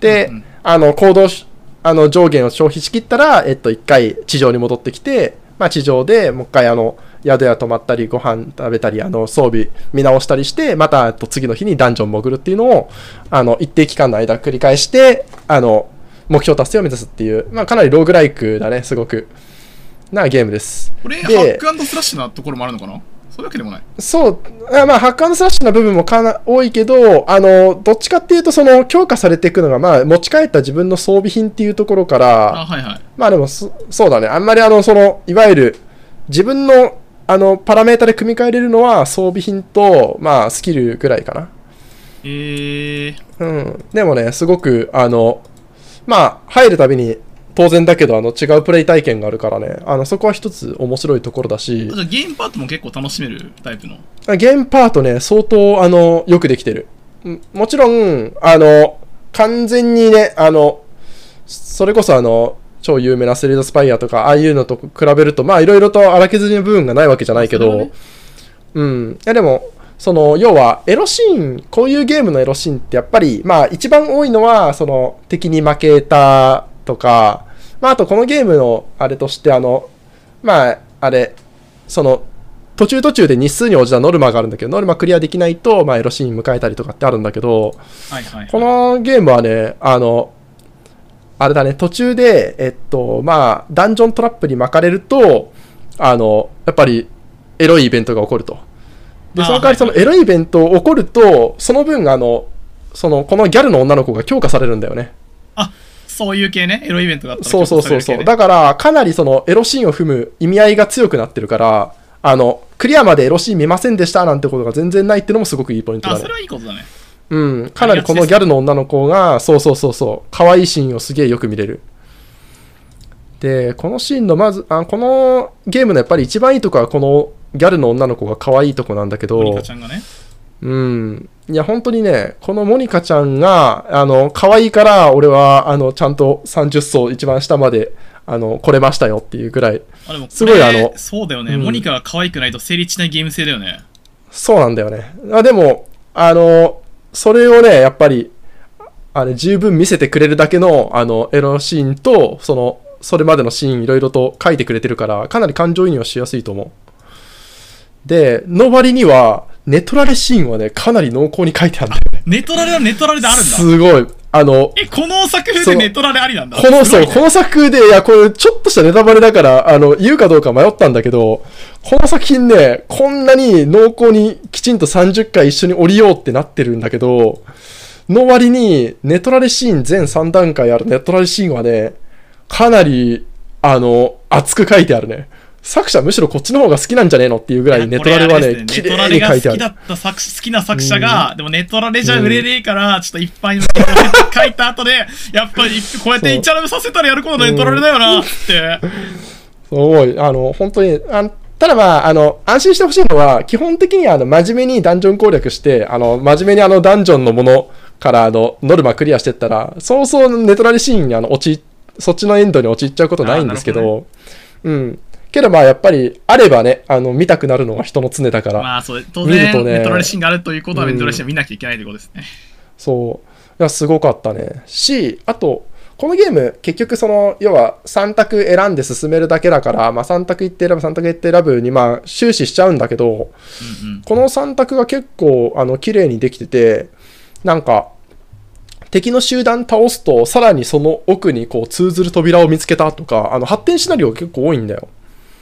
Speaker 2: で、
Speaker 1: うんうん
Speaker 2: あの、行動し、あの、上限を消費しきったら、えっと、一回地上に戻ってきて、まあ、地上でもう一回、あの、宿や泊まったり、ご飯食べたり、あの、装備見直したりして、また、えっと、次の日にダンジョン潜るっていうのを、あの、一定期間の間繰り返して、あの、目標達成を目指すっていう、まあ、かなりローグライクだね、すごく。なゲームです。
Speaker 1: これ、ハ
Speaker 2: で
Speaker 1: ックスラッシュなところもあるのかなそういうわけでもない。
Speaker 2: そう、あまあ、ハッカースラッシュな部分もかな多いけど、あの、どっちかっていうと、その、強化されていくのが、まあ、持ち帰った自分の装備品っていうところから、
Speaker 1: あ、はいはい。
Speaker 2: まあでもそ、そうだね。あんまりあの、その、いわゆる、自分の、あの、パラメータで組み替えれるのは装備品と、まあ、スキルぐらいかな。
Speaker 1: えー、
Speaker 2: うん。でもね、すごく、あの、まあ、入るたびに、当然だけど、あの、違うプレイ体験があるからね、あの、そこは一つ面白いところだし
Speaker 1: じゃ、あゲームパートも結構楽しめるタイプの。
Speaker 2: ゲームパートね、相当、あの、よくできてる。うんもちろん、あの、完全にね、あの、それこそあの、超有名なスリードスパイアとか、ああいうのと比べると、まあ、いろいろと荒削りの部分がないわけじゃないけ
Speaker 1: それは
Speaker 2: ど、
Speaker 1: ね
Speaker 2: うん。いや、でも、その、要は、エロシーン、こういうゲームのエロシーンって、やっぱり、まあ、一番多いのは、その、敵に負けたとか、まあ、あと、このゲームの、あれとして、あの、まあ、あれ、その、途中途中で日数に応じたノルマがあるんだけど、ノルマクリアできないと、まあ、エロシーン迎えたりとかってあるんだけど、
Speaker 1: はいはい。
Speaker 2: このゲームはね、あの、あれだね、途中で、えっと、まあ、ダンジョントラップに巻かれると、あの、やっぱり、エロいイベントが起こると。で、
Speaker 1: あー
Speaker 2: その代わり、その
Speaker 1: はいは
Speaker 2: エロいイベント起こると、その分、あの、その、このギャルの女の子が強化されるんだよね。
Speaker 1: あ、そういう系ね。エロイベントだったら
Speaker 2: そうそうそ
Speaker 1: 強
Speaker 2: うそう。
Speaker 1: 化される系ね
Speaker 2: だから、かなりその、エロシーンを踏む意味合いが強くなってるから、あの、クリアまでエロシーン見ませんでしたなんてことが全然ないってのもすごくいいポイントだ
Speaker 1: あ、
Speaker 2: ね。
Speaker 1: それはいいことだね。
Speaker 2: うん、かなりこのギャルの女の子が、そうそうそうそう、可愛いシーンをすげえよく見れる。で、このシーンのまず、あこのゲームのやっぱり一番いいとこは、このギャルの女の子が可愛いとこなんだけ
Speaker 1: モニカ
Speaker 2: ど
Speaker 1: ち、ゃんがね。
Speaker 2: うん、いや、本当にね、このモニカちゃんが、あの、可愛いから、俺は、あの、ちゃんと30層一番下まで、あの、来れましたよっていうぐらい、
Speaker 1: あ、でもこれ
Speaker 2: すごいあの
Speaker 1: そうだよね、
Speaker 2: うん
Speaker 1: モニカが可愛くないと成立しないゲーム性だよね。
Speaker 2: そうなんだよね。あでも、あの、それをね、やっぱり、あれ、十分見せてくれるだけの、あの、エロシーンと、その、それまでのシーンいろいろと書いてくれてるから、かなり感情移入はしやすいと思う。で、の割には、ネトラレシーンはね、かなり濃厚に書いてあるんだよね。
Speaker 1: ネトラレはネトラレであるんだ。
Speaker 2: すごい。あの、
Speaker 1: え、この作風
Speaker 2: そ
Speaker 1: で
Speaker 2: の
Speaker 1: ネトラレありなんだ。
Speaker 2: この、
Speaker 1: すご
Speaker 2: そう、
Speaker 1: いね
Speaker 2: この作で、いや、これ、ちょっとしたネタバレだから、あの、言うかどうか迷ったんだけど、この作品ね、こんなに濃厚にきちんと30回一緒に降りようってなってるんだけど、の割に、ネトラレシーン全3段階あるネトラレシーンはね、かなり、あの、熱く書いてあるね。作者むしろこっちの方が好きなんじゃねえのっていうぐらいネトラレはね、綺
Speaker 1: ネトラレ
Speaker 2: 麗に
Speaker 1: が
Speaker 2: 書
Speaker 1: 好
Speaker 2: いてあ
Speaker 1: きだ
Speaker 2: る。
Speaker 1: った作詞好きな作者が、でもネトラレじゃ売れねえから、ちょっといっぱいのネトラレ書いた後で、 やっぱりこうやってイチャラブさせたらやることのネトラレだよなっ て。
Speaker 2: すごい、あの、本当に、あんただまあ、あの、安心してほしいのは、基本的にあの、真面目にダンジョン攻略して、あの、真面目にあの、ダンジョンのものから、あの、ノルマクリアしてったら、そうそうネトラレシーンにあの、落ち、そっちのエンドに陥っちゃうことないんですけど、
Speaker 1: あーな
Speaker 2: うん。けどまあ、やっぱり、あればね、あの、見たくなるのが人の常だから。
Speaker 1: まあそう、当
Speaker 2: 見る
Speaker 1: 然、
Speaker 2: とね
Speaker 1: ネトラレシーンがあるということは、ネトラレシーンを見なきゃいけないということですね。
Speaker 2: そう。いや、すごかったね。し、あと、このゲーム、結局、その、要は、3択選んで進めるだけだから、まあ、3択言って選ぶ、3択言って選ぶに、まあ、終始しちゃうんだけど、
Speaker 1: うんうん。
Speaker 2: この3択が結構、あの、綺麗にできてて、なんか、敵の集団倒すと、さらにその奥に、こう、通ずる扉を見つけたとか、あの、発展シナリオが結構多いんだよ。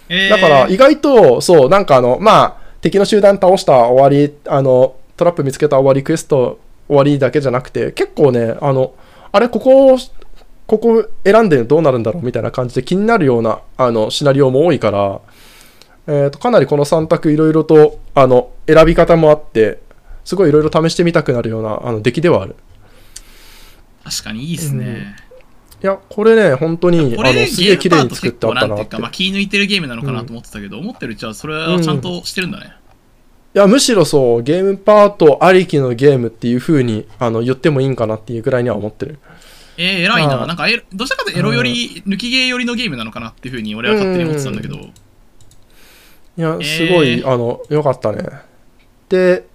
Speaker 1: えー
Speaker 2: だから意外と、そう、なんかあの、まあ、敵の集団倒した終わり、あの、トラップ見つけた終わり、クエスト終わりだけじゃなくて、結構ね、あの、あれ、ここ、ここ選んでどうなるんだろうみたいな感じで気になるような、あの、シナリオも多いから、えーと、かなりこの3択いろいろと、あの、選び方もあって、すごいいろいろ試してみたくなるような、あの、出来ではある。
Speaker 1: 確かにいいですね。
Speaker 2: いや、これね、本当に、
Speaker 1: こ
Speaker 2: あ
Speaker 1: れ
Speaker 2: の、
Speaker 1: ね、
Speaker 2: すげ
Speaker 1: ゲ
Speaker 2: え
Speaker 1: ー
Speaker 2: 綺
Speaker 1: ムパ
Speaker 2: 麗
Speaker 1: ー
Speaker 2: に
Speaker 1: ト
Speaker 2: 作っ
Speaker 1: 結
Speaker 2: てあ
Speaker 1: 構
Speaker 2: っ
Speaker 1: な
Speaker 2: た
Speaker 1: んて
Speaker 2: な
Speaker 1: いう
Speaker 2: って
Speaker 1: か、。まあ、気抜いてるゲームなのかなと思ってたけど、思ってるうちはそれはちゃんとしてるんだね。
Speaker 2: いやむしろそうゲームパートありきのゲームっていう風にあの言ってもいいんかなっていうぐらいには思ってる
Speaker 1: えー、偉いな。
Speaker 2: あ
Speaker 1: なんか、えどちらかというとエロより、抜きゲーよりのゲームなのかなっていうふうに俺は勝手に思ってたんだけど。
Speaker 2: いやすごい、
Speaker 1: え
Speaker 2: あの良かったねで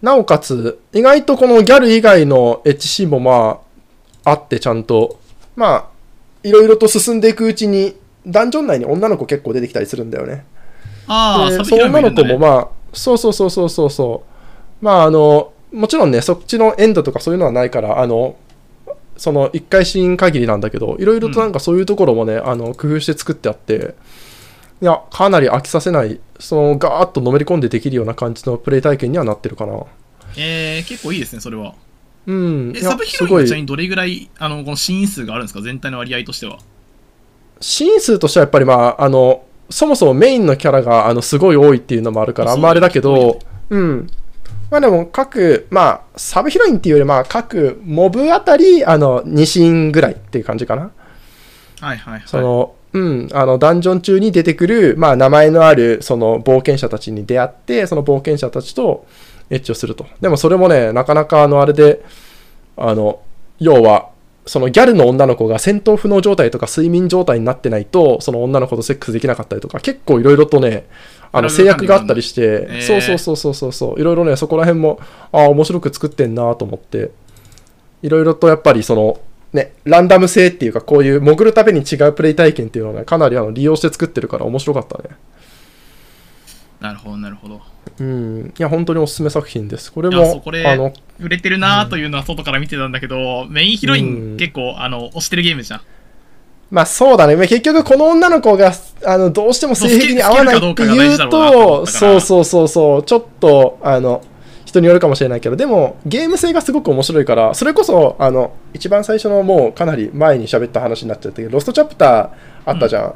Speaker 2: なおかつ意外とこのギャル以外の HC もまああってちゃんとまあいろいろと進んでいくうちにダンジョン内に女の子結構出てきたりするんだよね
Speaker 1: ああ、
Speaker 2: で
Speaker 1: サブ
Speaker 2: そ
Speaker 1: ヒ
Speaker 2: の
Speaker 1: ロインも
Speaker 2: 女
Speaker 1: いるん
Speaker 2: の
Speaker 1: だ
Speaker 2: 子
Speaker 1: ね
Speaker 2: もまあそうそうそうそうそうそうまああのもちろんねそっちのエンドとかそういうのはないからあのその1回シーン限りなんだけどいろいろとなんかそういうところもね、あの工夫して作ってあっていやかなり飽きさせないそのガーッとのめり込んでできるような感じのプレイ体験にはなってるかな
Speaker 1: えー、結構いいですね、それは。
Speaker 2: うん
Speaker 1: え、
Speaker 2: いや
Speaker 1: サブヒロインはちなみにどれぐらい、あの、このシーン数があるんですか全体の割合としては。
Speaker 2: シーン数としてはやっぱりまああのそもそもメインのキャラがあのすごい多いっていうのもあるから
Speaker 1: そう
Speaker 2: あんまあれだけ
Speaker 1: 多いよ
Speaker 2: ど
Speaker 1: ね
Speaker 2: うんまあでも各まあサブヒロインっていうよりまあ各モブあたりあの2シーンぐらいっていう感じかな
Speaker 1: はいはいはい。
Speaker 2: その、うんあのダンジョン中に出てくるまあ名前のあるその冒険者たちに出会ってその冒険者たちとエッチをするとでもそれもねなかなかあのあれであの要はそのギャルの女の子が戦闘不能状態とか睡眠状態になってないとその女の子とセックスできなかったりとか結構いろいろとねあ
Speaker 1: なるほ
Speaker 2: の
Speaker 1: ど
Speaker 2: 制約があったりして、
Speaker 1: えー
Speaker 2: そうそうそうそうそうそういろいろねそこら辺もああ面白く作ってんなと思っていろいろとやっぱりそのねランダム性っていうかこういう潜るために違うプレイ体験っていうのをねかなりあの利用して作ってるから面白かったね
Speaker 1: なるほど、なるほど。
Speaker 2: うんいや本当におすすめ作品ですこれ
Speaker 1: いやそう
Speaker 2: も
Speaker 1: これ
Speaker 2: あの
Speaker 1: 売れてるなーというのは外から見てたんだけど、メインヒロイ
Speaker 2: う
Speaker 1: ン
Speaker 2: ん
Speaker 1: 結構、あの、推してるゲームじゃん。
Speaker 2: まあそうだね。まあ結局この女の子が、あの、どうしても性癖に合わないって
Speaker 1: そ
Speaker 2: いう
Speaker 1: うスキルかどうかが大事だろうなと思
Speaker 2: と、
Speaker 1: ったから
Speaker 2: そうそうそうそう、ちょっと、あの、人によるかもしれないけど、でも、ゲーム性がすごく面白いから、それこそ、あの、一番最初のもうかなり前に喋った話になっちゃったけど、ロストチャプターあったじゃん。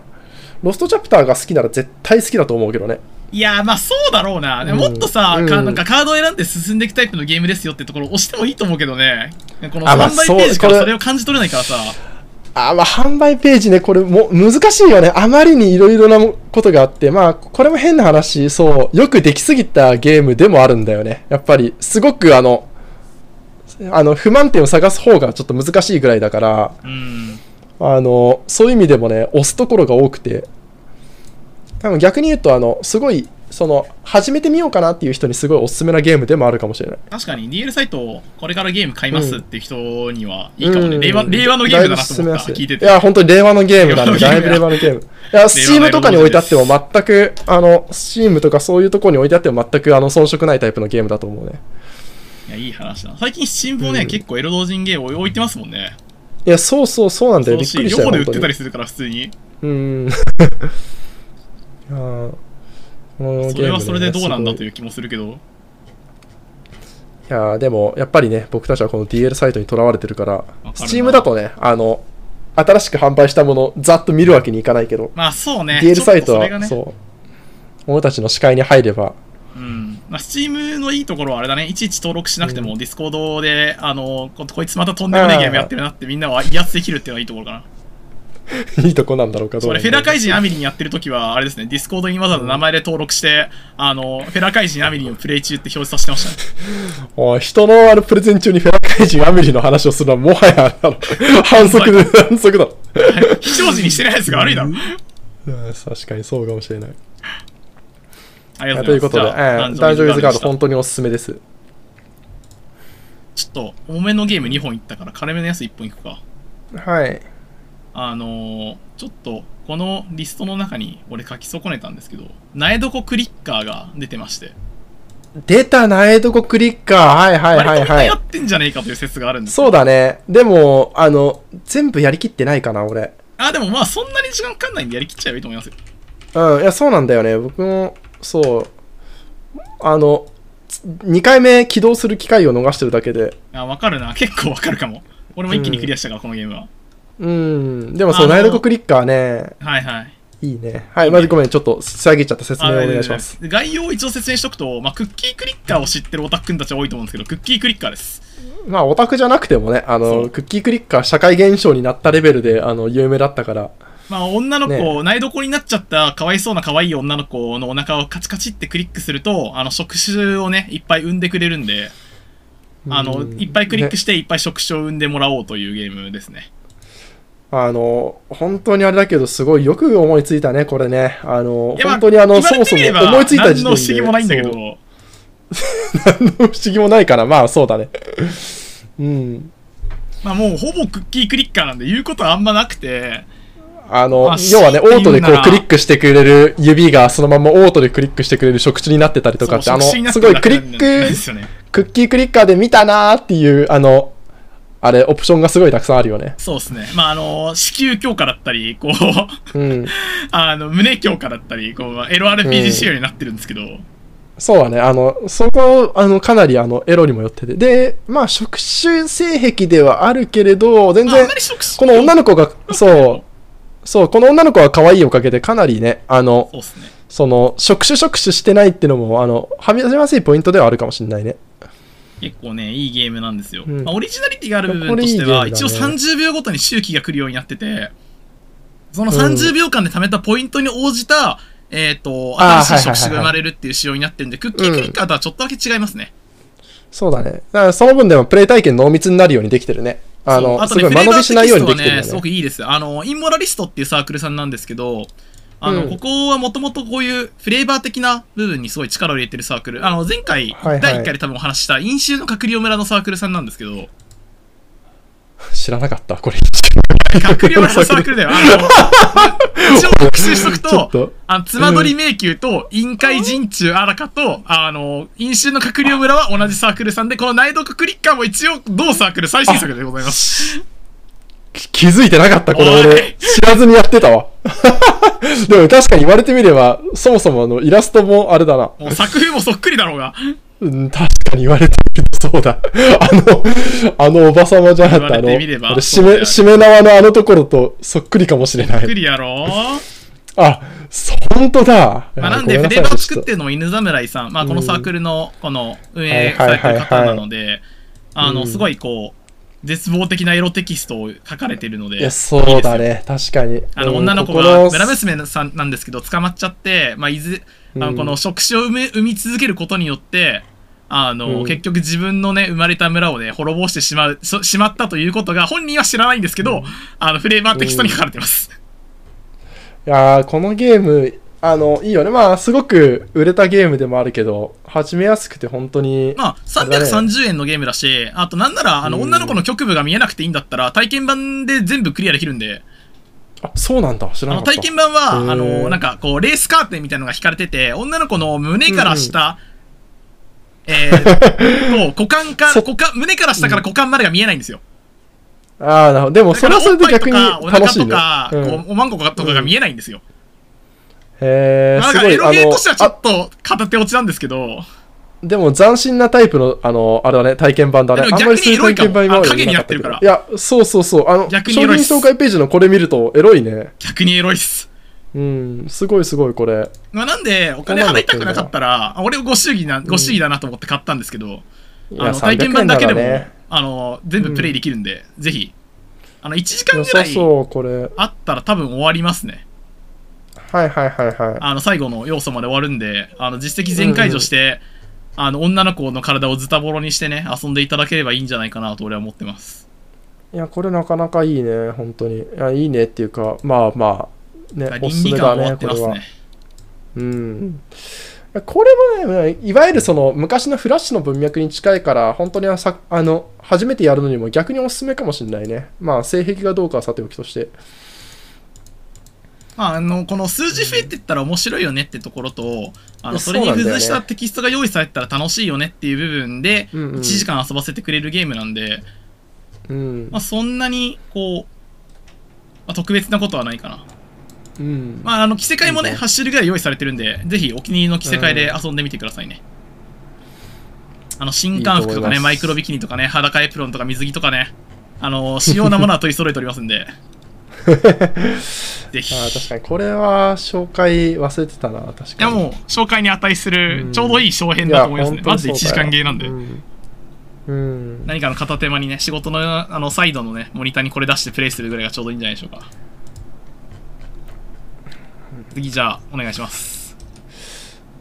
Speaker 2: ロストチャプターが好きなら絶対好きだと思うけどね。
Speaker 1: いやー、まあそうだろうな。でも
Speaker 2: うん
Speaker 1: もっとさ、
Speaker 2: うん
Speaker 1: かなんかカードを選んで進んでいくタイプのゲームですよってところを押してもいいと思うけどね。この
Speaker 2: あまあ
Speaker 1: 販売ページから
Speaker 2: そうこれ
Speaker 1: それを感じ取れないからさ。
Speaker 2: あまあ、販売ページね、これも難しいよね。あまりにいろいろなことがあって、まあ、これも変な話、そう、よくできすぎたゲームでもあるんだよね。やっぱり、すごくあの、あの、不満点を探す方がちょっと難しいぐらいだから、
Speaker 1: うん。
Speaker 2: あの、そういう意味でもね、押すところが多くて、多分逆に言うと、あの、すごい、その、始めてみようかなっていう人にすごいおすすめなゲームでもあるかもしれない。
Speaker 1: 確かに DL サイト、これからゲーム買いますっていう人にはいいかもね。
Speaker 2: うん
Speaker 1: 令和令和のゲームだなと思った。
Speaker 2: だいぶ進めやすい
Speaker 1: 聞いて
Speaker 2: い
Speaker 1: て。
Speaker 2: や、本当に令和のゲームだね。
Speaker 1: 令和
Speaker 2: だ
Speaker 1: のゲーム
Speaker 2: いぶ
Speaker 1: や
Speaker 2: 令和のゲーム。いや、
Speaker 1: 令和の
Speaker 2: Steam とかに置いてあっても全く、あの、Steam とかそういうところに置いてあっても全く、あの、遜色ないタイプのゲームだと思うね。
Speaker 1: いや、いい話だ。最近、新聞ね、
Speaker 2: うん
Speaker 1: 結構エロ同人ゲームを置いてますもんね。
Speaker 2: いや、そうそうそうなんだよ。
Speaker 1: 恐ろ
Speaker 2: びっ
Speaker 1: し
Speaker 2: く
Speaker 1: い。
Speaker 2: りし
Speaker 1: 両
Speaker 2: た
Speaker 1: 方で
Speaker 2: よ。
Speaker 1: 売っ
Speaker 2: 本
Speaker 1: て
Speaker 2: 当
Speaker 1: た
Speaker 2: に
Speaker 1: りするから、普通に。
Speaker 2: うーん。いやーこのゲームね
Speaker 1: それはそれでどうなんだ
Speaker 2: すご
Speaker 1: という気もするけど。
Speaker 2: いやーでもやっぱりね僕たちはこの DL サイトにとらわれてるから
Speaker 1: な
Speaker 2: Steam だとねあの新しく販売したもの、ざっと見るわけにいかないけど、
Speaker 1: まあそうね。
Speaker 2: DL サイト
Speaker 1: ちょっとそれ
Speaker 2: は、
Speaker 1: がね。
Speaker 2: そう、俺たちの視界に入れば、
Speaker 1: うん。まあ、Steam のいいところはあれだね。いちいち登録しなくても、ディスコードで、あの、ここいつまたとんでもないゲームやってるなってみんなは威圧できるっていうのはいいところかな。
Speaker 2: いいとこなんだろうかどう
Speaker 1: そ
Speaker 2: な
Speaker 1: れ
Speaker 2: ん
Speaker 1: フ
Speaker 2: だ
Speaker 1: ェ
Speaker 2: ろう
Speaker 1: ラ怪人アミリンやってる時は、あれですね、ディスコードにわざわざ名前で登録して、あの、フェラ怪人アミリンをプレイ中って表示させてました ね。
Speaker 2: おい人のあのプレゼン中にフェラカイジンアメリの話をするのはもはや あの反則で反則だろ
Speaker 1: 非常時にしてないやつが悪いだろ。
Speaker 2: うん確かにそうかもしれない
Speaker 1: ありが
Speaker 2: と
Speaker 1: と
Speaker 2: いううこ
Speaker 1: ござ
Speaker 2: と
Speaker 1: い
Speaker 2: で、え
Speaker 1: ます。じゃあ
Speaker 2: ーダンジョンイズガード
Speaker 1: でし
Speaker 2: 本当におすすめです
Speaker 1: たちょっと、重めのゲーム2本いったから、軽めのやつ1本いくか。
Speaker 2: はい
Speaker 1: あのーちょっと、このリストの中に俺書き損ねたんですけど、苗床クリッカーが出てまして、
Speaker 2: 出たなえとこクリッカーはいはいはい
Speaker 1: 割とみんな
Speaker 2: はい
Speaker 1: やってんじゃねえかという説があるんです
Speaker 2: そうだねでもあの全部やりきってないかな俺
Speaker 1: あ、でもまあそんなに時間かかんないんでやりきっちゃえばいいと思いますよ。
Speaker 2: うんいやそうなんだよね僕もそうあの2回目起動する機会を逃してるだけで
Speaker 1: あ、わかるな。結構わかるかも。俺も一気にクリアしたから、このゲームは。
Speaker 2: うんでも
Speaker 1: あ
Speaker 2: そう
Speaker 1: の
Speaker 2: ナイドコクリッカーね
Speaker 1: はいはい。
Speaker 2: いいね。はい、まずごめん、ちょっと遮っちゃった説明をお願いします。
Speaker 1: あ概要を一応説明しとくと、まあ、クッキークリッカーを知ってるオタク君たちは多いと思うんですけど、クッキークリッカーです。
Speaker 2: まあ、オタクじゃなくてもね、あ
Speaker 1: そ
Speaker 2: の、
Speaker 1: う
Speaker 2: クッキークリッカー社会現象になったレベルで、あの、有名だったから。
Speaker 1: まあ、女の子、
Speaker 2: ね
Speaker 1: 苗床になっちゃった、かわいそうな可愛い女の子のお腹をカチカチってクリックすると、あの、触手をね、いっぱい産んでくれるんで、あの、
Speaker 2: うん
Speaker 1: いっぱいクリック
Speaker 2: ね
Speaker 1: して、いっぱい触手を産んでもらおうというゲームですね。
Speaker 2: あの、本当にあれだけど、すごいよく思いついたね、これね。あの
Speaker 1: い、やまあ
Speaker 2: 本当にあの、
Speaker 1: 言わ
Speaker 2: そも
Speaker 1: れて
Speaker 2: そ
Speaker 1: み
Speaker 2: も
Speaker 1: れば
Speaker 2: 思いついた時点で。
Speaker 1: 何の不思議もないんだけど、
Speaker 2: そう何の不思議もないから、まあ、そうだね。うん。
Speaker 1: まあ、もうほぼクッキークリッカーなんで、言うことはあんまなくて、
Speaker 2: あの、
Speaker 1: まあ
Speaker 2: 要はね、オ
Speaker 1: 強いて
Speaker 2: ート
Speaker 1: 言う
Speaker 2: でこ
Speaker 1: な
Speaker 2: う
Speaker 1: ら
Speaker 2: クリックしてくれる指がそのままオートでクリックしてくれる触手になってたりとかって、あ
Speaker 1: そう
Speaker 2: の、
Speaker 1: 触手になっ
Speaker 2: す
Speaker 1: て
Speaker 2: ご
Speaker 1: る
Speaker 2: い
Speaker 1: だ
Speaker 2: ク
Speaker 1: け
Speaker 2: リ
Speaker 1: なん
Speaker 2: ッ
Speaker 1: で
Speaker 2: ク
Speaker 1: すよね。
Speaker 2: クッキークリッカーで見たなーっていう、あの、あれ、オプションがすごいたくさんあるよね。
Speaker 1: そうですね。まあ、あの、子宮強化だったり、こう、
Speaker 2: うん。
Speaker 1: あの、胸強化だったり、こう、
Speaker 2: うん
Speaker 1: LRPG 仕様になってるんですけど、
Speaker 2: そうだね。あの、そこ、あの、かなり、あの、エロにも寄ってて。で、まあ、職種性癖ではあるけれど、全
Speaker 1: まあ、あん
Speaker 2: 然
Speaker 1: ま、り触手
Speaker 2: この女の子が、そう、そう、この女の子は可愛いおかげで、かなりね、あの、
Speaker 1: そうですね。
Speaker 2: その、職種職種してないってのも、あの、はみ出しやすいポイントではあるかもしれないね。
Speaker 1: 結構ね、いいゲームなんですよ。
Speaker 2: うん
Speaker 1: まあ、オリジナリティがある部
Speaker 2: こ
Speaker 1: 分
Speaker 2: れ
Speaker 1: と
Speaker 2: い
Speaker 1: し
Speaker 2: い
Speaker 1: ては、
Speaker 2: ゲームだ
Speaker 1: 一
Speaker 2: ね
Speaker 1: 応30秒ごとに周期が来るようになってて、その
Speaker 2: うん
Speaker 1: 30秒間で貯めたポイントに応じた、えっ、と、
Speaker 2: あー
Speaker 1: 新しい触手が
Speaker 2: はいはいはいはい
Speaker 1: 生まれるっていう仕様になってるんで、クッキークリッカーとはちょっとだけ違いますね。
Speaker 2: そうだね。だから、その分でも、プレイ体験濃密になるようにできてるね。あ
Speaker 1: そう
Speaker 2: の、
Speaker 1: あと
Speaker 2: す
Speaker 1: ね、
Speaker 2: ごい
Speaker 1: フ
Speaker 2: 間
Speaker 1: レーバ
Speaker 2: 延
Speaker 1: ー
Speaker 2: びしないようにできてる
Speaker 1: テ
Speaker 2: よ
Speaker 1: キ
Speaker 2: ね。
Speaker 1: ストはねすごくいいです。あの、インモラリストっていうサークルさんなんですけど、あの、
Speaker 2: うん
Speaker 1: ここはもともとこういうフレーバー的な部分にすごい力を入れてるサークル。あの、前回、
Speaker 2: はいはい
Speaker 1: 第1回で多分お話しした、飲酒の閣僚村のサークルさんなんですけど、
Speaker 2: 知らなかった、これ。
Speaker 1: 閣僚村のサーク ルだよ。あの、一応復習しとく
Speaker 2: ちょ
Speaker 1: と、
Speaker 2: っと。
Speaker 1: あの、妻取り迷宮と、委員会人中あらかと、あの、飲酒の閣僚村は同じサークルさんで、この内藤クリッカーも一応、同サークル最新作でございます。
Speaker 2: き気づいてなかった、これ
Speaker 1: おい
Speaker 2: 俺。知らずにやってたわ。 でも確かに言われてみれば、そもそもあのイラストもあれだな。
Speaker 1: もう作風もそっくりだろうが。
Speaker 2: うん、確かに言われてみるとそうだ。 あの、あのおばさまじゃなかった、
Speaker 1: 言
Speaker 2: あの、
Speaker 1: われてみれば
Speaker 2: あれし
Speaker 1: そうだ
Speaker 2: め、
Speaker 1: よ
Speaker 2: しめ縄のあのところとそっくりかもしれな
Speaker 1: ゆっく
Speaker 2: い。
Speaker 1: りやろう。
Speaker 2: あ、そ、ほんとだ。
Speaker 1: まあ、
Speaker 2: いや
Speaker 1: なんで、
Speaker 2: ご
Speaker 1: フ
Speaker 2: め
Speaker 1: レー
Speaker 2: な
Speaker 1: バ
Speaker 2: さ
Speaker 1: ー
Speaker 2: い
Speaker 1: 作ってるのも犬侍さん、まあ、このサークルの、この運営されてる方なので、あ
Speaker 2: うん
Speaker 1: の、すごいこう、絶望的なエロテキストを書かれてるので、
Speaker 2: いや、そう だね。確かに。
Speaker 1: あの、
Speaker 2: うん
Speaker 1: 女の子
Speaker 2: ここ
Speaker 1: が、
Speaker 2: の
Speaker 1: 村娘さんなんですけど、捕まっちゃって、まあ、いず、あ
Speaker 2: う
Speaker 1: の
Speaker 2: ん
Speaker 1: この、触手を生み生み続けることによって、あの、
Speaker 2: うん
Speaker 1: 結局自分のね、生まれた村をね、滅ぼしてしまう、そしまったということが、本人は知らないんですけど、あの、フレーバーテキストに書かれてます。
Speaker 2: いやーこのゲーム、あの、いいよね。まあ、すごく売れたゲームでもあるけど、始めやすくて本当に。
Speaker 1: まあ、330円のゲームだし、あとなんなら、あの、
Speaker 2: うん
Speaker 1: 女の子の局部が見えなくていいんだったら、体験版で全部クリアできるんで、
Speaker 2: あ、そうなんだ。知ら
Speaker 1: あ
Speaker 2: なか
Speaker 1: の、
Speaker 2: った。
Speaker 1: 体験版は
Speaker 2: へ、ー
Speaker 1: あの、なんか、こう、レースカーテンみたいなのが引かれてて、女の子の胸から下、え ー、と、股間から、
Speaker 2: そ
Speaker 1: 股間、胸から下から股間までが見えないんですよ。
Speaker 2: ああ、なるほど。でも、それはそれで逆に
Speaker 1: だからおっぱい
Speaker 2: 楽
Speaker 1: と
Speaker 2: しいね。
Speaker 1: か、お腹とか、
Speaker 2: うん
Speaker 1: こうおまんことかが見えないんですよ。
Speaker 2: へえ、
Speaker 1: まあ
Speaker 2: す
Speaker 1: なん
Speaker 2: ご
Speaker 1: か、エ
Speaker 2: い。
Speaker 1: ロ
Speaker 2: あ
Speaker 1: ゲー
Speaker 2: の
Speaker 1: としては、ちょっと片手落ちなんですけど、
Speaker 2: でも斬新なタイプの、あの、あれだね、体験版だね。
Speaker 1: でも
Speaker 2: あん
Speaker 1: 逆
Speaker 2: ま
Speaker 1: に
Speaker 2: りそういう体験版
Speaker 1: エロいかも
Speaker 2: 今まで
Speaker 1: あ影に
Speaker 2: な
Speaker 1: な
Speaker 2: か
Speaker 1: って
Speaker 2: け
Speaker 1: る
Speaker 2: ど
Speaker 1: から
Speaker 2: いや、そうそうそう。あの、
Speaker 1: 逆に
Speaker 2: 商
Speaker 1: エロい
Speaker 2: 品
Speaker 1: っす
Speaker 2: 紹介ページのこれ見ると、エロいね。
Speaker 1: 逆にエロいっす。
Speaker 2: うん、すごいすごい、これ。
Speaker 1: まあ、なんで、お金払いたくなかったら、あ俺ご祝儀な、ご祝儀だなと思って買ったんですけど、
Speaker 2: い
Speaker 1: あ
Speaker 2: や
Speaker 1: の体験
Speaker 2: 300円
Speaker 1: 版だけでも、
Speaker 2: ならね
Speaker 1: あの全部プレイできるんで、ぜひあの1時間
Speaker 2: 良
Speaker 1: ぐら
Speaker 2: さ
Speaker 1: い
Speaker 2: そう、これ。
Speaker 1: あったら多分終わりますね
Speaker 2: はいはいはいはい。
Speaker 1: あの最後の要素まで終わるんであの実績全解除して、あの女の子の体をズタボロにしてね遊んでいただければいいんじゃないかなと俺は思ってます
Speaker 2: いや、これなかなかいいね、本当に。いや、いいねっていうか、まあまあ、ね、お
Speaker 1: 倫
Speaker 2: すす
Speaker 1: 理
Speaker 2: め
Speaker 1: 観
Speaker 2: だ
Speaker 1: 終わ
Speaker 2: ね
Speaker 1: っ、て
Speaker 2: こ
Speaker 1: ま
Speaker 2: れ
Speaker 1: す
Speaker 2: は。
Speaker 1: ね
Speaker 2: うん。これもね、いわゆるその昔のフラッシュの文脈に近いから、本当にあさあの初めてやるのにも逆におすすめかもしれないね。まあ、性癖がどうかはさておきとして。
Speaker 1: まあ、あのこの数字増えてったら面白いよねってところとあのそれに
Speaker 2: そう
Speaker 1: 付
Speaker 2: なんだよ
Speaker 1: 随
Speaker 2: ね
Speaker 1: したテキストが用意されたら楽しいよねっていう部分で
Speaker 2: うんうん
Speaker 1: 1時間遊ばせてくれるゲームなんで、
Speaker 2: うん
Speaker 1: ま。あ、そんなにこう、まあ、特別なことはないかな
Speaker 2: うん。
Speaker 1: まあ、あの着せ替えもね、
Speaker 2: いいね
Speaker 1: 8種類ぐらい用意されてるんで、ぜひお気に入りの着せ替えで遊んでみてくださいね。あの新刊服とかね
Speaker 2: いいと思います
Speaker 1: マイクロビキニとかね、裸エプロンとか水着とかね、あの主要なものは取り揃えておりますん で、ぜひ。
Speaker 2: あー
Speaker 1: い
Speaker 2: 確かに、これは紹介忘れてたな、確か
Speaker 1: や
Speaker 2: に。
Speaker 1: もう、紹介に値す
Speaker 2: う
Speaker 1: る
Speaker 2: ん
Speaker 1: ちょうどいい小編
Speaker 2: い
Speaker 1: だ
Speaker 2: や
Speaker 1: と思いますね。マジで1時間ゲーなんで、
Speaker 2: うん。うん
Speaker 1: 何かの片手間にね、仕事のあのサイドのね、モニターにこれ出してプレイするぐらいがちょうどいいんじゃないでしょうか。次、じゃあ、お願いします。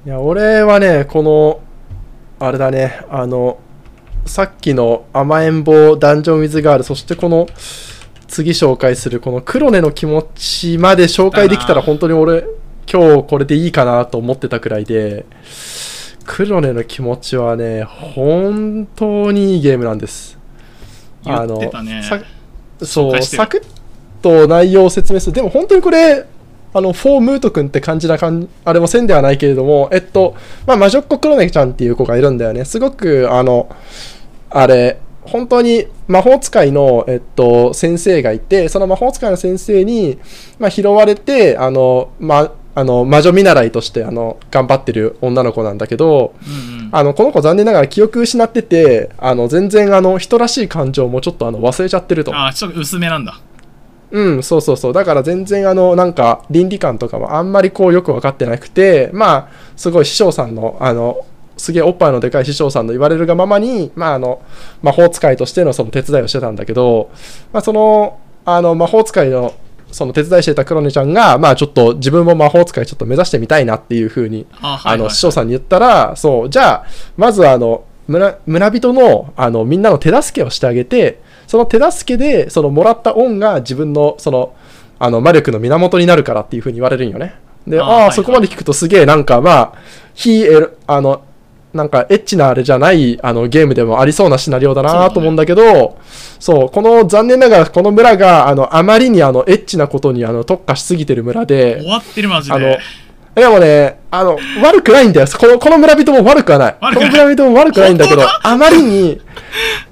Speaker 2: いや俺はねこのあれだねあのさっきの甘えん坊ダンジョン・ウィズ・ガールそしてこの次紹介するこの黒根の気持ちまで紹介できた
Speaker 1: だな
Speaker 2: ら本当に俺今日これでいいかなと思ってたくらいで黒根の気持ちはね本当にいいゲームなんです
Speaker 1: 言ってたね。
Speaker 2: さそ
Speaker 1: 介
Speaker 2: う
Speaker 1: してよ
Speaker 2: サクッと内容を説明するでも本当にこれあのフォームート君って感じな感じあれもせんではないけれどもえっとまあ魔女っ子クロネちゃんっていう子がいるんだよねすごくあのあれ本当に魔法使いの、えっと、先生がいてその魔法使いの先生に、まあ、拾われてあの、ま、あの魔女見習いとしてあの頑張ってる女の子なんだけど、
Speaker 1: うんうん
Speaker 2: あのこの子残念ながら記憶失っててあの全然あの人らしい感情もちょっとあの忘れちゃってると
Speaker 1: あーちょっと薄めなんだ
Speaker 2: うん、そうそうそう。だから全然あの、なんか倫理観とかもあんまりこうよく分かってなくて、まあ、すごい師匠さんの、あの、すげえおっぱいのでかい師匠さんの言われるがままに、まああの、魔法使いとしてのその手伝いをしてたんだけど、まあその、あの、魔法使いの、その手伝いしてたクロネちゃんが、まあちょっと自分も魔法使いちょっと目指してみたいなっていう風に
Speaker 1: あーは
Speaker 2: あ
Speaker 1: い、は
Speaker 2: の
Speaker 1: い
Speaker 2: 師、匠さんに言ったら、そう、じゃあ、まずあの村村人のあのみんなの手助けをしてあげて、その手助けで、そのもらった恩が自分のそのあの魔力の源になるからっていうふうに言われるんよね。で、
Speaker 1: あ
Speaker 2: あ
Speaker 1: ー
Speaker 2: あ、
Speaker 1: はいはい
Speaker 2: そこまで聞くとすげえなんかまあ、非エロあの、なんかエッチなあれじゃないあのゲームでもありそうなシナリオだ
Speaker 1: そうだ
Speaker 2: な
Speaker 1: ね
Speaker 2: と思うんだけど、そう、この残念ながらこの村があのあまりにあのエッチなことにあの特化しすぎてる村で、
Speaker 1: 終わってるマジ
Speaker 2: あの
Speaker 1: で、
Speaker 2: でもね、あの、悪くないんだよ。この、この村人も悪くはない。
Speaker 1: 悪く
Speaker 2: こ
Speaker 1: な
Speaker 2: の
Speaker 1: い
Speaker 2: 村人も悪くないんだけど
Speaker 1: 本当、
Speaker 2: あまりに、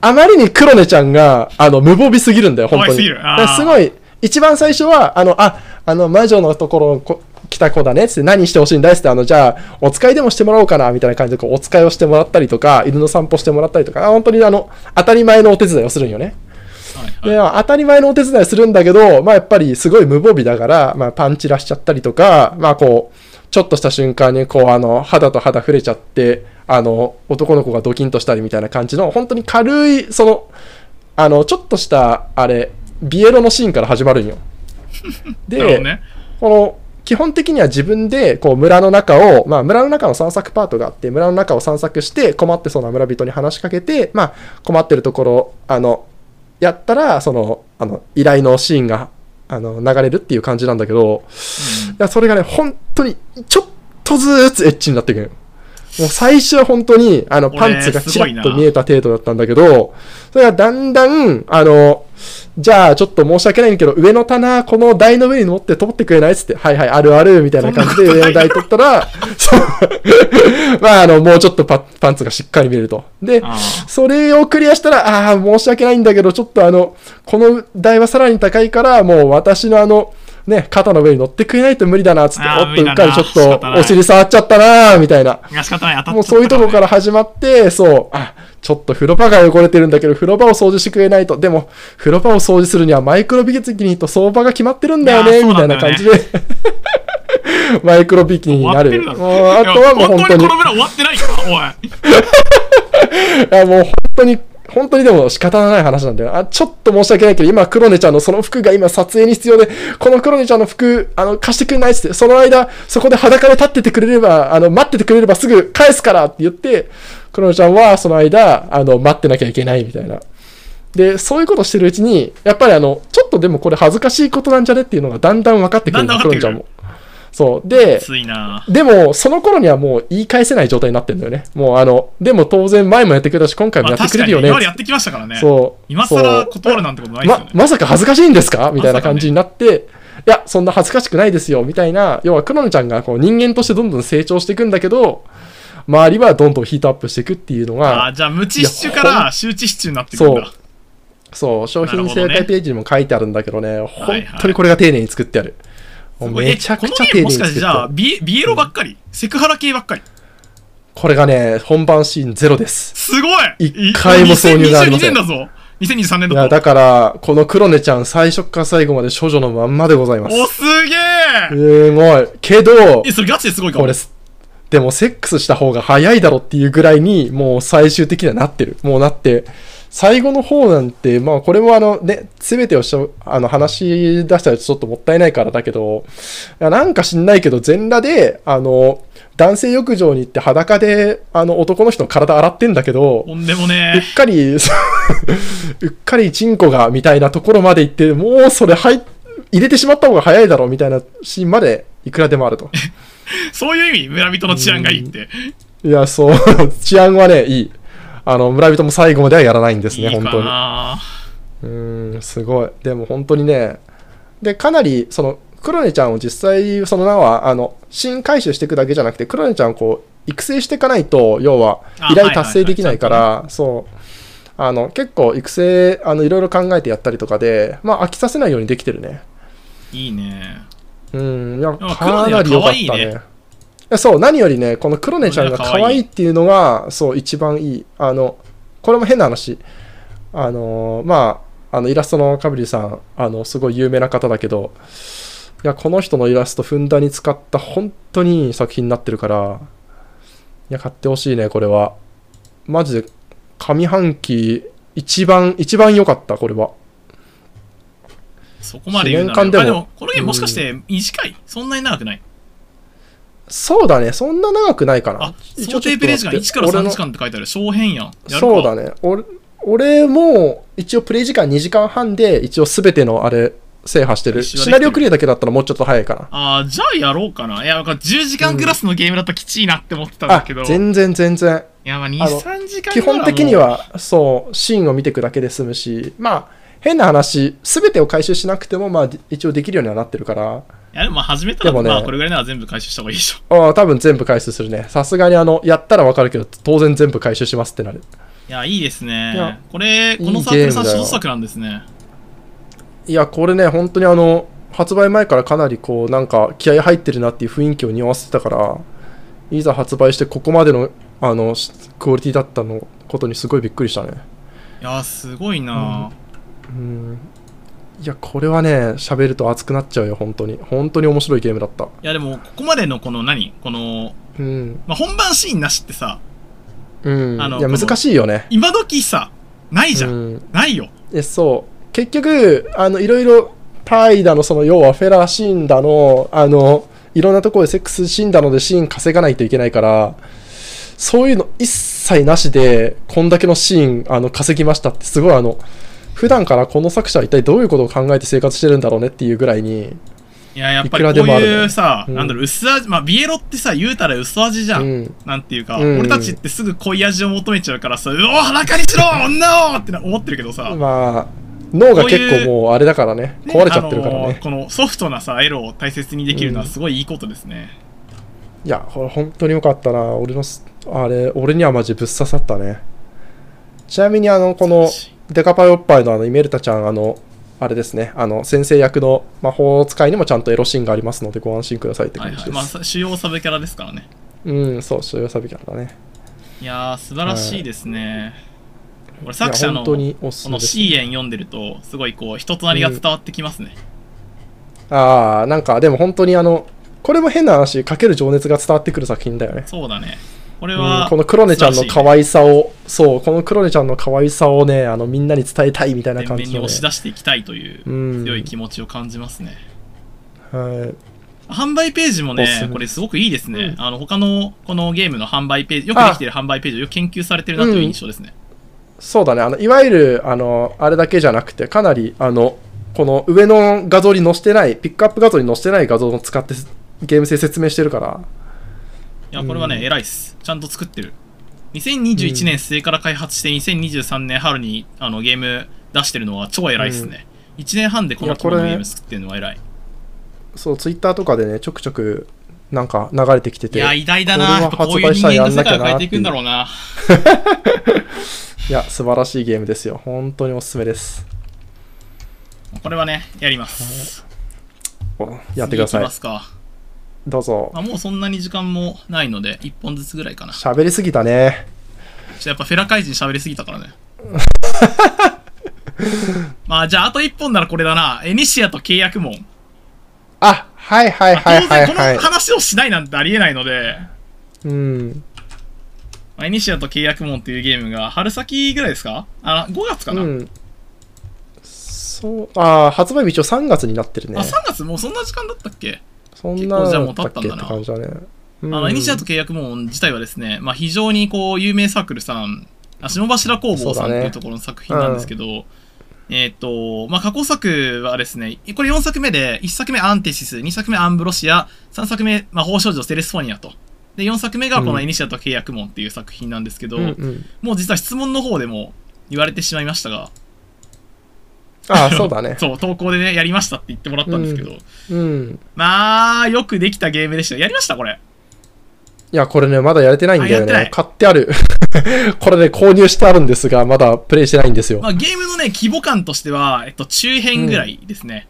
Speaker 2: あまりにクロネちゃんが、あの、無防備すぎるんだよ、本当
Speaker 1: 可愛すぎ
Speaker 2: に。
Speaker 1: るあ
Speaker 2: だ
Speaker 1: ー
Speaker 2: からすごい、一番最初は、あの、あ、あの、魔女のところこ来た子だねっつって何してほしいんだいっつってあのじゃあお使いでもしてもらおうかなみたいな感じでこうお使いをしてもらったりとか犬の散歩してもらったりとかあ本当にあの当たり前のお手伝いをするんよね
Speaker 1: はいはい
Speaker 2: で当たり前のお手伝いするんだけど、まあ、やっぱりすごい無防備だから、まあ、パンチらしちゃったりとか、まあ、こうちょっとした瞬間にこうあの肌と肌触れちゃってあの男の子がドキンとしたりみたいな感じの本当に軽いそのあのちょっとしたあれビエロのシーンから始ま るんよ。で
Speaker 1: なるほどね
Speaker 2: この基本的には自分でこう村の中を、まあ、村の中の散策パートがあって村の中を散策して困ってそうな村人に話しかけて、まあ、困ってるところあのやったらそのあの依頼のシーンがあの流れるっていう感じなんだけどいやそれがね本当にちょっとずつエッチになっていくのよもう最初は本当にあの
Speaker 1: 俺
Speaker 2: パンツがちら
Speaker 1: すごい
Speaker 2: っ
Speaker 1: な
Speaker 2: と見えた程度だったんだけどそれがだんだんあのじゃあちょっと申し訳ないんだけど上の棚この台の上に持って取ってくれないっつってはいはいあるあるみたいな感じで
Speaker 1: そんなことな
Speaker 2: 上
Speaker 1: い
Speaker 2: の台取ったら そうまああのもう ちょっとパパンツがしっかり見えるとで
Speaker 1: あー
Speaker 2: それをクリアしたら、ああー、申し訳ないんだけど、ちょっとあの、この台はさらに高いから、もう私のあの、ね、肩の上に乗ってくれないと無理だな、つって、
Speaker 1: あー
Speaker 2: おっと、うっかりちょっ
Speaker 1: 無理だな仕方ない
Speaker 2: とお尻触っちゃったな、みたいな。
Speaker 1: いや、仕方ない、当たっちゃったらね
Speaker 2: もうそういうとこから始まって、そう、あ、ちょっと風呂場が汚れてるんだけど、風呂場を掃除してくれないと。でも、風呂場を掃除するにはマイクロビキニと相場が決まってるんだよ
Speaker 1: い
Speaker 2: ね、
Speaker 1: やー
Speaker 2: みたいな感じで。 マイクロビキニに
Speaker 1: 終わ
Speaker 2: な
Speaker 1: って
Speaker 2: る。
Speaker 1: るだろ。
Speaker 2: もうあとはもう本当に、
Speaker 1: いや
Speaker 2: い
Speaker 1: この村終わってないから、おい。
Speaker 2: やもう本当に、本当にでも仕方のない話なんだよ。あ、ちょっと申し訳ないけど、今、クロネちゃんのその服が今撮影に必要で、このクロネちゃんの服、あの、貸してくれないっつって、その間、そこで裸で立っててくれれば、あの、待っててくれればすぐ返すからって言って、クロネちゃんはその間、あの、待ってなきゃいけないみたいな。で、そういうことしてるうちに、やっぱりあの、ちょっとでもこれ恥ずかしいことなんじゃねっていうのがだんだん分かってくるの
Speaker 1: だんだ
Speaker 2: ク
Speaker 1: ん
Speaker 2: ロ
Speaker 1: 分
Speaker 2: ネち
Speaker 1: か
Speaker 2: ゃ
Speaker 1: っ
Speaker 2: ん
Speaker 1: てく
Speaker 2: も。そう。で、
Speaker 1: ついな
Speaker 2: でも、その頃にはもう言い返せない状態になってんだよね。もうあの、でも当然前もやってくれたし、今回も
Speaker 1: ま
Speaker 2: や
Speaker 1: あ
Speaker 2: ってく
Speaker 1: 確
Speaker 2: れ
Speaker 1: かに、
Speaker 2: るよね。
Speaker 1: 今までやってきましたからね。
Speaker 2: そう。
Speaker 1: 今
Speaker 2: そう
Speaker 1: 更断るなんてことないですよ
Speaker 2: ま
Speaker 1: ね。、
Speaker 2: まさか恥ずかしいんですかみたいな感じになって、いや、そんな恥ずかしくないですよ、みたいな、要はクロノちゃんがこう人間としてどんどん成長していくんだけど、周りはどんどんヒートアップしていくっていうの
Speaker 1: あ
Speaker 2: が、
Speaker 1: ーじゃあ、無知支柱か
Speaker 2: いやほ
Speaker 1: ら周知支柱になってくるんだ。
Speaker 2: そう、商品
Speaker 1: なる
Speaker 2: 正
Speaker 1: ほど
Speaker 2: 解
Speaker 1: ね
Speaker 2: ページにも書いてあるんだけどね、
Speaker 1: はい
Speaker 2: 本当にこれが丁寧に作ってある。もう
Speaker 1: これ
Speaker 2: めちゃくちゃ
Speaker 1: え
Speaker 2: 丁寧
Speaker 1: このゲームも
Speaker 2: に
Speaker 1: しか
Speaker 2: 作っ
Speaker 1: して
Speaker 2: て
Speaker 1: じゃ
Speaker 2: あ
Speaker 1: あ、
Speaker 2: る。
Speaker 1: ビビエロばっかり、セクハラ系ばっかり。
Speaker 2: これがね、本番シーンゼロです。
Speaker 1: すごい
Speaker 2: 一回も挿入がありませ
Speaker 1: 2022年
Speaker 2: ん
Speaker 1: だぞ !2023 年
Speaker 2: い
Speaker 1: だぞ
Speaker 2: や、だから、このクロネちゃん最初から最後まで処女のまんまでございます。
Speaker 1: お、すげえ
Speaker 2: すごい。けど
Speaker 1: え、、それガチですごいか
Speaker 2: こ
Speaker 1: も。
Speaker 2: れ、でもセックスした方が早いだろっていうぐらいに、もう最終的にはなってる。もうなって、最後の方なんて、まあこれもあのね、すべてをしょあの話し出したらちょっともったいないからだけど、いやなんか知んないけど、全裸で、あの、男性浴場に行って裸で、あの男の人の体洗ってんだけど、
Speaker 1: とんでも
Speaker 2: うっ
Speaker 1: ね
Speaker 2: かり、 うっかりチンコがみたいなところまで行って、もうそれ入っ入れてしまった方が早いだろうみたいなシーンまでいくらでもあると。
Speaker 1: え。そういう意味、村人の治安がいいって。
Speaker 2: いや、そう、治安はね、いい。あの、村人も最後まではやらないんです
Speaker 1: いい
Speaker 2: ね、
Speaker 1: か
Speaker 2: 本当に。
Speaker 1: な
Speaker 2: うーん、すごい。でも本当にね、で、かなり、その、クロネちゃんを実際、その名は、あの、新回収していくだけじゃなくて、クロネちゃんをこう、育成していかないと、要は
Speaker 1: あ、
Speaker 2: 依頼達成できないから、そう。あの、結構、育成、あの、いろいろ考えてやったりとかで、まあ、飽きさせないようにできてるね。
Speaker 1: いいね
Speaker 2: うん、いや、
Speaker 1: も
Speaker 2: かなり良
Speaker 1: 黒根は可
Speaker 2: かった
Speaker 1: 愛いね
Speaker 2: ね。いやそう、何よりね、この黒根ちゃんが
Speaker 1: 黒根は可
Speaker 2: 可
Speaker 1: 愛い
Speaker 2: 愛いっていうのが、そう、一番いい。あの、これも変な話。あのー、まあ、あの、イラストのカブリさん、あの、すごい有名な方だけど、いや、この人のイラストふんだんに使った本当にいい作品になってるから、いや、買ってほしいね、これは。マジで、上半期、一番、一番良かった、これは。
Speaker 1: そこまで言うなら
Speaker 2: 四年間でも
Speaker 1: あこのゲームもしかして短いそんなに長くない
Speaker 2: そうだね、そんな長くないかな
Speaker 1: あ。想定プレイ時間1から
Speaker 2: 俺
Speaker 1: 3
Speaker 2: の
Speaker 1: 時間って書いてある小編やんやるか
Speaker 2: そうだね俺俺も一応プレイ時間2時間半で一応全てのあれ制覇してる
Speaker 1: 一緒だ
Speaker 2: シナリオクリアだけだったらもうちょっと早いかな
Speaker 1: あーじゃあやろうかないやなんか10時間クラスのゲームだときちいなって思ってたんだ
Speaker 2: あ
Speaker 1: けど、い
Speaker 2: 全然全然
Speaker 1: やまあ
Speaker 2: あの
Speaker 1: 23時間
Speaker 2: 基
Speaker 1: ぐらい
Speaker 2: 本的にはそうシーンを見ていくだけで済むしまあ変な話全てを回収しなくてもまあ一応できるようにはなってるから
Speaker 1: いやでもまあ始めたら、
Speaker 2: でもね
Speaker 1: まあこれぐらいなら全部回収した方がいいでしょ
Speaker 2: ああ多分全部回収するねさすがにあのやったらわかるけど当然全部回収しますってなる
Speaker 1: いやいいです
Speaker 2: いや
Speaker 1: ねこれこ
Speaker 2: い
Speaker 1: の
Speaker 2: い
Speaker 1: サークルさん
Speaker 2: ゲームだよ
Speaker 1: 小作なんですね
Speaker 2: いやこれね本当にあの発売前からかなりこうなんか気合入ってるなっていう雰囲気を匂わせてたからいざ発売してここまでのあのしクオリティだったのことにすごいびっくりしたね
Speaker 1: いやすごいな、
Speaker 2: うんいやこれはね喋ると熱くなっちゃうよ本当に本当に面白いゲームだった
Speaker 1: いやでもここまでのこの何この、
Speaker 2: うん
Speaker 1: まあ、本番シーンなしってさ
Speaker 2: うん
Speaker 1: あの
Speaker 2: いや
Speaker 1: この
Speaker 2: 難しいよね
Speaker 1: 今時さないじゃん、
Speaker 2: うん
Speaker 1: ないよ
Speaker 2: えそう結局あのいろいろタイだのその要はフェラシーンだのあのいろんなところでセックスシーンだのでシーン稼がないといけないからそういうの一切なしでこんだけのシーンあの稼ぎましたってすごいあの普段からこの作者は一体どういうことを考えて生活してるんだろうねっていうぐらいに
Speaker 1: いや、やっぱ
Speaker 2: いくら
Speaker 1: り
Speaker 2: で
Speaker 1: こう
Speaker 2: もあるね
Speaker 1: いうさ、
Speaker 2: うん
Speaker 1: なんだろう、薄味、まあ、ビエロってさ、言うたら薄味じゃん。
Speaker 2: うん
Speaker 1: なんていうか、
Speaker 2: うん
Speaker 1: 俺たちってすぐ濃い味を求めちゃうからさ、うお、裸にしろ女をってな思ってるけどさ、
Speaker 2: まあ脳が結
Speaker 1: こうい
Speaker 2: 構
Speaker 1: う
Speaker 2: もうあれだからね
Speaker 1: ね
Speaker 2: 壊れちゃってるから
Speaker 1: あの
Speaker 2: ね
Speaker 1: ーこのソフトなさ、エロを大切にできるのは
Speaker 2: うん
Speaker 1: すごいいいことですね。
Speaker 2: いや、これ本当に良かったな。俺のす、あれ、俺にはマジぶっ刺さったね。ちなみに、あの、この
Speaker 1: 素晴らし、
Speaker 2: デカパイおっぱいのあの、イメルタちゃん、あの、あれですね、あの、先生役の魔法使いにもちゃんとエロシーンがありますので、ご安心くださいって
Speaker 1: は
Speaker 2: 感
Speaker 1: い
Speaker 2: じ
Speaker 1: はい。
Speaker 2: です。
Speaker 1: まあ、さ主要サブキャラですからね。
Speaker 2: うん、そう、所要サビキャラだね。
Speaker 1: いやー、素晴らしいですね。俺、作
Speaker 2: い
Speaker 1: 者
Speaker 2: や
Speaker 1: の
Speaker 2: 本当に
Speaker 1: こ
Speaker 2: おすすめ
Speaker 1: の
Speaker 2: です、
Speaker 1: シーエン読んでると、すごいこう、人となりが伝わってきますね。
Speaker 2: ああ、なんか、でも本当にあの、これも変な話、かける情熱が伝わってくる作品だよね。
Speaker 1: そうだね。これ
Speaker 2: う
Speaker 1: は、
Speaker 2: ん、このクロネちゃんの可
Speaker 1: い
Speaker 2: 愛さを、そう、このクロネちゃんの可愛さをね、あのみんなに伝えたいみたいな
Speaker 1: 前
Speaker 2: 感
Speaker 1: 面
Speaker 2: じ
Speaker 1: に
Speaker 2: の、ね
Speaker 1: 押し出していきたいといううん強い気持ちを感じますね。
Speaker 2: はい
Speaker 1: 販売ページも
Speaker 2: おすす
Speaker 1: ね
Speaker 2: めで、す
Speaker 1: これすごくいいですね。
Speaker 2: う
Speaker 1: あの、他のこのゲームの販売ページ、よくできている販売ページをよく研究されてるなという印象ですね。
Speaker 2: そうだね、あのいわゆるあのあれだけじゃなくて、かなりあのこの上の画像に載せてない、ピックアップ画像に載せてない画像を使ってゲーム性説明してるから、
Speaker 1: いや、これはね、
Speaker 2: うん
Speaker 1: 偉いっす。ちゃんと作ってる。2021年末から開発して、2023年春にあのゲーム出してるのは超偉いっすね。1年半でこの規模の
Speaker 2: いやこ
Speaker 1: ゲ
Speaker 2: れ
Speaker 1: ーム作ってるのは偉い。
Speaker 2: そう、ツイッターとかでね、ちょくちょくなんか流れてきて
Speaker 1: い
Speaker 2: て、
Speaker 1: や、
Speaker 2: い
Speaker 1: 偉大だな。やっぱこう
Speaker 2: これ
Speaker 1: い
Speaker 2: は
Speaker 1: う
Speaker 2: 発売
Speaker 1: 人間
Speaker 2: したらや
Speaker 1: の
Speaker 2: ん
Speaker 1: 世
Speaker 2: なき
Speaker 1: 界
Speaker 2: ゃな
Speaker 1: を変え
Speaker 2: っていう
Speaker 1: ていくんだろうな。
Speaker 2: や、素晴らしいゲームですよ、本当におすすめです。
Speaker 1: これはね、やります。
Speaker 2: おやってくださ
Speaker 1: 次行
Speaker 2: い
Speaker 1: きま、すか。
Speaker 2: どうぞ
Speaker 1: ま。あ、もうそんなに時間もないので、1本ずつぐらいかな。ちょ
Speaker 2: 喋りすぎたね。
Speaker 1: っとやっぱフェラ怪人喋りすぎた からね。まあ、じゃあ、あと1本ならこれだな。エニシアと契約も
Speaker 2: あはいはい
Speaker 1: 当
Speaker 2: はいは
Speaker 1: 然、
Speaker 2: い
Speaker 1: この
Speaker 2: はい。
Speaker 1: 話をしないなんてありえないので、
Speaker 2: うん。
Speaker 1: まあエニシアと契約門っていうゲームが春先ぐらいですかあ5月かな、
Speaker 2: うん、そうああ発売日一応3月になってるね
Speaker 1: あ3月もうそんな時間だったっけ、
Speaker 2: そんなの
Speaker 1: 結構じゃあ
Speaker 2: だ
Speaker 1: もう経
Speaker 2: っ
Speaker 1: ったたん
Speaker 2: っけ
Speaker 1: だ
Speaker 2: っ
Speaker 1: な
Speaker 2: て感じだね
Speaker 1: あのエニシアと
Speaker 2: と
Speaker 1: 契約門自体はですね、まあ、非常にこう有名サークルさんあ下柱工房さんっていうところの作品なんですけど、えっ、と、まあ、過去作はですね、これ4作目で、1作目アンテシス、2作目アンブロシア、3作目魔法少女セレスフォニアと。で、4作目がこ
Speaker 2: う
Speaker 1: の
Speaker 2: ん
Speaker 1: エニシアと契約門っていう作品なんですけど、
Speaker 2: うんうん、
Speaker 1: もう実は質問の方でも言われてしまいましたが、
Speaker 2: ああそうだ ね
Speaker 1: そう、投稿でね、やりましたって言ってもらったんですけど、
Speaker 2: うん
Speaker 1: まあ、よくできたゲームでした。やりましたこれ。
Speaker 2: いやこれねまだやれてないんだよ
Speaker 1: あやってな
Speaker 2: ね
Speaker 1: い
Speaker 2: 買ってある これで、購入してあるんですがまだプレイしてないんですよ、
Speaker 1: まあ、ゲームのね、規模感としては、えっと、中編ぐらいですね。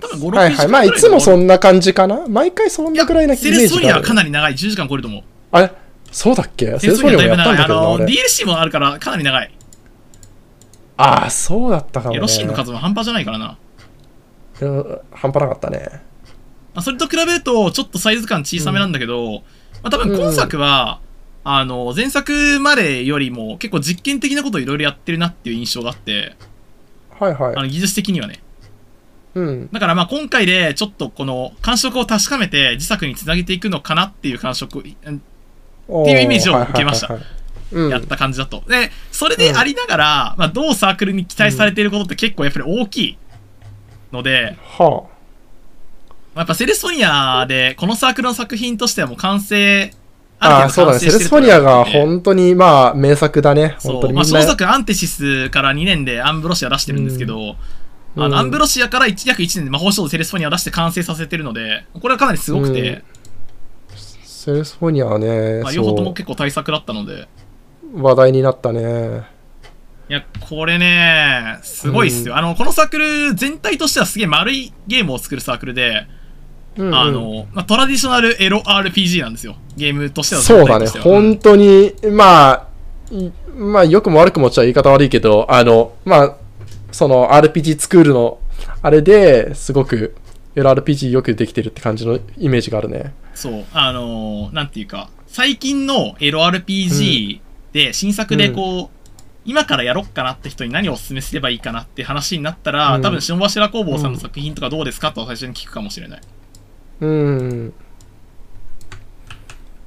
Speaker 1: 多分5、6時間ぐら
Speaker 2: はいいはいまあいつもそんな感じかな毎回そ
Speaker 1: い
Speaker 2: んな
Speaker 1: や
Speaker 2: ぐらいなイメ
Speaker 1: セレ
Speaker 2: ー
Speaker 1: スト
Speaker 2: ジ
Speaker 1: リア
Speaker 2: があ
Speaker 1: は
Speaker 2: る
Speaker 1: かなり長い、10時間超えると思う。
Speaker 2: あれそうだっけセ
Speaker 1: セレ
Speaker 2: レ
Speaker 1: ス
Speaker 2: ス
Speaker 1: ト
Speaker 2: フォ
Speaker 1: リ
Speaker 2: ニ
Speaker 1: ア
Speaker 2: アも
Speaker 1: だい
Speaker 2: や
Speaker 1: ぶ
Speaker 2: った
Speaker 1: 長い。あ
Speaker 2: んだけど
Speaker 1: の、
Speaker 2: なあれ
Speaker 1: DLC もあるから、かなり長い。
Speaker 2: ああそうだったかも、ね、
Speaker 1: エロシーンの数も半端じゃないからな。
Speaker 2: うん半端なかったね
Speaker 1: まあ、それと比べると、ちょっとサイズ感小さめなんだけど、まあ、多分今作は、あの、前作までよりも結構実験的なことをいろいろやってるなっていう印象があって、
Speaker 2: はい
Speaker 1: あ
Speaker 2: はい
Speaker 1: の技術的にはね。
Speaker 2: うん
Speaker 1: だからまあ今回でちょっとこの感触を確かめて自作につなげていくのかなっていう感触を
Speaker 2: って
Speaker 1: いうイメージを受けました
Speaker 2: うん
Speaker 1: やった感じだと。で、それでありながら、まあどうサークルに期待されていることって結構やっぱり大きいので、
Speaker 2: は
Speaker 1: まあやっぱセレソニアでこのサークルの作品としてはもう完成、
Speaker 2: あ、あ
Speaker 1: る
Speaker 2: あそ
Speaker 1: 程度
Speaker 2: うだ
Speaker 1: 完
Speaker 2: ね。
Speaker 1: 成
Speaker 2: セレ
Speaker 1: して
Speaker 2: ス
Speaker 1: る
Speaker 2: フ
Speaker 1: と思う
Speaker 2: ォニ
Speaker 1: の
Speaker 2: ア
Speaker 1: で
Speaker 2: が本当にまあ名作だね。本
Speaker 1: そ
Speaker 2: 当
Speaker 1: う、
Speaker 2: に
Speaker 1: まあ、
Speaker 2: みん
Speaker 1: 小
Speaker 2: な。
Speaker 1: 作アンテシスから2年でアンブロシア出してるんですけど、
Speaker 2: うん
Speaker 1: あ
Speaker 2: うん
Speaker 1: のアンブロシアから1約1年で魔法少女セレスフォニアを出して完成させてるので、これはかなりすごくて、
Speaker 2: セレスフォニアはね、
Speaker 1: まあ、両方とも
Speaker 2: そ
Speaker 1: 結構対策だったので、
Speaker 2: う、話題になったね。
Speaker 1: いや、これね、すごいっすよ。あの、このサークル全体としてはすげえ丸いゲームを作るサークルで、
Speaker 2: うんうん
Speaker 1: あ、の、まあ、トラディショナルエロ RPG なんですよ。ゲームとしては
Speaker 2: そうだ
Speaker 1: 全
Speaker 2: ね。
Speaker 1: 体としては
Speaker 2: 本当に、まあ、いまあ、良くも悪くもっちゃ言い方悪いけど、あの、まあ、その RPG スクールの、あれですごく、LRPG よくできてるって感じのイメージがあるね。
Speaker 1: そう、あのーなんていうか、最近のエロ RPG で、新作でこう、今からやろっかなって人に何をお勧めすればいいかなって話になったら、
Speaker 2: うん
Speaker 1: 多分、下柱工房さんの作品とかどうですかと最初に聞くかもしれない。
Speaker 2: うん。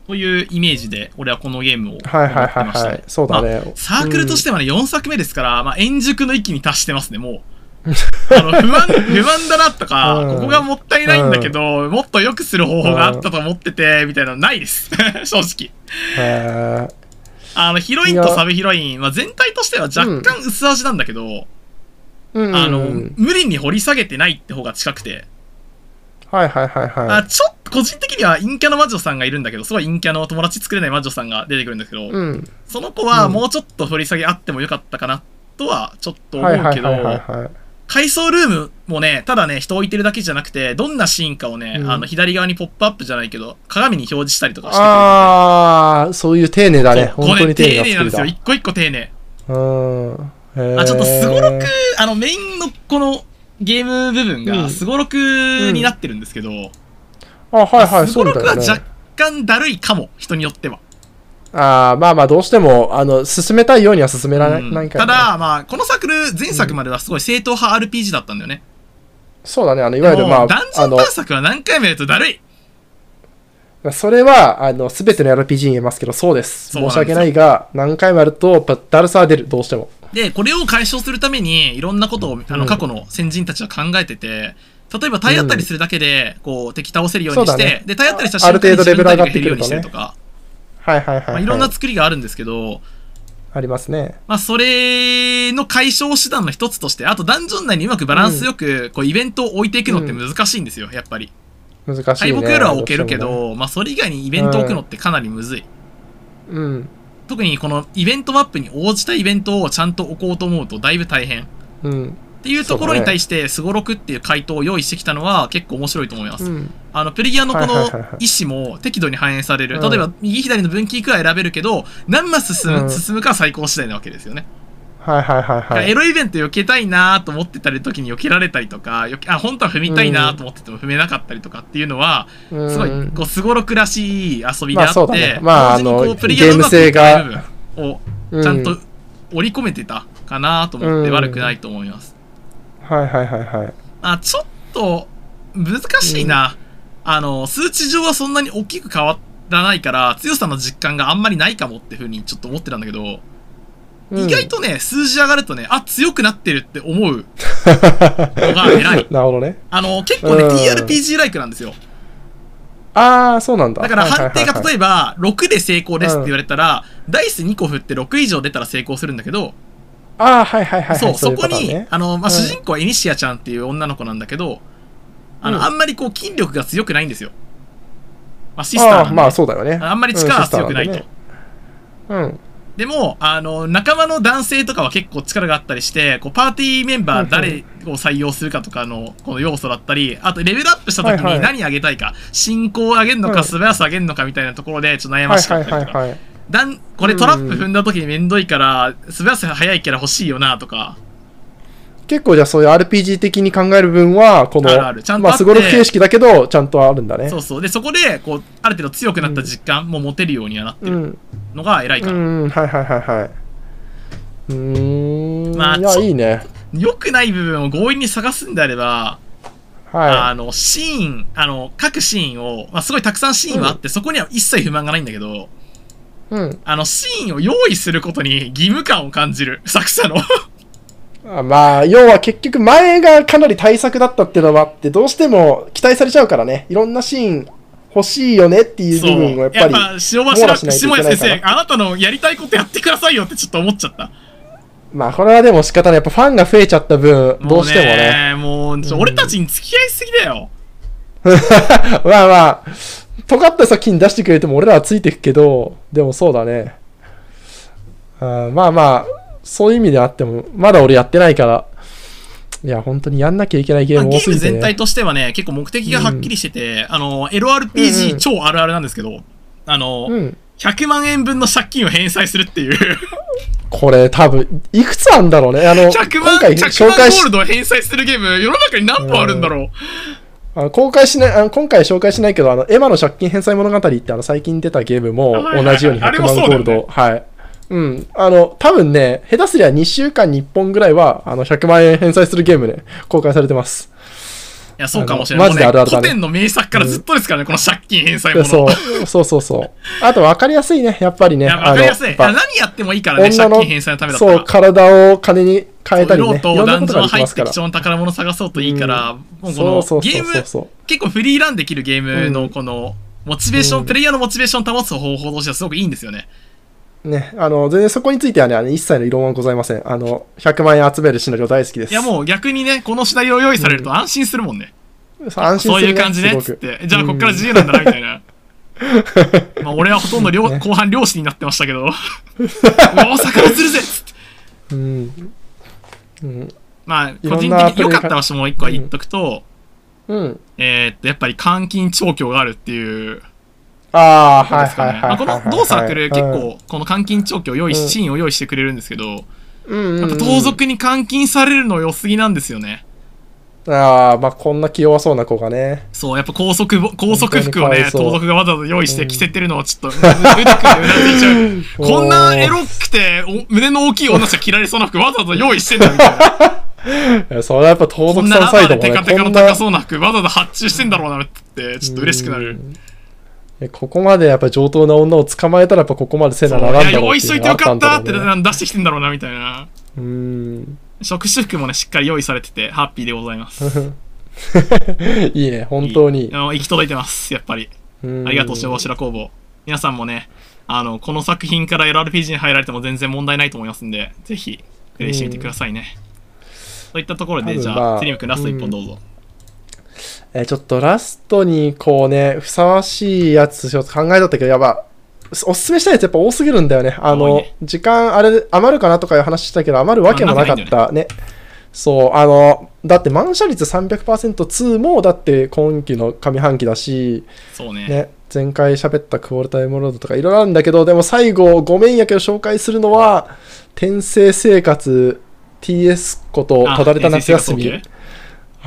Speaker 1: というイメージで、俺はこのゲームを持って
Speaker 2: はいはい
Speaker 1: ま
Speaker 2: は
Speaker 1: し
Speaker 2: い
Speaker 1: た
Speaker 2: はい
Speaker 1: ね。。
Speaker 2: そうだね。、
Speaker 1: サークルとしててはね、4作目ですから、まあ、円熟の域に達してますね、も う。あの不満、不満だなとか、
Speaker 2: うん
Speaker 1: ここがもったいないんだけど、もっと良くする方法があったと思ってて、みたいなのないです。 正直。
Speaker 2: へー
Speaker 1: あの、ヒロインとサブヒロインは全体としては若干薄味なんだけど、
Speaker 2: うんうん
Speaker 1: あの、無理に掘り下げてないって方が近くて、
Speaker 2: はいはいはいはい。
Speaker 1: あちょっと個人的には陰キャの魔女さんがいるんだけど、すごい陰キャの友達作れない魔女さんが出てくるんですけど、
Speaker 2: うん。
Speaker 1: その子は
Speaker 2: うん
Speaker 1: もうちょっと掘り下げあってもよかったかなとはちょっと思
Speaker 2: はいは
Speaker 1: う
Speaker 2: い
Speaker 1: け
Speaker 2: はいはい
Speaker 1: ど、
Speaker 2: はい。
Speaker 1: 回想ルームもね、ただね、人置いてるだけじゃなくて、どんなシーンかをね、
Speaker 2: うん
Speaker 1: あの、左側にポップアップじゃないけど、鏡に表示したりとかしてくれる
Speaker 2: ああ、そういう丁寧だね。
Speaker 1: そう
Speaker 2: 本当に丁寧
Speaker 1: これね丁
Speaker 2: な
Speaker 1: 寧なんで
Speaker 2: 作り
Speaker 1: す
Speaker 2: だ。
Speaker 1: よ。一個一個丁寧。
Speaker 2: うん。へー
Speaker 1: あ、ちょっとすごろく、あの、メインのこのゲーム部分
Speaker 2: うん
Speaker 1: が、すごろくになってるんですけど、
Speaker 2: あ、はいはい、
Speaker 1: す
Speaker 2: そ
Speaker 1: ごろ
Speaker 2: う
Speaker 1: く
Speaker 2: だ
Speaker 1: は
Speaker 2: よね。
Speaker 1: 若干だるいかも、人によっては。
Speaker 2: ああ、まあまあ、どうしても、あの、進めたいようには進められ
Speaker 1: うん
Speaker 2: ないから
Speaker 1: た
Speaker 2: ね。
Speaker 1: だ、まあ、このサークル、前作まではすごい正統派 RPG だったんだよね。
Speaker 2: そうだね、あの、いわゆる、
Speaker 1: もう
Speaker 2: ま
Speaker 1: ダンジ
Speaker 2: あ、
Speaker 1: ョ
Speaker 2: あ
Speaker 1: ン
Speaker 2: の
Speaker 1: 探、索は何回もやるとだるい。
Speaker 2: それは、あの、すべての RPG に言えますけど、そうです。
Speaker 1: そうなん
Speaker 2: 申
Speaker 1: で
Speaker 2: し
Speaker 1: すよ
Speaker 2: 訳ないが、何回もやると、やっぱ、だるさは出る、どうしても。
Speaker 1: で、これを解消するために、いろんなことを、あ
Speaker 2: うん
Speaker 1: の、過去の先人たちは考えてて、例えば体当たりするだけで、こう、敵倒せるように
Speaker 2: そ
Speaker 1: し
Speaker 2: うだね
Speaker 1: て、で、体当たりした瞬
Speaker 2: ある
Speaker 1: 間に
Speaker 2: 程
Speaker 1: 自
Speaker 2: 度レベ
Speaker 1: 分
Speaker 2: ル上
Speaker 1: 体
Speaker 2: が
Speaker 1: が減
Speaker 2: って
Speaker 1: る
Speaker 2: く
Speaker 1: ように
Speaker 2: るとね
Speaker 1: してるとか、
Speaker 2: はいはいはい、
Speaker 1: ま
Speaker 2: は
Speaker 1: あ、
Speaker 2: い。
Speaker 1: いろんな作りがあるんですけど、
Speaker 2: ありますね。
Speaker 1: まあ、それの解消手段の一つとして、あと、ダンジョン内にうまくバランスよく、こう、イベントを置いていくのって難しいんですよ、やっぱり。
Speaker 2: 難しい、ね。
Speaker 1: 敗北よりは置けるけ
Speaker 2: どうしてもね。
Speaker 1: ど、まあ、それ以外にイベントを置くのってかなりむずい。
Speaker 2: うん。
Speaker 1: 特にこのイベントマップに応じたイベントをちゃんと置こうと思うとだいぶ大変。っ
Speaker 2: うん。
Speaker 1: ていうところに対して、すごろくっていう回答を用意してきたのは結構面白いと思います。
Speaker 2: うん。
Speaker 1: あの、プレイヤーのこ
Speaker 2: はい
Speaker 1: の
Speaker 2: はいはいはい
Speaker 1: 意思も適度に反映される。
Speaker 2: うん
Speaker 1: 例えば、右左の分岐いくら選べるけど、何マス進む,、
Speaker 2: うん
Speaker 1: 進むかは最高次第なわけですよね。
Speaker 2: はいはいはいは
Speaker 1: エ
Speaker 2: い。
Speaker 1: ロイベント避けたいなと思ってたり時に避けられたりとか、避けあ、本当は踏みたいなと思ってても踏めなかったりとかっていうのは、
Speaker 2: うん
Speaker 1: すごい、こう、すごろくらしい遊びで
Speaker 2: まあ
Speaker 1: あって、
Speaker 2: そうだねまあ
Speaker 1: 同時にこ
Speaker 2: あ
Speaker 1: う
Speaker 2: の
Speaker 1: プレイヤーのうまくいかない部分を
Speaker 2: うん
Speaker 1: ちゃんと織り込めてたかなと思っ
Speaker 2: う
Speaker 1: て
Speaker 2: ん
Speaker 1: 悪くないと思います。
Speaker 2: はいはいはいはい。
Speaker 1: あ、ちょっと、難しいな。あの、数値上はそんなに大きく変わらないから、強さの実感があんまりないかもってふうにちょっと思ってたんだけど、
Speaker 2: うん
Speaker 1: 意外とね、数字上がるとね、あ、強くなってるって思うのが偉い。
Speaker 2: なるほどね。
Speaker 1: あの、結構ね、
Speaker 2: うん
Speaker 1: TRPG ライクなんですよ。
Speaker 2: ああ、そうなんだ。
Speaker 1: だから判定
Speaker 2: はいはいはい
Speaker 1: が
Speaker 2: はい
Speaker 1: 例えば6で成功ですって言われたら、ダイス2個振って6以上出たら成功するんだけど、
Speaker 2: ああ、はいはいはいはい。
Speaker 1: そう、そ
Speaker 2: い
Speaker 1: こ
Speaker 2: パターン
Speaker 1: に
Speaker 2: ね、
Speaker 1: あの、まあ、
Speaker 2: うん
Speaker 1: 主人公はエニシアちゃんっていう女の子なんだけど、あ
Speaker 2: う
Speaker 1: の、
Speaker 2: ん
Speaker 1: あんまりこう筋力が強くないんですよ。まあ、シスター
Speaker 2: あ
Speaker 1: な
Speaker 2: あ、
Speaker 1: んで
Speaker 2: まあそうだよね。
Speaker 1: あんまり力は強くないと。
Speaker 2: うんシスターなんでね
Speaker 1: でも、あの、仲間の男性とかは結構力があったりして、こう、パーティーメンバー誰を採用するかとかの、この要素だったり、あと、レベルアップした時
Speaker 2: はいは
Speaker 1: に
Speaker 2: い
Speaker 1: 何上げたいか、進行を上げるの
Speaker 2: うん
Speaker 1: か、素早さ上げるのかみたいなところで、ちょっと悩
Speaker 2: うん
Speaker 1: ま
Speaker 2: はい
Speaker 1: しか
Speaker 2: は
Speaker 1: っ
Speaker 2: い
Speaker 1: たりと
Speaker 2: は
Speaker 1: か
Speaker 2: い。はい。
Speaker 1: だんこれトラップ踏んだ時にめんどいから、素早さ早いキャラ欲しいよなとか、
Speaker 2: 結構じゃあそういう RPG 的に考える分は、この、
Speaker 1: あるあるちゃんと
Speaker 2: ま
Speaker 1: あ
Speaker 2: あ
Speaker 1: って
Speaker 2: すごろく形式だけど、ちゃんとあるんだね。
Speaker 1: そうそう。で、そこで、こう、ある程度強くなった実感も持てるようにはなって
Speaker 2: う
Speaker 1: る
Speaker 2: ん。
Speaker 1: のが偉いか
Speaker 2: う
Speaker 1: ら。
Speaker 2: ん、はいはいはいはい。うーん。
Speaker 1: まあ
Speaker 2: い
Speaker 1: ち
Speaker 2: や、
Speaker 1: ょ
Speaker 2: いいね。
Speaker 1: 良くない部分を強引に探すんであれば、あ
Speaker 2: は
Speaker 1: の、シーン、あの、各シーンを、まあ、すごいたくさんシーンはあって、そこには一切不満がないんだけど、
Speaker 2: い。うん。
Speaker 1: あの、シーンを用意することに義務感を感じる、作者の。
Speaker 2: あまあ、要は結局前がかなり対策だったっていうのもあって、どうしても期待されちゃうからね。いろんなシーン欲しいよねっていう
Speaker 1: そう。
Speaker 2: 部分をやっぱり。
Speaker 1: 塩
Speaker 2: 網羅
Speaker 1: 柱、
Speaker 2: しないといけ
Speaker 1: 下
Speaker 2: ない
Speaker 1: 谷
Speaker 2: から
Speaker 1: 先生、あなたのやりたいことやってくださいよってちょっと思っちゃった。
Speaker 2: まあ、これはでも仕方ない。やっぱファンが増えちゃった分、どうしてもね。
Speaker 1: もうね、もうちょ俺たちに付き合いすぎだよ。
Speaker 2: まあまあ、尖った作品出してくれても俺らはついてくけど、でもそうだね。あーまあまあ、そういう意味であっても、まだ俺やってないから、いや、本当にやんなきゃいけないゲ
Speaker 1: ま
Speaker 2: ー
Speaker 1: あ
Speaker 2: ム
Speaker 1: ゲ
Speaker 2: 多す
Speaker 1: ーム
Speaker 2: ぎて、ね。
Speaker 1: 全体としてはね、結構目的がはっきりしてて、あの、LRPG、
Speaker 2: うんうん
Speaker 1: 超あるあるなんですけど、あの、
Speaker 2: うん。
Speaker 1: 100万円分の借金を返済するっていう、
Speaker 2: これ多分、いくつあんだろうね。あの、
Speaker 1: 100万、
Speaker 2: 今回
Speaker 1: 100
Speaker 2: 紹
Speaker 1: 万ゴ
Speaker 2: 介
Speaker 1: ー
Speaker 2: し
Speaker 1: ル、ドを返済するゲーム、世の中に何本あるんだろう。
Speaker 2: あの公開しないあの、今回紹介しないけど、あの、エマの借金返済物語ってあの、最近出たゲームも
Speaker 1: はいはいはい
Speaker 2: 同じように
Speaker 1: あれ
Speaker 2: 100
Speaker 1: も
Speaker 2: 万
Speaker 1: そう
Speaker 2: ゴ
Speaker 1: だよね
Speaker 2: ールド、はい。うん。あの、多分ね、下手すりゃ2週間に1本ぐらいは、あの、100万円返済するゲームね、公開されてます。
Speaker 1: いや、そうかもしれな
Speaker 2: あ
Speaker 1: い。
Speaker 2: のマジであるあるだね
Speaker 1: もうね古典の名作からずっとですからね、この借金返済もの。
Speaker 2: そうそうそうそう。あと分かりやすいね、やっぱり
Speaker 1: い
Speaker 2: ね。
Speaker 1: や、わかりやすい。いや
Speaker 2: あのやっ
Speaker 1: 何やってもいいか
Speaker 2: ぱ
Speaker 1: らね、
Speaker 2: 女
Speaker 1: 借
Speaker 2: の
Speaker 1: 金返済のためだった
Speaker 2: そう、
Speaker 1: ら。
Speaker 2: 体を金に変えたり
Speaker 1: ロ
Speaker 2: ね
Speaker 1: ー。
Speaker 2: い
Speaker 1: と
Speaker 2: ろんな
Speaker 1: ダ
Speaker 2: こ
Speaker 1: ン
Speaker 2: と
Speaker 1: ジョ
Speaker 2: が
Speaker 1: ン
Speaker 2: でき
Speaker 1: 入
Speaker 2: ま
Speaker 1: っ
Speaker 2: す
Speaker 1: て
Speaker 2: か
Speaker 1: 貴
Speaker 2: ら。
Speaker 1: 重な宝物探そうといいから、もうこ
Speaker 2: そうそ
Speaker 1: の
Speaker 2: うそうそう
Speaker 1: ゲーム、結構フリーランできるゲームのこの、モチベーション、
Speaker 2: うん
Speaker 1: プレイヤーのモチベーションを保つ方法としてはすごくいいんですよね。
Speaker 2: ね、あの、全然そこについてはね、あの一切の異論はございません。あの、100万円集めるシナリオ大好きです。
Speaker 1: いやもう逆にね、このシナリオ用意されると安心するもんね。
Speaker 2: う、安心
Speaker 1: そう
Speaker 2: する、
Speaker 1: いう感じね、つ
Speaker 2: す
Speaker 1: っ
Speaker 2: ごく
Speaker 1: て。じゃあこっから自由なんだな、みたいな。 まあ俺はほとんど漁
Speaker 2: ね
Speaker 1: 後半漁師になってましたけ ど。もう魚釣るぜつって。
Speaker 2: うん。うん。
Speaker 1: まあ、
Speaker 2: ろん
Speaker 1: 個人
Speaker 2: な
Speaker 1: 的に良かった場所もう一個は
Speaker 2: うん
Speaker 1: 言っとくと、
Speaker 2: うん。
Speaker 1: えーっと、やっぱり監禁調教があるっていう、
Speaker 2: ああ、
Speaker 1: こと
Speaker 2: はい
Speaker 1: ですか
Speaker 2: はい
Speaker 1: ね。ま
Speaker 2: は
Speaker 1: あ
Speaker 2: い。
Speaker 1: この、同サークル結
Speaker 2: はい、
Speaker 1: 構、この監禁調教を用意
Speaker 2: う
Speaker 1: し、
Speaker 2: ん
Speaker 1: シーンを用意してくれるんですけど、
Speaker 2: うんうん
Speaker 1: やっぱ盗賊に監禁されるの良すぎなんですよね。
Speaker 2: ああ、まあこんな気弱そうな子がね。
Speaker 1: そう、やっぱ高速ぼ、高速服を
Speaker 2: 本当にか
Speaker 1: ね
Speaker 2: わい、そう
Speaker 1: 盗賊がわざわざ用意して着せてるのはちょっと、う腕組んでうなずいちゃう。こんなエロくて、お胸の大きい女しか着られそうな服わざわざ用意してんだみたいな。
Speaker 2: えそれはやっぱ盗
Speaker 1: こ
Speaker 2: 賊
Speaker 1: んな
Speaker 2: さん
Speaker 1: ラ
Speaker 2: サ
Speaker 1: バ
Speaker 2: イ
Speaker 1: ーで
Speaker 2: ドも
Speaker 1: テ
Speaker 2: ね、
Speaker 1: カテカ
Speaker 2: こ
Speaker 1: の
Speaker 2: ん
Speaker 1: 高
Speaker 2: な
Speaker 1: そうな服わざわざ発注してんだろうなって、ちょっと嬉しくなる。
Speaker 2: えここまでやっぱ上等な女を捕まえたらやっぱここまでせ
Speaker 1: そ
Speaker 2: な
Speaker 1: う
Speaker 2: ならんだ
Speaker 1: いや、
Speaker 2: ろう
Speaker 1: 用意しといてよかったって
Speaker 2: うのがあんだろうね
Speaker 1: 出してきてんだろうなみたいな。
Speaker 2: うーん
Speaker 1: 職種服もね、しっかり用意されてて、ハッピーでございます。
Speaker 2: いいね本当
Speaker 1: い
Speaker 2: に
Speaker 1: いあの行き届いてます、やっぱり。ありがとう、白白工房。皆さんもね、あの、この作品から LRPG に入られても全然問題ないと思いますんで、ぜひ、プレイしてみてくださいね。そういったところ
Speaker 2: 多
Speaker 1: で、
Speaker 2: 分
Speaker 1: じ
Speaker 2: ま
Speaker 1: ゃ
Speaker 2: あ
Speaker 1: あ、テリム君ラスト1本どうぞ。
Speaker 2: えーちょっとラストにこうね、ふさわしいやつちょっと考えとったけど、やば、おすすめしたいやつやっぱ多すぎるんだよね。あ
Speaker 1: 多
Speaker 2: の、
Speaker 1: いね
Speaker 2: 時間あれ余るかなとかいう話したけど、余るわけもなかっ
Speaker 1: まあなんか
Speaker 2: たね。そう、あの、だって満車率 300%2 もだって今期の上半期だし、
Speaker 1: そうね。
Speaker 2: ね、前回喋ったクオルタイムロードとかいろいろあるんだけど、でも最後、ごめんやけど紹介するのは、転生生活 TS こと、
Speaker 1: あ
Speaker 2: ただれた夏休
Speaker 1: 先
Speaker 2: み
Speaker 1: 生。が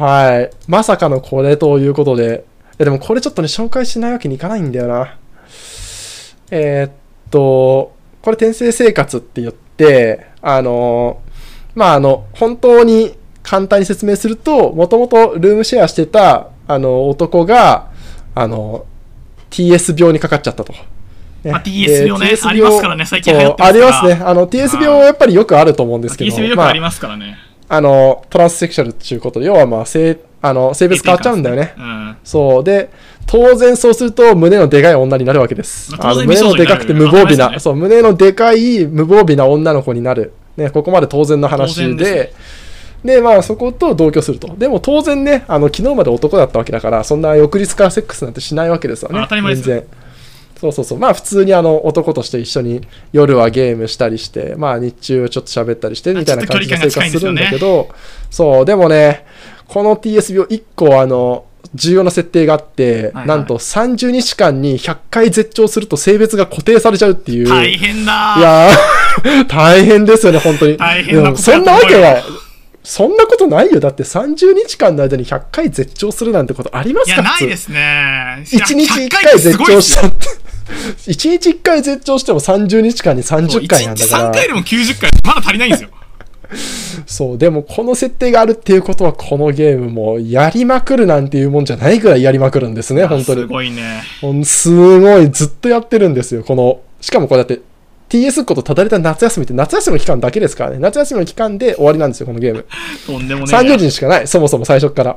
Speaker 2: はい。まさかのこれということで。いやでもこれちょっとね、紹介しないわけにいかないんだよな。えーっと、これ転生生活って言って、あのー、まあ、あの、本当に簡単に説明すると、もともとルームシェアしてた、あの、男が、あの、TS 病にかかっちゃったと。ね
Speaker 1: あ TS 病ね
Speaker 2: で TS
Speaker 1: ありますからね最近流行ってますか
Speaker 2: そう
Speaker 1: ら
Speaker 2: ありますね。あの、TS 病はやっぱりよくあると思うんですけど。
Speaker 1: TSB よくありますからね。
Speaker 2: あの、トランスセクシャルっていうことで、要はまあ、性、あの、性別変わっちゃうんだよね。
Speaker 1: うん。
Speaker 2: そう。で、当然そうすると、胸のでかい女になるわけです。
Speaker 1: まあ
Speaker 2: あ
Speaker 1: 当
Speaker 2: の
Speaker 1: 然美
Speaker 2: 胸
Speaker 1: 少
Speaker 2: の
Speaker 1: 女に
Speaker 2: で
Speaker 1: な
Speaker 2: か
Speaker 1: る
Speaker 2: くて無防備
Speaker 1: 当たり前ですよね
Speaker 2: な、そう、胸のでかい無防備な女の子になる。ね、ここまで当然の
Speaker 1: 当然
Speaker 2: 話
Speaker 1: ですね
Speaker 2: で、で、まあ、そこと同居すると。でも当然ね、あの、昨日まで男だったわけだから、そんな翌日からセックスなんてしないわけですよね。
Speaker 1: あ当たり前ですよ
Speaker 2: 全然。そうそうそう。まあ、普通にあの、男として一緒に夜はゲームしたりして、まあ、日中ちょっと喋ったりして、みたいな感じで生活するんだけど、そう、でもね、この TS 病1個あの、重要な設定があって、
Speaker 1: はい
Speaker 2: なんと30日間に100回絶頂すると性別が固定されちゃうっていう。
Speaker 1: 大
Speaker 2: い
Speaker 1: 変だ
Speaker 2: やー 大変ですよね、本当に。
Speaker 1: 大変なこと
Speaker 2: でもそんなわけ
Speaker 1: や
Speaker 2: は、そんなことないよ。だって30日間の間に100回絶頂するなんてことありま
Speaker 1: い
Speaker 2: す
Speaker 1: や、
Speaker 2: か。
Speaker 1: ないですすね。
Speaker 2: 1日1回絶頂し
Speaker 1: 100
Speaker 2: たって。1日1回絶頂しても30日間に30回なん
Speaker 1: 日
Speaker 2: だから。
Speaker 1: 3回でも90回、まだ足りないんですよ。
Speaker 2: そう、でもこの設定があるっていうことは、このゲームもやりまくるなんていうもんじゃないぐらいやりまくるんですね、本
Speaker 1: す
Speaker 2: 当に。
Speaker 1: ごいね。
Speaker 2: ほんすごい、ずっとやってるんですよ、この。しかもこれだって、TS ことただれた夏休みって夏休みの期間だけですからね。夏休みの期間で終わりなんですよ、このゲーム。
Speaker 1: とんでもねえ。
Speaker 2: 30人しかない、そもそも最初っから。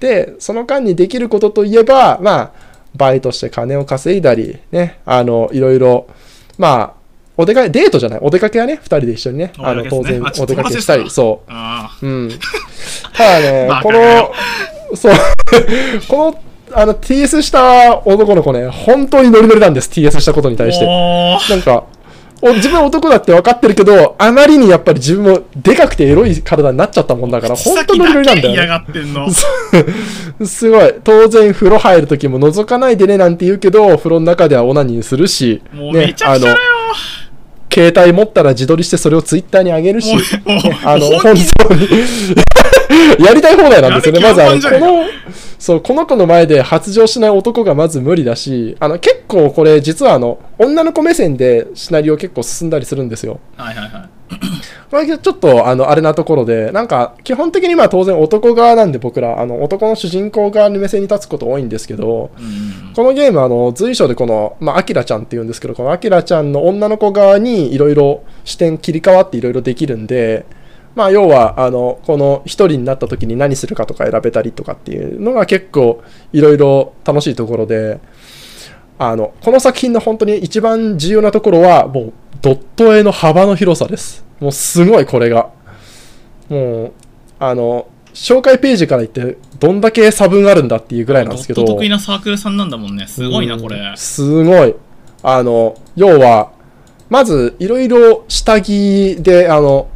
Speaker 2: で、その間にできることといえば、まあ、バイトして金を稼いだり、ね、あの、いろいろ、まあ、お出かけ、デートじゃない、お出かけはね、2人で一緒にね、あの、
Speaker 1: お出かけで
Speaker 2: 当
Speaker 1: すね
Speaker 2: 然
Speaker 1: あちょ
Speaker 2: お
Speaker 1: っと
Speaker 2: 出かけした
Speaker 1: 友達で
Speaker 2: り、
Speaker 1: す
Speaker 2: そう。
Speaker 1: あ
Speaker 2: うん。ただね
Speaker 1: バ、カ
Speaker 2: こ
Speaker 1: がよ
Speaker 2: の、そう、 この、あの、TS した男の子ね、本当にノリノリなんです、TS したことに
Speaker 1: あ。
Speaker 2: 対して。
Speaker 1: おー
Speaker 2: なんか、お自分は男だって分かってるけど、あまりにやっぱり自分もでかくてエロい体になっちゃったもんだから、本当ノリノリなんだよ、
Speaker 1: 嫌
Speaker 2: ね。
Speaker 1: がってんの。
Speaker 2: すごい。当然、風呂入るときも覗かないでねなんて言うけど、風呂の中ではオナニーするし、
Speaker 1: もうめちゃくちゃだよ。
Speaker 2: 携帯持ったら自撮りしてそれをツイッターに上げるし、
Speaker 1: もうもう
Speaker 2: ねあ
Speaker 1: も
Speaker 2: の、
Speaker 1: う
Speaker 2: 本当に やりたい放題なんですよね。
Speaker 1: や
Speaker 2: ま
Speaker 1: る気満々
Speaker 2: ずあの、
Speaker 1: じゃね
Speaker 2: こ
Speaker 1: えか
Speaker 2: の、そう、この子の前で発情しない男がまず無理だし、あの、結構これ実はあの、女の子目線でシナリオ結構進んだりするんですよ。
Speaker 1: はいはいはい。
Speaker 2: まあ、ちょっと、あの、あれなところで、なんか、基本的にまあ当然男側なんで僕ら、あの、男の主人公側の目線に立つこと多いんですけど、
Speaker 1: うんうん
Speaker 2: このゲーム、あの、随所でこの、まあ、アキラちゃんって言うんですけど、このアキラちゃんの女の子側にいろいろ視点切り替わっていろいろできるんで、まあ、要は、あの、この一人になった時に何するかとか選べたりとかっていうのが結構いろいろ楽しいところで、あの、この作品の本当に一番重要なところは、もう、ドット絵の幅の広さです。もう、すごい、これが。もう、あの、紹介ページから言って、どんだけ差分あるんだっていうぐらい
Speaker 1: うん。
Speaker 2: なん
Speaker 1: ド
Speaker 2: ですけ
Speaker 1: ッ
Speaker 2: ど。
Speaker 1: ト得意なサークルさんなんだもんね。すごいな、
Speaker 2: うん
Speaker 1: これ。
Speaker 2: すごい。あの、要は、まず、いろいろ下着で、あの、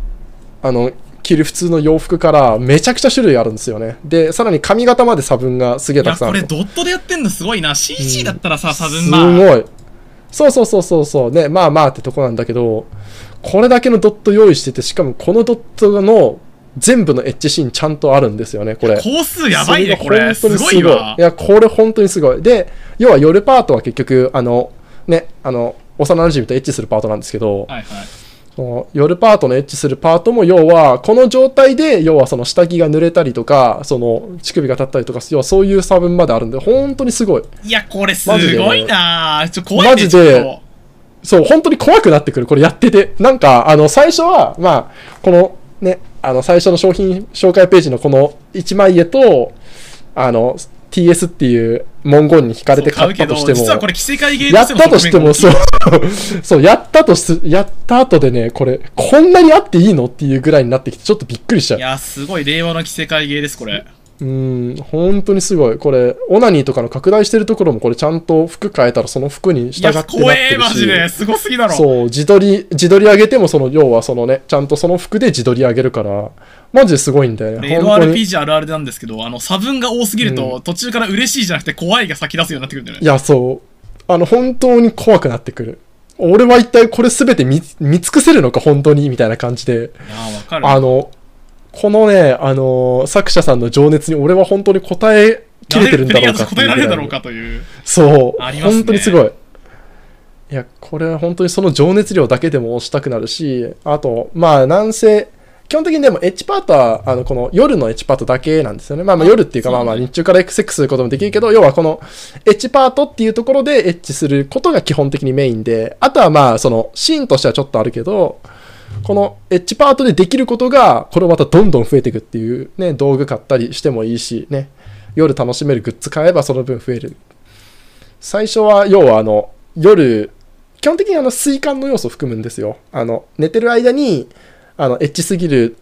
Speaker 2: あの、着着る普通の洋服からめちゃくちゃ種類あるんですよね。で、さらに髪型まで差分がすげえ
Speaker 1: い
Speaker 2: た
Speaker 1: や、
Speaker 2: くさん
Speaker 1: こ
Speaker 2: あ
Speaker 1: れ
Speaker 2: る。
Speaker 1: ドットでやってんのすごいな。CG だったらさ、差分
Speaker 2: す
Speaker 1: まあ、
Speaker 2: ごい。そうそうそうそうそう。ね、まあまあってとこなんだけど、これだけのドット用意してて、しかもこのドットの全部のエッジシーンちゃんとあるんですよね、これ。
Speaker 1: 工数やばいね、
Speaker 2: そ
Speaker 1: こ
Speaker 2: が
Speaker 1: れ。す
Speaker 2: 本当に
Speaker 1: ごいわ
Speaker 2: い。や、これ本当にすごい。で、要は夜パートは結局、あの、ね、あの、幼馴染とエッチするパートなんですけど、
Speaker 1: はいはい。
Speaker 2: その夜パートのエッチするパートも要はこの状態で要はその下着が濡れたりとかその乳首が立ったりとか要はそういう差分まであるんで本当にすごい
Speaker 1: いや、これすごいなちょ、怖いね
Speaker 2: マジで
Speaker 1: ちょっと
Speaker 2: そう本当に怖くなってくるこれやっててなんかあの最初はまあこのねあの最初の商品紹介ページのこの一枚絵とあの TS っていう文言に惹かれて買ったとして
Speaker 1: そう買うけど実
Speaker 2: も
Speaker 1: はこれ、着せ替え芸
Speaker 2: や
Speaker 1: とし
Speaker 2: っ
Speaker 1: て
Speaker 2: たとしても、
Speaker 1: 側面が大きい
Speaker 2: そう、そう、やったとす、やった後でね、これ、こんなにあっていいのっていうぐらいになってきて、ちょっとびっくりしちゃう
Speaker 1: い。や、すごい令和の着せ替え芸です、これ。
Speaker 2: うーん、本当にすごい。これ、オナニーとかの拡大してるところも、これちゃんと服変えたら、その服に
Speaker 1: い
Speaker 2: 従って
Speaker 1: や
Speaker 2: なっ、
Speaker 1: 怖
Speaker 2: て
Speaker 1: え、
Speaker 2: る
Speaker 1: マジで。
Speaker 2: し。
Speaker 1: すごすぎだろ。
Speaker 2: そう、自撮り、自撮り上げても、その、要はそのね、ちゃんとその服で自撮り上げるから、マジですごいんだよね。
Speaker 1: レー
Speaker 2: 本当に。い
Speaker 1: RPG あるあるなんですけど、あの、差分が多すぎると、途中から嬉しいじゃなくて怖いが先出すようになってくるんだよね。
Speaker 2: や、そう。あの、本当に怖くなってくる。俺は一体これ全て見見尽くせるのか、本当にみたいな感じで。
Speaker 1: いやー、わかる。
Speaker 2: あの、このね、あの、作者さんの情熱に俺は本当に応えきれてるんだ
Speaker 1: なんでプレ
Speaker 2: ろうか
Speaker 1: イヤーとして答えられるだろうかという。
Speaker 2: そう、
Speaker 1: ありますね
Speaker 2: 本当にすごい。いや、これは本当にその情熱量だけでも押したくなるし、あと、まあ、なんせ、基本的にでもエッジパートは、あの、この夜のエッジパートだけなんですよね。まあまあ夜っていうか、
Speaker 1: そう
Speaker 2: ま
Speaker 1: だ
Speaker 2: あ
Speaker 1: ね
Speaker 2: まあ日中からエクセックスすることもできるけど、要はこのエッジパートっていうところでエッジすることが基本的にメインで、あとはまあ、そのシーンとしてはちょっとあるけど、このエッジパートでできることが、これまたどんどん増えていくっていうね、道具買ったりしてもいいし、ね、夜楽しめるグッズ買えばその分増える最初は要はあの夜基本的にあの水管の要素を含むんですよあの寝てる間にあのエッチすぎる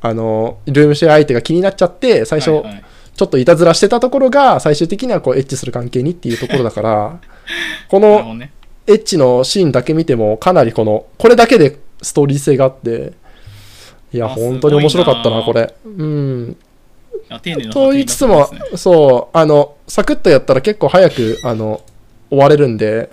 Speaker 2: あのルームシェア相手が気になっちゃって最
Speaker 1: は
Speaker 2: 初
Speaker 1: いはい
Speaker 2: ちょっといたずらしてたところが最終的にはこうエッチする関係にっていうところだから こ
Speaker 1: なるほ
Speaker 2: の
Speaker 1: どね
Speaker 2: エッチのシーンだけ見てもかなりこのこれだけでストーリー性があっていや
Speaker 1: あすごいな
Speaker 2: 本当に面白かったなこれうん
Speaker 1: いや丁寧な
Speaker 2: と言いつつ
Speaker 1: 作
Speaker 2: も
Speaker 1: 品だったですね、
Speaker 2: そう、あの、サクッとやったら結構早く、あの、終われるんで、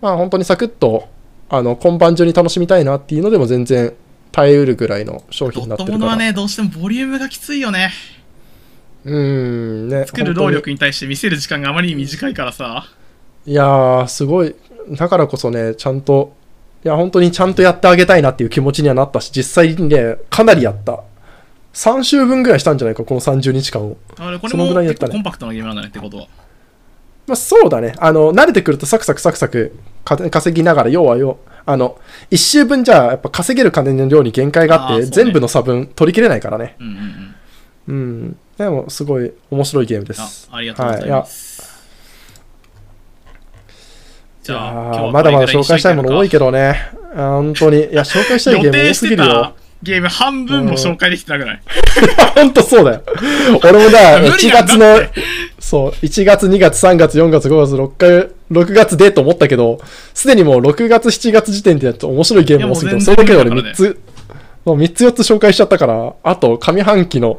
Speaker 2: まあ本当にサクッと、あの、今晩中に楽しみたいなっていうのでも全然耐えうるぐらいの商
Speaker 1: ド
Speaker 2: 品にな
Speaker 1: ッ
Speaker 2: っ
Speaker 1: ト
Speaker 2: てるか
Speaker 1: も
Speaker 2: ら。
Speaker 1: のはね、どうしてもボリュームがきついよね。
Speaker 2: うーん、ね。
Speaker 1: 作る
Speaker 2: 本当
Speaker 1: 労
Speaker 2: に
Speaker 1: 力に対して見せる時間があまりに短いからさ。
Speaker 2: いやー、すごい。だからこそね、ちゃんと、いや、本当にちゃんとやってあげたいなっていう気持ちにはなったし、実際にね、かなりやった。3週分ぐらいしたんじゃないか、この30日間を。
Speaker 1: あれこれ
Speaker 2: その
Speaker 1: も
Speaker 2: ぐらいやっ
Speaker 1: 結
Speaker 2: た
Speaker 1: 構
Speaker 2: ね
Speaker 1: コンパクトなゲームなんだねってことは。
Speaker 2: まあ、そうだね。あの、慣れてくるとサクサクサクサクか稼ぎながら、要は要、あの、一週分じゃ、やっぱ稼げる金の量に限界があって、
Speaker 1: あーそうね
Speaker 2: 全部の差分取り切れないからね。
Speaker 1: うんうんうん。
Speaker 2: うん。でも、すごい面白いゲームで
Speaker 1: あ
Speaker 2: す。
Speaker 1: ありがとうございます。じ
Speaker 2: い
Speaker 1: ゃあ、
Speaker 2: や
Speaker 1: 今日
Speaker 2: ー
Speaker 1: は
Speaker 2: まだまだ
Speaker 1: これぐらいに
Speaker 2: 紹
Speaker 1: しと
Speaker 2: 介したいもの多い
Speaker 1: て
Speaker 2: けどね。あ本当に。いや、紹介したいゲー
Speaker 1: 予
Speaker 2: ム多
Speaker 1: 定
Speaker 2: す
Speaker 1: し
Speaker 2: ぎ
Speaker 1: て
Speaker 2: るよ
Speaker 1: た。ゲーム半分も紹介できてなくない、
Speaker 2: 本当そうだよ。俺もだ、
Speaker 1: 無
Speaker 2: 1
Speaker 1: 理なんだ
Speaker 2: 月
Speaker 1: っ
Speaker 2: の
Speaker 1: て、
Speaker 2: そう、1月、2月、3月、4月、5月、6回、6月でと思ったけど、すでにもう6月、7月時点でやっと面白いゲーム多す
Speaker 1: い
Speaker 2: ぎて、
Speaker 1: やもう
Speaker 2: それだけで俺
Speaker 1: 全然
Speaker 2: 3つ、もう3つ4つ紹介しちゃったから、あと上半期の、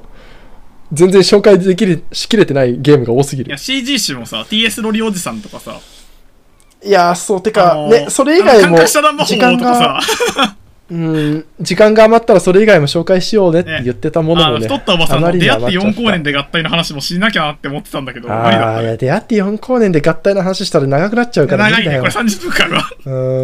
Speaker 2: 全然紹介できる、しきれてないゲームが多すぎ
Speaker 1: い
Speaker 2: る
Speaker 1: や、。CG 集もさ、TS ロリおじさんとかさ、
Speaker 2: いやー、そう、て
Speaker 1: あ
Speaker 2: か、
Speaker 1: のー
Speaker 2: ね、それ以外
Speaker 1: あの感
Speaker 2: も、
Speaker 1: 化した乱魔
Speaker 2: 時
Speaker 1: 法
Speaker 2: 間
Speaker 1: とかさ
Speaker 2: が、、うん、時間が余ったらそれ以外も紹介しようねって言ってたもの
Speaker 1: あ
Speaker 2: も
Speaker 1: の
Speaker 2: ね、
Speaker 1: 太ったおばさ
Speaker 2: あ
Speaker 1: ん
Speaker 2: ま
Speaker 1: の
Speaker 2: りに
Speaker 1: 出会って
Speaker 2: 余ちゃ
Speaker 1: 4
Speaker 2: た
Speaker 1: 光年で合体の話もしなきゃなって思ってたんだけど、無理だ
Speaker 2: あ
Speaker 1: った
Speaker 2: あ、い
Speaker 1: ね。
Speaker 2: や、出会って4光年で合体の話したら長くなっちゃうから無
Speaker 1: 長
Speaker 2: 理
Speaker 1: い
Speaker 2: だ
Speaker 1: ね、
Speaker 2: よ
Speaker 1: これ。30分間は。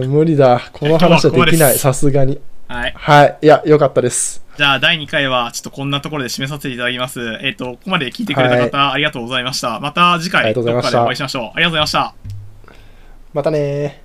Speaker 2: うん、無理だ。この話は
Speaker 1: 今
Speaker 2: でき
Speaker 1: 日はここま
Speaker 2: な
Speaker 1: で
Speaker 2: い。
Speaker 1: です
Speaker 2: さすがに。
Speaker 1: はい。
Speaker 2: はい。いや、よかったです。
Speaker 1: じゃあ、第2回は、ちょっとこんなところで締めさせていただきます。えっ、と、ここまで聞いてくれた方、ありがとうございました。また次
Speaker 2: あ
Speaker 1: 回、
Speaker 2: りがと
Speaker 1: ど
Speaker 2: うござい
Speaker 1: こ
Speaker 2: ま
Speaker 1: か
Speaker 2: した
Speaker 1: でお会いしましょう。ありがとうございました。
Speaker 2: またねー。